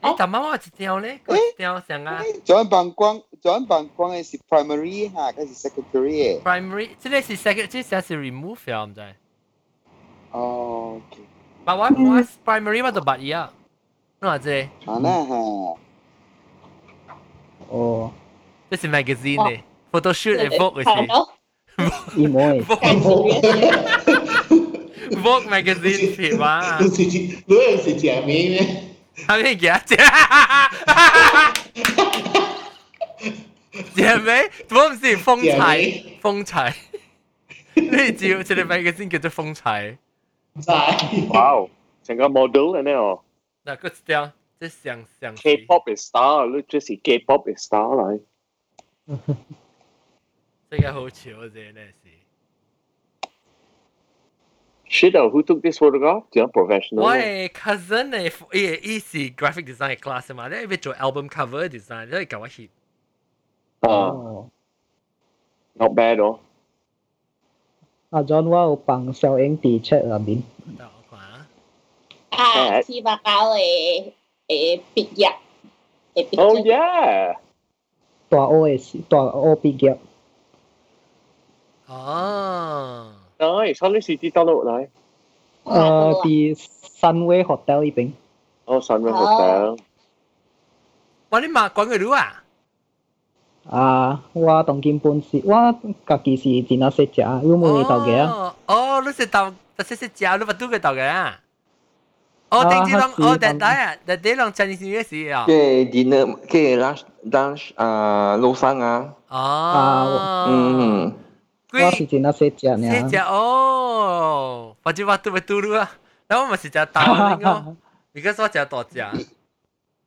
[SPEAKER 1] เอ๊ะแต่มาว่าเดียวเลยก็เดียวเสียงอ่ะ
[SPEAKER 12] John Bang Guang John Bang Guang is primary ha, cause is secondary eh.
[SPEAKER 1] primary 这类是 second 这些是 remove 了唔知
[SPEAKER 12] Oh, okay.
[SPEAKER 1] แต่ว่าว่า primary ว่าตัวบัตรอีอ่ะนั่นอ่ะเจ
[SPEAKER 12] Ana ha.
[SPEAKER 6] โอ้
[SPEAKER 1] 这是 magazine เลย photoshoot เลย vogue เลยสิ
[SPEAKER 6] 伊莫诶，
[SPEAKER 1] Vogue magazine ผิดว่า
[SPEAKER 4] รู้สิจิรู้เองสิจิอามีไหม
[SPEAKER 1] 他们给他剪，剪梅，我唔是风采，风采，呢招这个 magazine 叫做风采，
[SPEAKER 4] ใช่
[SPEAKER 8] ว้าวฉันก็โมเดลแล้วเนี่ย
[SPEAKER 1] 那个雕，这想想
[SPEAKER 8] เคป๊อปเป็นสตาร์หรือจะสิเคป๊อปเป็นสตาร์อะไร
[SPEAKER 1] 这个好潮啫，呢是。
[SPEAKER 8] Shit oh who took this photograph เจ้า professional
[SPEAKER 1] 我的 cousin 呢，伊伊是 graphic design class 嘛，你要做 album cover design，你搞我 hit，
[SPEAKER 8] อ่า not bad เนาะ
[SPEAKER 6] 阿 John 我有帮小英地出入面，
[SPEAKER 5] 啊，芝麻搞嘅誒畢業，誒畢
[SPEAKER 8] oh
[SPEAKER 5] 業，
[SPEAKER 8] yeah
[SPEAKER 6] 大学诶时，大学毕业，
[SPEAKER 1] 哦
[SPEAKER 8] ได้ชอบเล่นซีจีตลกเลย
[SPEAKER 6] 呃，伫三威 hotel 迄边，
[SPEAKER 8] อ๋อสันเวลแต่
[SPEAKER 1] 我你嘛讲佢รู้啊？
[SPEAKER 6] 啊，我当今本是，我家己是真啊识食，有冇会豆芽啊？
[SPEAKER 1] 哦哦，你食豆，特色食食，你咪都佢豆嘅啊？哦，
[SPEAKER 6] 啊
[SPEAKER 1] 定子
[SPEAKER 6] 黑
[SPEAKER 1] 郎，哦，
[SPEAKER 6] 市
[SPEAKER 1] 但但啊，但啲郎真係咩事啊？
[SPEAKER 10] cái dinner cái lunch lunch uh, à lô sang à
[SPEAKER 1] 哦，
[SPEAKER 10] 嗯
[SPEAKER 6] 我是真啊识食尔，
[SPEAKER 1] 食食哦，或者我都咪都咗啊？咁我咪食只豆 嚟咯，而家所食多只，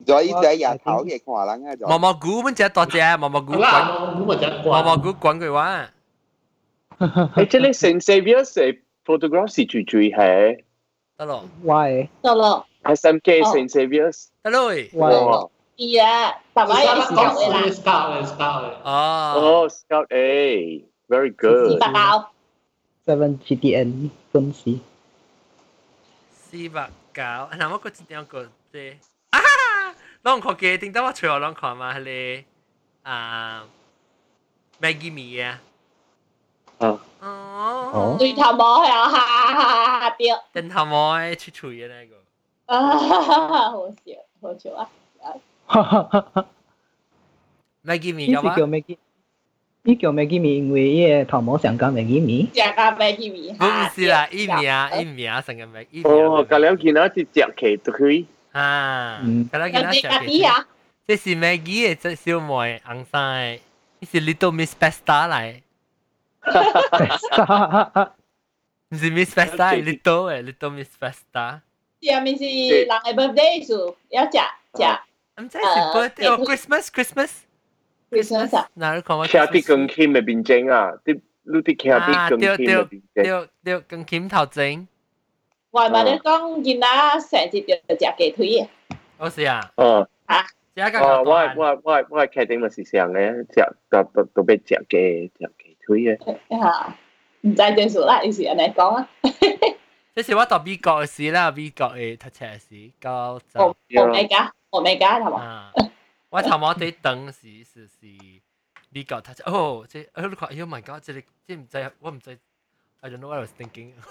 [SPEAKER 12] Rồi ít đấy nhà thảo cái quả lăng á
[SPEAKER 1] 毛
[SPEAKER 12] rồi.
[SPEAKER 1] 毛菇咪食多只，毛毛菇
[SPEAKER 4] แล้ว
[SPEAKER 1] 滾，
[SPEAKER 4] รู้เหมือนจะกว่า
[SPEAKER 1] 毛毛菇滾佢話，
[SPEAKER 8] ไอ้เจ้าเล่นเซนเซเวียสไอ้ eh, photograph ซีจีจีเหร
[SPEAKER 1] 得
[SPEAKER 8] อ
[SPEAKER 1] 咯，
[SPEAKER 6] 我诶，
[SPEAKER 5] 得咯，
[SPEAKER 8] ไอ้ซัมเกเซนเซเวียส
[SPEAKER 1] 得咯喂，
[SPEAKER 6] 我诶，
[SPEAKER 8] Ờ.
[SPEAKER 5] 係啊，大把
[SPEAKER 4] แล้
[SPEAKER 5] 嘢
[SPEAKER 4] วก็
[SPEAKER 5] 搞嘅
[SPEAKER 4] เล
[SPEAKER 5] 啦
[SPEAKER 4] ย，สตาร์เลยสตาร์เลย
[SPEAKER 8] โอ้
[SPEAKER 1] 哦，
[SPEAKER 8] scout Ờ, A very
[SPEAKER 5] 芝
[SPEAKER 8] good
[SPEAKER 5] 麻搞，
[SPEAKER 6] seven GDN 本是，
[SPEAKER 1] 四百九，嗱我嗰次點講啫？ 啊，朗確嘅，點解我除咗朗確嘛係咧？啊，Maggie 米啊，
[SPEAKER 8] อ่า
[SPEAKER 1] 哦，
[SPEAKER 5] 對頭毛係 啊，哈哈哈掉，
[SPEAKER 1] 等下我出除嘅呢個，
[SPEAKER 5] 啊，好笑，好笑啊！
[SPEAKER 6] 哈哈哈哈，
[SPEAKER 1] Maggie 米
[SPEAKER 6] 伊
[SPEAKER 1] 嘅
[SPEAKER 6] 是叫
[SPEAKER 1] 話，
[SPEAKER 6] 咩叫？伊叫咩叫咪？因为伊诶头毛上讲咩叫咪？
[SPEAKER 5] 正啊，咩意味？
[SPEAKER 1] 唔是啦，一
[SPEAKER 5] Dạ.
[SPEAKER 1] 名一名成嘅 Mag，一
[SPEAKER 8] โอ้
[SPEAKER 1] 名
[SPEAKER 8] ก็แล้วกินนะที่เจ้าเคตัวคือ
[SPEAKER 1] 啊，咁樣見
[SPEAKER 5] 有
[SPEAKER 1] 到
[SPEAKER 5] 啲
[SPEAKER 1] 上
[SPEAKER 5] 咖啡
[SPEAKER 1] 嘅，
[SPEAKER 5] 啊，
[SPEAKER 1] 即是 Maggie 嘅隻小妹硬晒，呢是 Little Miss Pesta 嚟，
[SPEAKER 6] 哈哈哈哈！
[SPEAKER 1] 唔是 Miss Festa，係 Little 诶，Little Miss Festa。
[SPEAKER 5] 下面是人的 birthday Dạ, 数，要食食。
[SPEAKER 1] 唔知是 birthday 哦，Christmas Christmas。
[SPEAKER 5] Christmas à. 啊，
[SPEAKER 1] 哪里看我？
[SPEAKER 8] 听啲更轻嘅变症啊，啲你啲听
[SPEAKER 1] 啊，
[SPEAKER 8] 啲更
[SPEAKER 1] 对
[SPEAKER 8] 轻嘅
[SPEAKER 1] 对
[SPEAKER 8] 变症。
[SPEAKER 1] 对对，跟琴头整，
[SPEAKER 5] 外妈你讲囡仔成日就食鸡腿嘅，
[SPEAKER 1] 我是啊，
[SPEAKER 8] 哦，
[SPEAKER 1] 即刻
[SPEAKER 8] 哦，我我我我係決定咪是上嘅，食特特特別食嘅，食雞腿嘅。
[SPEAKER 5] 吓，唔知對數啦，有時人哋講啊，
[SPEAKER 1] 即是我讀美國嘅事啦，美國嘅讀冊嘅事，九十。
[SPEAKER 5] 我我未加，我未加係嘛？
[SPEAKER 1] 啊，我頭毛對等時是是美國讀冊，哦，即係哦，你看，Oh my God，即係即係唔知，我唔知，I don't know what I was thinking。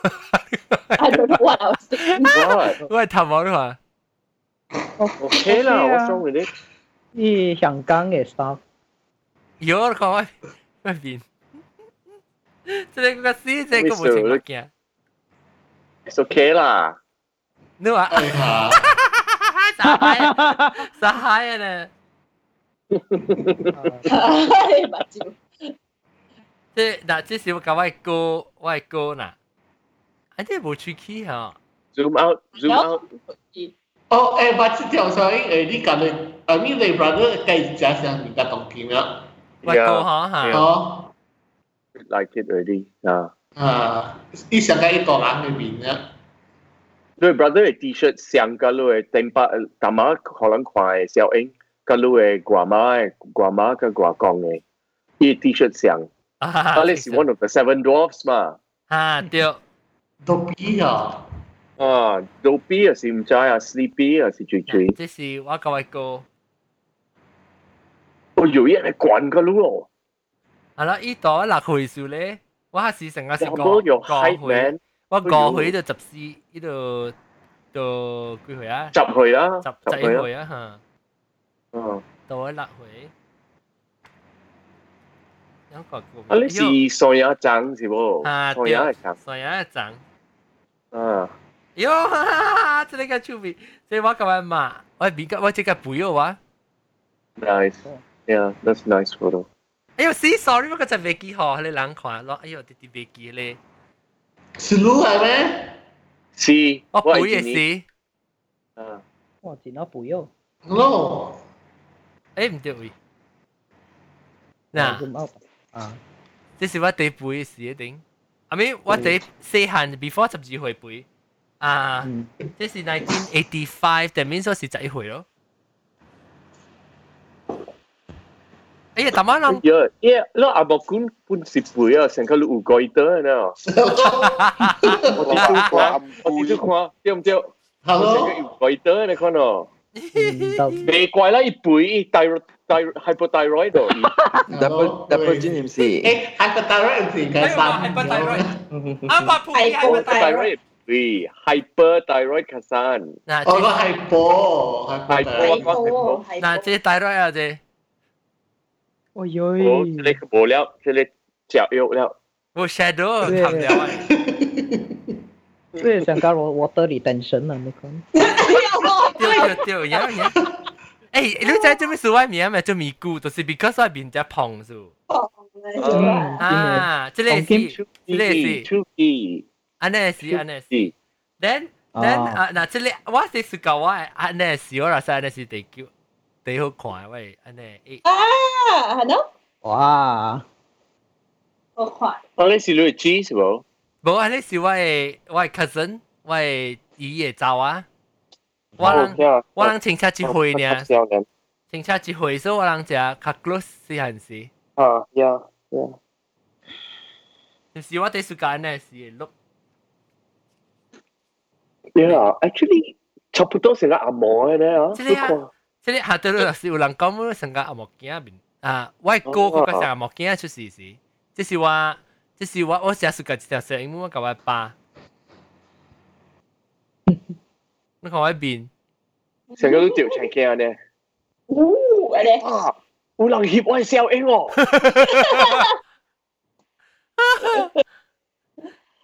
[SPEAKER 5] I don't know what I was thinking.
[SPEAKER 1] 我係頭毛你話。
[SPEAKER 8] OK 啦，what's wrong with it？
[SPEAKER 6] 咦，香港嘅 stuff，
[SPEAKER 1] 有你看我我面，即係個死者個冇情物嘅，
[SPEAKER 8] It's OK 啦。
[SPEAKER 1] 你話
[SPEAKER 8] 啊
[SPEAKER 1] 傻閪啊， 傻閪啊咧。
[SPEAKER 5] 唉白痴
[SPEAKER 1] 这那这是我搞外歌外歌呐，啊这无出去哈，
[SPEAKER 8] Zoom out,
[SPEAKER 4] zoom out. Oh, eh, but still, sorry, eh, ni kalau, I mean, they brother kai jas yang minta tongking lah.
[SPEAKER 8] Yeah,
[SPEAKER 4] Oh,
[SPEAKER 8] yeah. Like it already. Yeah.
[SPEAKER 4] ah, ni sangat itu lah, ni bina.
[SPEAKER 8] 对，brother 嘅 T-shirt 上加路嘅頂巴，大媽可能看嘅小英，加路嘅掛媽嘅掛媽嘅掛公嘅，依 T-shirt 上。
[SPEAKER 1] 啊
[SPEAKER 8] ，Alex is one of the seven dwarfs 嘛。
[SPEAKER 1] 啊对。
[SPEAKER 4] Dopi 啊。
[SPEAKER 8] 啊，Dopey À, 啊是唔知啊，Sleepy à, 啊是最最。
[SPEAKER 1] 这是我搞外歌，
[SPEAKER 8] 我有一日滾加路咯。
[SPEAKER 1] 啊啦依度六岁数咧，我还是成个是
[SPEAKER 8] 有冇有
[SPEAKER 1] 五
[SPEAKER 8] height
[SPEAKER 1] 岁
[SPEAKER 8] man？，
[SPEAKER 1] 我五岁就十四，依度就几岁啊？
[SPEAKER 8] 十歲啦
[SPEAKER 1] 十十
[SPEAKER 8] 十
[SPEAKER 1] 一
[SPEAKER 8] 歲啦
[SPEAKER 1] 岁啊吓，
[SPEAKER 8] 嗯，
[SPEAKER 1] 到我六岁。有個
[SPEAKER 8] 啊你是上一陣是不？
[SPEAKER 1] 啊
[SPEAKER 8] 上一
[SPEAKER 1] 对，
[SPEAKER 8] 陣。
[SPEAKER 1] 所以一陣。
[SPEAKER 8] 啊，
[SPEAKER 1] 哟，哈哈 哈！这里个趣味，这我干嘛？我比个我这个不要啊！
[SPEAKER 8] Nice. Yeah, that's nice photo.
[SPEAKER 1] 哎呦，see sorry，我个只飞机号，你冷看咯，哎呦，滴滴飞机咧，
[SPEAKER 4] 是路来咩？
[SPEAKER 8] 是，
[SPEAKER 1] 我背也是，
[SPEAKER 8] 啊，
[SPEAKER 6] 我见到哦不要。
[SPEAKER 4] No，
[SPEAKER 1] 哎唔对位，嗱，
[SPEAKER 6] 啊，
[SPEAKER 1] 这是我第背嘅事一定，阿咪我第细汉 before 十二岁背，啊，这是 Ah, nineteen eighty five，that means 我是十一岁咯。哎呀，大妈人。
[SPEAKER 8] Yeah, yeah. Lo abang kun pun si puya sangka lu ugoi te na. 我哋都看，我哋都看，對唔對？
[SPEAKER 4] Hello？
[SPEAKER 8] 我成個要鬼得你看哦，
[SPEAKER 6] 唔
[SPEAKER 8] 未怪啦，一背 thyroid hypothyroid 度。
[SPEAKER 10] Double double Jin 唔是，
[SPEAKER 4] Eh, hyperthyroid 是应该三。hyperthyroid，
[SPEAKER 1] 阿伯配
[SPEAKER 8] hypothyroid，喂，hyperthyroid 卡山。
[SPEAKER 1] 嗱，
[SPEAKER 4] 哦，個 hypo，hypo，
[SPEAKER 8] hypo，
[SPEAKER 1] 嗱，即係大多啊，即
[SPEAKER 6] 哎
[SPEAKER 8] 我
[SPEAKER 6] 呦，
[SPEAKER 8] 這裡無了，這裡食肉了。
[SPEAKER 1] 我 shadow 含料啊，
[SPEAKER 6] 这香港我我得你单身啊，你看，
[SPEAKER 1] 掉掉掉，有有。哎，你知做咩事？我名咪做咪姑，就是 because 我面只胖數。
[SPEAKER 6] 嗯
[SPEAKER 1] 啊，即係是，即係是，
[SPEAKER 8] Chuki，
[SPEAKER 1] 安尼是安尼是。
[SPEAKER 8] 是
[SPEAKER 1] Then then 啊，嗱，即係我是是講我安尼是，我係安尼是第九，第好看喂，安尼。
[SPEAKER 5] 啊，係咯，
[SPEAKER 6] 哇！
[SPEAKER 5] 好快，
[SPEAKER 8] 我你是你 G 是無？
[SPEAKER 1] 冇啊！呢是我嘅我嘅 cousin，我嘅姨嘅走啊。我人我人清車一回呢，清車一回，所以我人食較 close 是很是。
[SPEAKER 8] 啊，yeah yeah。
[SPEAKER 1] 就是我第暑假呢是錄
[SPEAKER 8] Yeah，actually 差不多成個阿嬷嘅咧啊。
[SPEAKER 1] 即係啊，即係下底落是有人講我成個阿莫鏡面啊，我嘅歌嗰個成阿莫鏡出事事，即是我即是我我食暑假一條蛇，因為我甲我爸。你看我面，
[SPEAKER 8] 成個都掉齊鏡咧。
[SPEAKER 5] 哦，咧，
[SPEAKER 8] 啊，有人協我笑英 哦。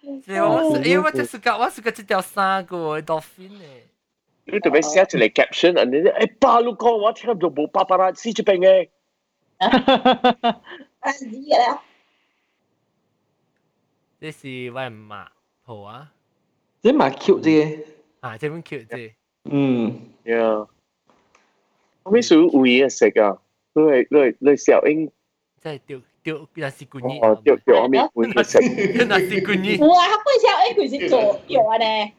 [SPEAKER 1] 即係我因為我只暑假我暑假一條衫個 dolphin 呢。
[SPEAKER 8] 你特別寫出嚟 caption，人哋誒巴魯哥，我聽到冇巴巴拉斯出病嘅。
[SPEAKER 5] 啊，知嘅啦，
[SPEAKER 1] 这是我的妈，好啊，
[SPEAKER 10] 即嘛 cute Hmm. 啫，
[SPEAKER 1] 啊，这边 cute 啫，
[SPEAKER 10] 嗯
[SPEAKER 8] ，yeah，我咪属于有嘢食啊，都系都系都系小英，
[SPEAKER 1] 即系钓钓那是冠衣，
[SPEAKER 8] 哦，叫叫我咪有嘢食，
[SPEAKER 1] 那是冠衣。
[SPEAKER 5] 哇，他不晓得佢是做药呢，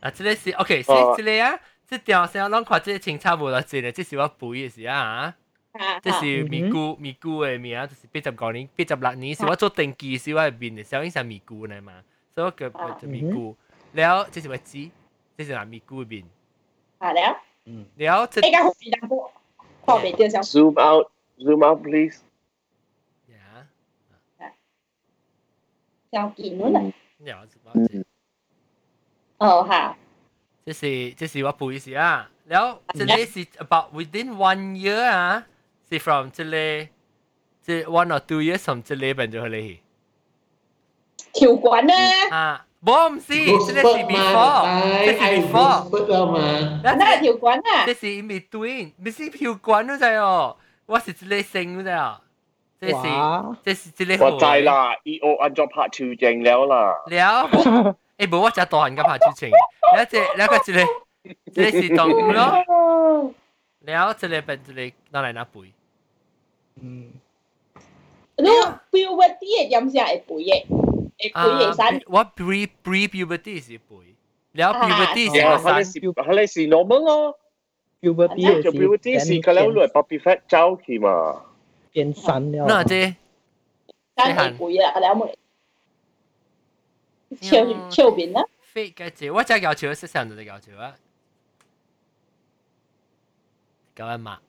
[SPEAKER 1] 啊，这个是 OK，这
[SPEAKER 8] 哦
[SPEAKER 1] 这个啊，这条先咱看这个清差无多钱嘞，这是我肥的时啊啊。
[SPEAKER 5] 啊，
[SPEAKER 1] 这是咪姑咪姑的名，就是八十九年、八十六年，是我做登记是我的面的，小英是咪姑的嘛，所以我叫叫咪姑。然后这是我姊，这是咪姑的面。
[SPEAKER 5] 啊了，
[SPEAKER 1] 然后这
[SPEAKER 5] 你家好肥大哥，靠边钓上，
[SPEAKER 8] zoom out zoom out please，
[SPEAKER 5] 上见到啦，
[SPEAKER 1] 然后这个
[SPEAKER 5] 哦哈，
[SPEAKER 1] 这是这是我背时啊。然后这里是 about within one year 啊，是 from 这里这 one or two years from 这里变咗去
[SPEAKER 5] 条管呢，
[SPEAKER 1] 啊。冇唔是，
[SPEAKER 4] Ghost
[SPEAKER 1] 这
[SPEAKER 4] bird
[SPEAKER 1] 个是
[SPEAKER 4] 嘛
[SPEAKER 1] before，
[SPEAKER 4] 拜
[SPEAKER 1] 这
[SPEAKER 4] 拜
[SPEAKER 1] 是 before。
[SPEAKER 4] Ghost bird 啊嘛
[SPEAKER 5] 那条管啊
[SPEAKER 1] 这，是 in between，不是票管都知哦，我是这类型的哦，这是
[SPEAKER 8] 哇
[SPEAKER 1] 这是这类
[SPEAKER 8] 我知。啦，E O 按照拍超正了啦，
[SPEAKER 1] 了，诶，无我只大人家拍剧情，了这了个这类，这是动物咯，了这类变这类拿来拿背，
[SPEAKER 5] 你标物啲嘢飲先係背嘅，係
[SPEAKER 1] À,
[SPEAKER 5] 背嘅山，
[SPEAKER 1] 我 pre pre puberty 是背，了 puberty 是
[SPEAKER 8] 啊
[SPEAKER 1] 我
[SPEAKER 8] 哈
[SPEAKER 1] 生
[SPEAKER 8] 利是哈利是 normal 咯
[SPEAKER 6] ，puberty
[SPEAKER 8] 叫 beauty 是佢兩類 puppy fat 走去嘛，
[SPEAKER 6] 变身了。
[SPEAKER 1] 那这
[SPEAKER 5] 山係背啊，我哋有冇嚟？超超邊啦，
[SPEAKER 1] fake 嘅字，我只搞笑，识上就只搞笑啊，搞一抹，啊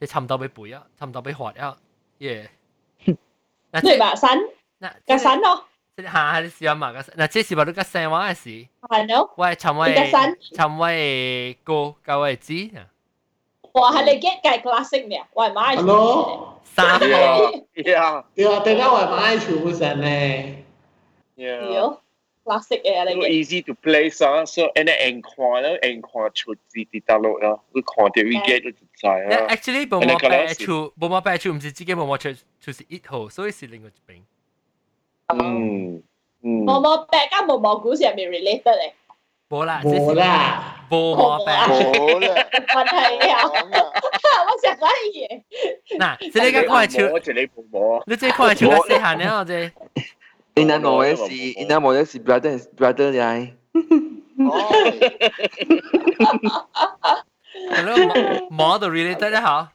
[SPEAKER 1] 即差唔多俾背啊，差唔多俾學啊，耶！嗱
[SPEAKER 5] 你話山
[SPEAKER 1] 即
[SPEAKER 5] 嘅山咯，
[SPEAKER 1] 即下下啲試下抹嘅，嗱即是話你嘅聲話嘅事，
[SPEAKER 5] 係咯，
[SPEAKER 1] 我係尋
[SPEAKER 5] 你嘅
[SPEAKER 1] 位
[SPEAKER 5] 山
[SPEAKER 1] 尋位高夠位知啊，
[SPEAKER 5] 我係你 get 嘅 classic 咩？我係買
[SPEAKER 4] Hello， Ya,
[SPEAKER 1] 三號
[SPEAKER 8] yeah
[SPEAKER 4] 對啊，等下我買全部神咧，
[SPEAKER 8] yeah。
[SPEAKER 5] 屌 classic 嘅你
[SPEAKER 8] so
[SPEAKER 5] get，
[SPEAKER 8] easy to place 啊，so and then 硬看啦，硬看出字跌得落啦，會看到會 get ah. 就知啦。
[SPEAKER 1] ，actually 冇冇擺出，冇冇擺出，唔是自己冇冇出，就是一號，所以是另外一邊。
[SPEAKER 8] 嗯嗯
[SPEAKER 5] 毛毛白加毛毛股上面 related 嚟，
[SPEAKER 1] 冇啦，
[SPEAKER 4] 冇啦，
[SPEAKER 1] 冇冇 擺。
[SPEAKER 3] 冇啦，
[SPEAKER 5] 問題啊，我想講嘢，
[SPEAKER 1] 嗱，即你而家看出，
[SPEAKER 8] 我就你冇摸，
[SPEAKER 1] 你即看出嘅細行咧，我即。
[SPEAKER 10] 你那我也是，你那我也是 eh, brother and brother eh. 嚟，
[SPEAKER 1] Hello，毛的 really 大家好。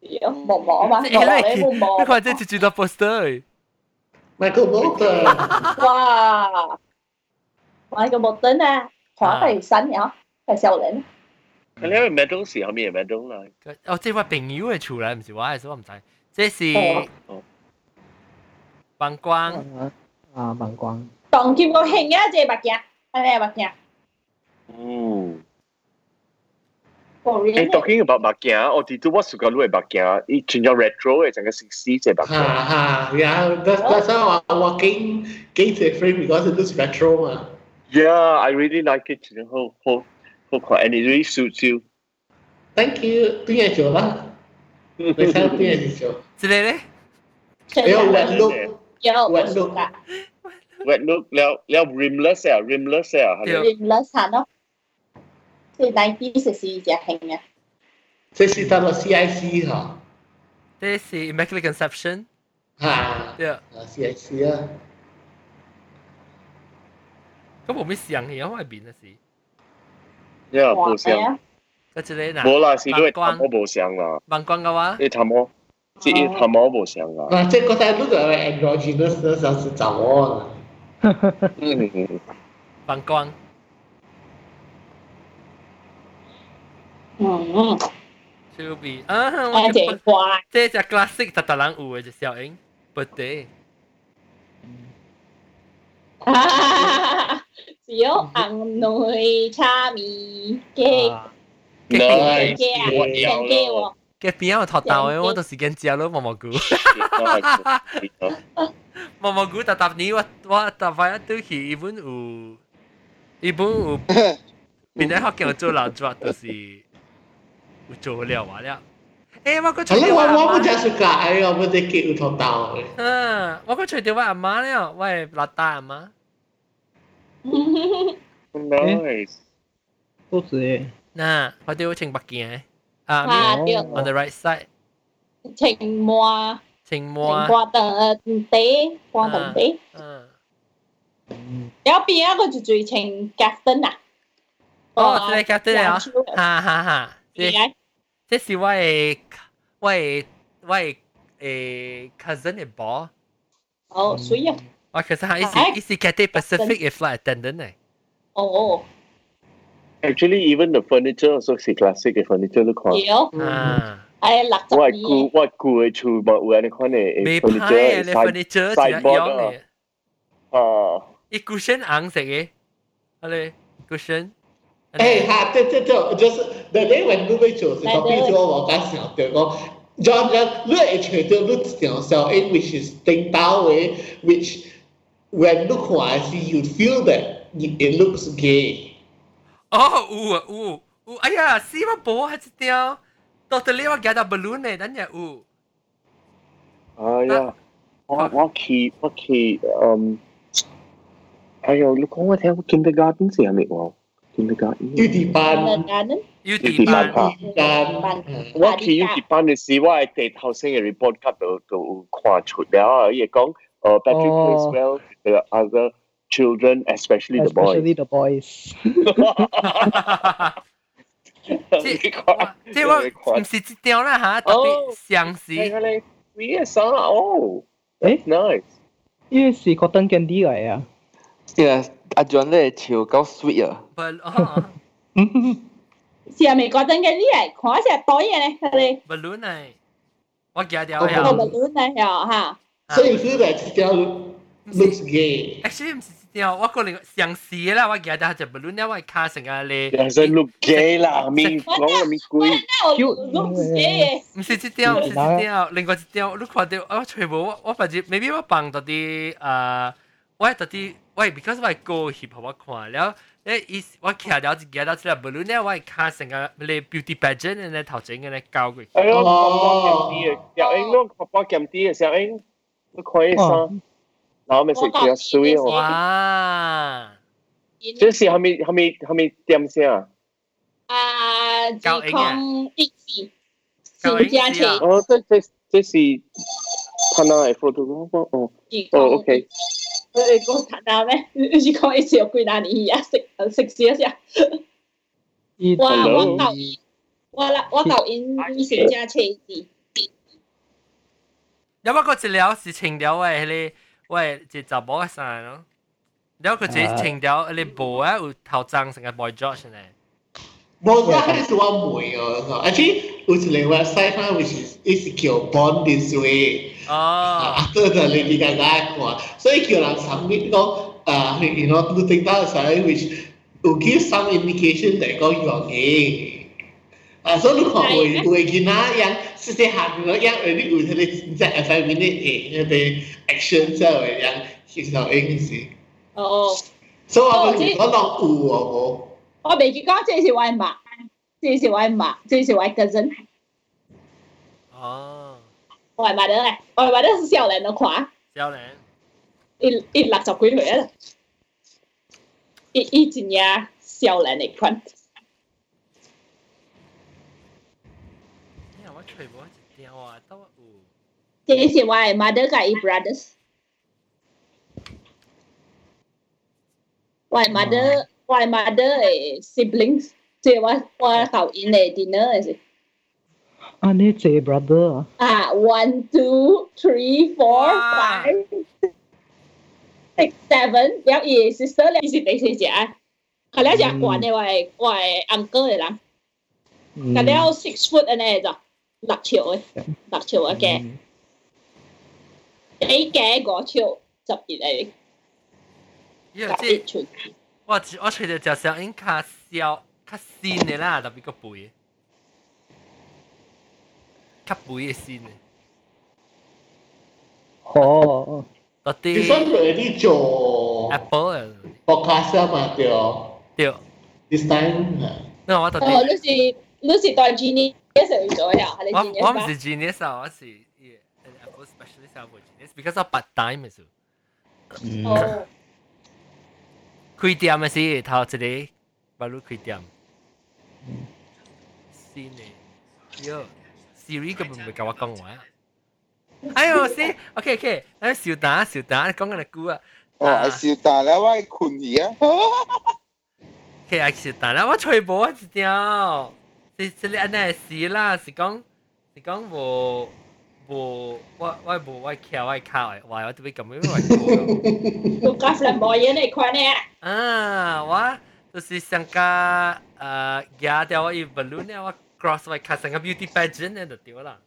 [SPEAKER 5] 屌毛毛嘛，
[SPEAKER 1] 你
[SPEAKER 5] 毛毛你冇毛
[SPEAKER 1] 你，看这几句的 poster，
[SPEAKER 4] Michael Bolton，
[SPEAKER 5] 哇，玩個木墩啊，滑得山啊，係少人。
[SPEAKER 8] 你喺 medal 時候咩 medal 啦？
[SPEAKER 1] 哦，即我朋友的出来，不是我的，所以我唔知。这是膀胱，
[SPEAKER 6] 啊，盲光，
[SPEAKER 5] 当见个兴啊，即系物件，系咩物件？
[SPEAKER 8] 嗯，
[SPEAKER 5] 果
[SPEAKER 8] 你
[SPEAKER 5] 然
[SPEAKER 8] talking about oh, 物件，我哋都我熟嘅都係物件，以前有 retro 嘅，整個 sixty 即係物
[SPEAKER 4] 嚇
[SPEAKER 8] 件。
[SPEAKER 4] 嚇，呀，that's that's how I was getting getting different because it is retro 嘛。
[SPEAKER 8] Yeah, I really like it. 然後好好看，and it really suits you.
[SPEAKER 4] Thank you，對眼球啦，你睇對眼球，
[SPEAKER 1] 之类咧，
[SPEAKER 5] Ya,
[SPEAKER 4] 還有 wet look，
[SPEAKER 5] 有
[SPEAKER 4] wet look，
[SPEAKER 8] Wet look 了了 rimless 啊，rimless 啊，係咪
[SPEAKER 5] 唔甩產咯。即系 ninety 食屎只興啊！
[SPEAKER 4] 即是他的 CIC 嚇
[SPEAKER 1] 这是 immaculate conception，
[SPEAKER 4] 嚇
[SPEAKER 1] 对啊，
[SPEAKER 4] ，CIC 啊，
[SPEAKER 1] 咁冇咩想嘅，因為變咗事。
[SPEAKER 8] Yeah，冇聲。
[SPEAKER 5] 啊！
[SPEAKER 1] 嗰之类嗱，
[SPEAKER 8] 冇啦，是都係
[SPEAKER 1] 膀
[SPEAKER 8] 探我
[SPEAKER 1] 胱，
[SPEAKER 8] 冇聲啦。
[SPEAKER 1] 膀胱嘅話，
[SPEAKER 8] 你探我，即係探我冇聲啦。
[SPEAKER 4] 嗱，即係嗰啲 look 係 androgynous 嗰陣時就我啦。
[SPEAKER 8] 嗯，
[SPEAKER 1] 膀胱，
[SPEAKER 5] 嗯，
[SPEAKER 1] to be 啊，
[SPEAKER 5] 我
[SPEAKER 1] 我
[SPEAKER 5] 哋怪
[SPEAKER 1] 这只 classic 特特朗有嘅就小英，不對，
[SPEAKER 5] 啊！只有红女叉米嘅
[SPEAKER 8] 嗱，
[SPEAKER 5] 嘅啊，成嘅 喎，
[SPEAKER 1] 嘅邊有托豆嘅，我到時間之後都毛毛菇。毛毛菇特特你我我特快一堆去，一本有一本有，變得學叫做老作，就是有做了話了。誒，我個
[SPEAKER 4] 係
[SPEAKER 1] 吹
[SPEAKER 4] 咧，
[SPEAKER 1] 掉
[SPEAKER 4] 我
[SPEAKER 1] 我阿
[SPEAKER 4] 我唔就
[SPEAKER 1] 媽，
[SPEAKER 4] 係講，哎呀，我哋幾有頭腦嘅。
[SPEAKER 1] 嗯，我個吹掉我阿媽了，我係老大阿媽，
[SPEAKER 8] Nice.
[SPEAKER 6] 多子诶，
[SPEAKER 1] 那我哋要穿北京诶，啊
[SPEAKER 5] 啊
[SPEAKER 1] ，I
[SPEAKER 5] 對
[SPEAKER 1] mean, on the right side，
[SPEAKER 5] 情魔，
[SPEAKER 1] 青摩
[SPEAKER 5] 情，瓜等呃地，瓜等地。
[SPEAKER 1] 嗯，
[SPEAKER 5] 然後邊一個就最情 Gaston 啊，
[SPEAKER 1] 哦，即系夹对啊
[SPEAKER 5] 兩手，嘅
[SPEAKER 1] 哈哈哈，
[SPEAKER 5] 點
[SPEAKER 1] 即
[SPEAKER 5] 解？
[SPEAKER 1] 即是我嘅我嘅我嘅诶 cousin 嘅 ball，
[SPEAKER 5] 哦，所以啊，
[SPEAKER 1] 我 cousin 係
[SPEAKER 5] 哎
[SPEAKER 1] 一時一時 Cathay Pacific 嘅 flight attendant 嚟，
[SPEAKER 5] 哦，
[SPEAKER 8] Actually, even the furniture also is classic eh, furniture look hot.
[SPEAKER 5] 屌，
[SPEAKER 1] 啊，
[SPEAKER 5] 誒六十二
[SPEAKER 8] What cool, what cool eh, true, but what I call it, eh,
[SPEAKER 1] 未
[SPEAKER 8] furniture,
[SPEAKER 1] 派
[SPEAKER 8] eh,
[SPEAKER 1] 嘅你
[SPEAKER 8] side-
[SPEAKER 1] furniture 只係
[SPEAKER 8] sideboard
[SPEAKER 1] 樣嚟，
[SPEAKER 8] ah. Ah.
[SPEAKER 1] 一 cushion 硬食嘅，我哋 cushion，
[SPEAKER 4] 哎哈，对对对，就是 the day when 你要做是个比如我刚想到讲。John uh, 人你会找到你一条小 in which is 顶到的，which when 你看是 you feel that it it looks gay。
[SPEAKER 1] 哦，有啊有有，哎呀，死我波係一條，到底你我 get 到 balloon eh, 咧，等陣有。
[SPEAKER 8] 哎呀，我我去我去，嗯，哎呦，你講我聽，kindergarten 是係咪喎？kindergarten
[SPEAKER 4] 幼稚班，
[SPEAKER 5] 人，
[SPEAKER 1] 幼
[SPEAKER 8] 稚班 嚇，
[SPEAKER 4] 幼稚班，
[SPEAKER 8] 我去幼稚班嘅時，我係地頭先嘅 report card 度度看出了，亦講，呃，Patrick Uh,
[SPEAKER 6] 哦
[SPEAKER 8] Criswell the other children especially the boys，
[SPEAKER 6] especially the boys。
[SPEAKER 1] 即即我唔是一条啦吓，特別相似。
[SPEAKER 8] 你嘅啥哦
[SPEAKER 6] 诶
[SPEAKER 8] ，nice，
[SPEAKER 6] 呢個是 cotton candy 嚟啊！
[SPEAKER 10] Yes，阿 John 咧潮夠 sweet lah. 啊，
[SPEAKER 1] oh,
[SPEAKER 5] 是啊，美國等緊啲人看成袋嘢咧，佢哋
[SPEAKER 1] balloon eh. 嚟，我夾掉
[SPEAKER 5] 個
[SPEAKER 1] 呀。
[SPEAKER 5] balloon 咧又嚇，
[SPEAKER 4] 所以你来一条 looks gay。
[SPEAKER 1] Actually 唔是一条，我個另相似嘅啦，我夾掉隻 balloon 咧，我卡成啊你。
[SPEAKER 8] 又想 look gay 啦，面講啊面鬼，
[SPEAKER 5] 我碌自己嘅，
[SPEAKER 1] 唔是一條，唔是一條，另外一條，你看到我全部我我反正 maybe 我放到啲啊，我到啲我 because 我高協我看了。咧，伊我徛了一夾到出來 balloon 咧，我卡成啊你 beauty pageant 咧頭前嘅咧交過去。
[SPEAKER 8] 哎呦，我我咁啲嘅，又應該我我咁啲嘅時候，應都可以生，然後咪食條水喎。
[SPEAKER 1] 哇！
[SPEAKER 8] 即是係咪係咪係咪點先啊？
[SPEAKER 5] 啊，
[SPEAKER 1] 夠
[SPEAKER 5] 健
[SPEAKER 1] 影啊
[SPEAKER 5] 康益智，
[SPEAKER 1] 夠
[SPEAKER 5] 善家
[SPEAKER 1] 影
[SPEAKER 5] 庭
[SPEAKER 1] 子啊，
[SPEAKER 8] 哦，即即即是他那係 photo 哦哦
[SPEAKER 5] 健
[SPEAKER 8] 哦
[SPEAKER 5] 康。
[SPEAKER 8] Ờ, OK，
[SPEAKER 5] 我哋講談下咩？ 你是講一次有幾多年而家食食少少？哇！我舊年，我啦，我舊年暑假車子，
[SPEAKER 1] 有冇個治療是情調喂你喂即雜波一陣咯？有個治情調你無啊有頭鬃成個 boy George 呢？
[SPEAKER 4] 冇錯，係是我妹哦。Actually，有一個 website 啦，which is is 叫 Born This Way。
[SPEAKER 1] 哦，
[SPEAKER 4] 啊，對對，你比較解過，所以叫人 submit 講啊，你 uh, you know，你聽到嘅時候，which 有 give some indication oh, 嚟講樣嘢。啊，所以你看會會見啦，樣細細下面嗰樣，誒你有睇你真係 five minute 誒嗰啲 action 之後嘅樣，其實有影子。
[SPEAKER 5] 哦，
[SPEAKER 4] 所以我咪講到有啊冇。
[SPEAKER 5] 我未見講，這是我的媽，這是我的媽，這是我的 cousin，
[SPEAKER 1] 哦，
[SPEAKER 5] 我的 mother 咧，我的 mother 是少年的款，
[SPEAKER 1] 少年，
[SPEAKER 5] 一一六十幾歲啦，一一真正少年的款，
[SPEAKER 1] 因哎為我全部一條啊都有。
[SPEAKER 5] 這是我的 mother 甲伊 brothers，我的 mother，我的 mother 的 siblings，這是我我舊年的 dinner 的是。
[SPEAKER 6] 啊，你這 brother 啊，
[SPEAKER 5] Ah, one, two, three, four,
[SPEAKER 1] Wow.
[SPEAKER 5] five, six, seven. Béo gì, sister là gì đấy chị ạ? Còn léo chả quản này ngoài ngoài uncle này lắm.
[SPEAKER 6] Ừ.
[SPEAKER 5] Còn
[SPEAKER 6] Mm.
[SPEAKER 5] léo six foot anh này rồi. Lạc chiều ấy, lạc chiều ấy kìa. Đấy kìa, gõ chiều, chập gì đấy.
[SPEAKER 1] 因為
[SPEAKER 5] Chập ít
[SPEAKER 1] 即
[SPEAKER 5] chút.
[SPEAKER 1] 我我除咗就想應卡少卡鮮嘅啦，特別個背，卡背嘅鮮嘅，
[SPEAKER 6] 哦，
[SPEAKER 1] 到
[SPEAKER 4] 其實
[SPEAKER 1] 啲
[SPEAKER 4] 佢哋做
[SPEAKER 1] apple 啊嘅
[SPEAKER 4] podcast 嘛對哦
[SPEAKER 1] 對。
[SPEAKER 4] ，this time 啊。
[SPEAKER 1] 那我到
[SPEAKER 5] Ờ,
[SPEAKER 1] 底
[SPEAKER 5] Lucy, Lucy toàn genius rồi rồi hả? à? Hay là
[SPEAKER 1] 我
[SPEAKER 5] genius
[SPEAKER 1] 我唔
[SPEAKER 5] ba?
[SPEAKER 1] 是 genius 啊，我是 yeah, an Apple
[SPEAKER 5] Ờ,
[SPEAKER 1] specialist 啊，我 genius because 我 part time 嘅時候
[SPEAKER 5] Ồ.
[SPEAKER 1] 开店的是头一个，马路开店。是呢，哟，Siri 根本未甲我讲话。哎呦，是，OK OK，咱小打小打，讲个句啊。
[SPEAKER 12] โอ้ไอซิวตายแล้วว่าไอ้คุณเหี้ย
[SPEAKER 1] OK，啊小打啦，我吹无啊一条。是这里安尼是啦，是讲是讲无无我我无我翘我靠诶，话我特别咁样话。
[SPEAKER 5] ลูกกาแฟบอยเยอะในควาเนี่ย
[SPEAKER 1] 啊，我就是想甲呃，夹掉我一 balloon 呢，我 cross 我卡上个 beauty pageant 呢就对啦。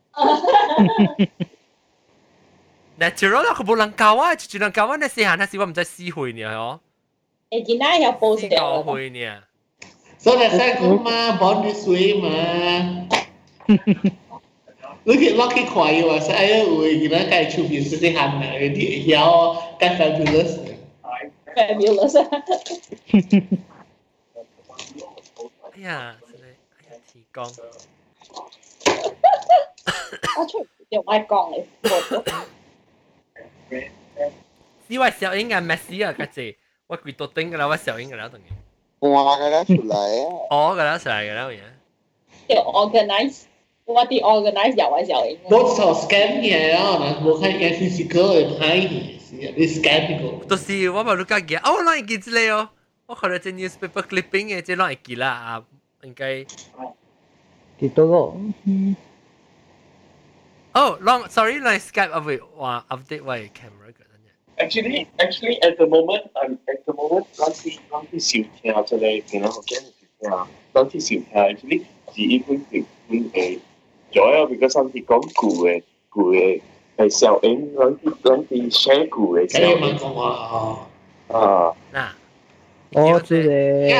[SPEAKER 1] Natural 啦，佢冇人教啊，就就人教我那细汉那时我唔知四岁呢哦，
[SPEAKER 5] ไอ้กินได้ยังโปรเสีย
[SPEAKER 1] 九岁呢。
[SPEAKER 4] So that's why come ma born this way ma. Look at lucky quiet was I we you know guy chu bi se han na di yao guy fabulous.
[SPEAKER 5] แฟมิลเลส
[SPEAKER 1] 哎呀，真系哎呀天光，
[SPEAKER 5] ก็ช่วยเดี๋ยวไอ้กล่องเลยหมด
[SPEAKER 1] 呢位小英啊 Messi 啊，家姐，我攰到頂噶啦，我小英噶啦，同嘅，
[SPEAKER 12] หัวกันแล้วสุดไหลายอะ
[SPEAKER 1] 我噶啦，成噶啦，嘢。
[SPEAKER 5] เดี๋ยว organize ว่าที่ organize อยากไว้เสียวเอง
[SPEAKER 4] Most of scam yeah, na go kai get physical and high. This scam go.
[SPEAKER 1] 都是我冇家嘅，哦，我攞嚟記之類哦，我看到只 newspaper clipping 嘅，即攞嚟記啦啊，應該。
[SPEAKER 6] 幾多個？嗯
[SPEAKER 1] 哦，long sorry，攞 Skype 啊喂，哇 update 喂 camera 嘅。
[SPEAKER 8] Actually, actually, at the moment, um, at the moment, Lanty, Lanty Siu Tia today, you know, again, yeah, Lanty Siu Tia actually, she even did a joy because Lanty gong gu eh, gu eh, a xiao eng, Lanty, Lanty share gu eh,
[SPEAKER 4] Kai
[SPEAKER 8] xiao
[SPEAKER 4] ma
[SPEAKER 8] eng.
[SPEAKER 4] go wa.
[SPEAKER 8] Ah,
[SPEAKER 6] 我知咧。
[SPEAKER 4] Yeah.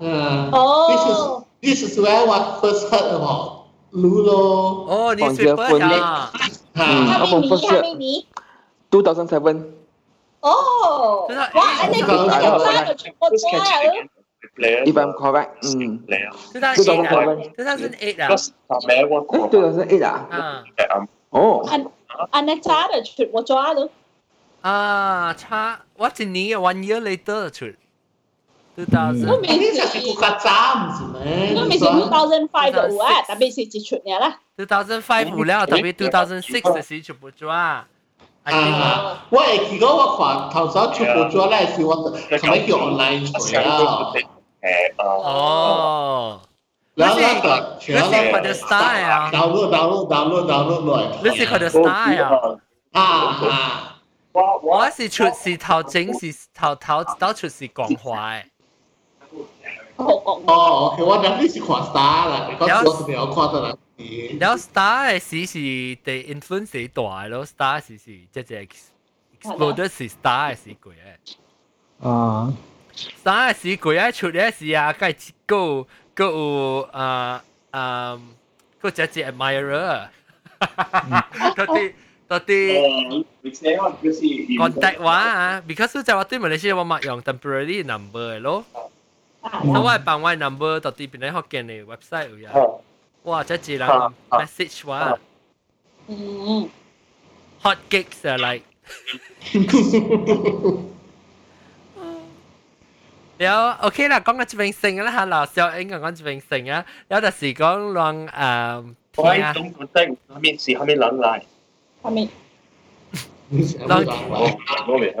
[SPEAKER 4] Uh,
[SPEAKER 5] Oh.
[SPEAKER 4] This is this is where I first heard about Lulo.
[SPEAKER 1] 哦
[SPEAKER 10] 放
[SPEAKER 1] ，newspaper
[SPEAKER 10] 假
[SPEAKER 1] 啊，
[SPEAKER 10] 嗯
[SPEAKER 5] ถ้า
[SPEAKER 10] 啊
[SPEAKER 5] ไม่
[SPEAKER 10] 不
[SPEAKER 5] มี
[SPEAKER 10] 不是
[SPEAKER 5] ถ้าไม่มี
[SPEAKER 10] 2007
[SPEAKER 5] โอ้
[SPEAKER 1] 真係
[SPEAKER 5] ว่าอันนี้คือ
[SPEAKER 10] 啊
[SPEAKER 5] จะ
[SPEAKER 10] 啊
[SPEAKER 5] บ้า
[SPEAKER 10] 啊
[SPEAKER 5] หรือจะปวดตัวเหรอ
[SPEAKER 8] the player,
[SPEAKER 10] if I'm
[SPEAKER 8] uh,
[SPEAKER 10] correct Hmm. 嗯
[SPEAKER 8] player.
[SPEAKER 1] 2008 2008啊，
[SPEAKER 8] Because Tamara was
[SPEAKER 10] 诶2008啊
[SPEAKER 1] 啊
[SPEAKER 8] 啊，
[SPEAKER 10] 哦
[SPEAKER 5] อันอันนั้นจ้าเดี๋ยวฉุดว่าจ้าเดี๋ยว
[SPEAKER 1] 啊差，我一年 one year later 出
[SPEAKER 5] ก็
[SPEAKER 1] ，2000。
[SPEAKER 5] มี
[SPEAKER 4] I
[SPEAKER 5] สิ
[SPEAKER 4] think that's a good exam,
[SPEAKER 5] ก็
[SPEAKER 4] man.
[SPEAKER 5] มีสิ
[SPEAKER 4] So-
[SPEAKER 5] 2005แบบว่าแต่ไม่สิจะฉุดเนี่ยละ
[SPEAKER 1] 2005有了，特别2006的時全部抓。I think 啊
[SPEAKER 4] 啊！我會記得我看頭先出報紙咧，是我琴日叫 online 做啊，
[SPEAKER 8] 誒啊，
[SPEAKER 1] 哦，
[SPEAKER 4] 然後咧就全
[SPEAKER 1] 你
[SPEAKER 4] 部
[SPEAKER 1] 是看到 style 啊？
[SPEAKER 4] download download download download 落
[SPEAKER 1] 你是看到 style 啊？
[SPEAKER 4] 啊啊！
[SPEAKER 8] 我
[SPEAKER 1] 我是出是頭整是頭頭到出是講話嘅，
[SPEAKER 5] หกกล่อง
[SPEAKER 4] 哦，OK，我諗呢是看 star 啦，你講我是有看到啦，
[SPEAKER 1] 然後 star 嘅時是地 influence 是大嘅咯，star 時是即係 explode 是 star 嘅時貴嘅
[SPEAKER 6] 啊，
[SPEAKER 1] ，star 嘅時貴嘅出嘅時啊，梗係夠夠有啊啊，夠只只 admirer，到底到底。
[SPEAKER 8] 誒，你寫我就是
[SPEAKER 1] contact 我啊，because 即係我對 Malaysia 我咪用 temporary number 咯，所以我係辦我 number 到底邊啲福建嘅 website 有啊，哇！即係人 message 我
[SPEAKER 5] อืม
[SPEAKER 1] hot gigs 啊，like แล้วโอเคล่ะก้องก็จะเป็นสิ่งแล้วฮะเราเซลเองก็จะเป็นสิ่งอ่ะแล้วแต่สีก้องลองอ่า
[SPEAKER 8] 我
[SPEAKER 1] พี่
[SPEAKER 8] 喺
[SPEAKER 1] อ่ะ
[SPEAKER 8] 中國真係後面是後面冷奶，
[SPEAKER 5] ถ้าไม่
[SPEAKER 8] 我我未好。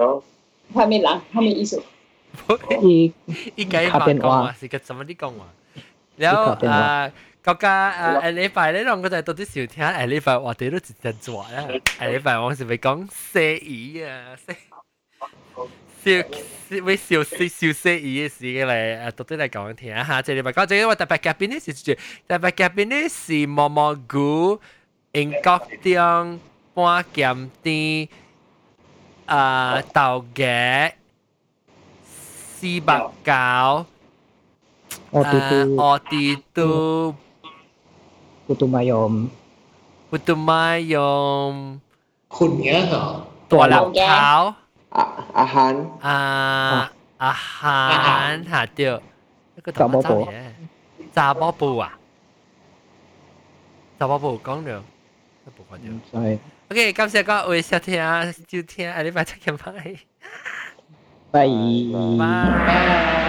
[SPEAKER 5] ถ้าไม่หลังถ้าไม่อีสุด
[SPEAKER 1] 啊
[SPEAKER 6] 伊
[SPEAKER 1] อีกไงมาก้องว่ะสิก็สมัยที่ก้องว่ะแล้วอ่าก็ก็อ่าอันนี้ไปแล้วลองก็จะตัวที่สิวที่อันนี้ไปว่าเดี๋ยวจะจะจวดอ่ะอันนี้ไปว่าจะไปก้องเสียอีอ่ะเสีย 笑为笑死笑死而嘅事嘅嚟，誒讀啲嚟講聽下。即係你咪講，即係我特別夾邊啲事住，特別夾邊啲事毛毛菇、英國丁、半鹹丁、啊豆嘅、四百九、
[SPEAKER 6] 我
[SPEAKER 1] 啊
[SPEAKER 6] 嘟嘟
[SPEAKER 1] 我哋都
[SPEAKER 6] 我嘟咪用
[SPEAKER 1] 不都買用
[SPEAKER 4] คุณเนี้ยเหรอ
[SPEAKER 1] 大藍袍
[SPEAKER 10] 啊阿涵
[SPEAKER 1] 啊啊喊下掉，一個
[SPEAKER 6] 雜波布
[SPEAKER 1] 嘢。炸波布啊，炸波布讲了，都冇讲
[SPEAKER 6] 唔
[SPEAKER 1] 了。
[SPEAKER 6] 知
[SPEAKER 1] OK，感谢各位收听啊，收听啊，你拜七日拜。
[SPEAKER 15] 拜。
[SPEAKER 6] 拜。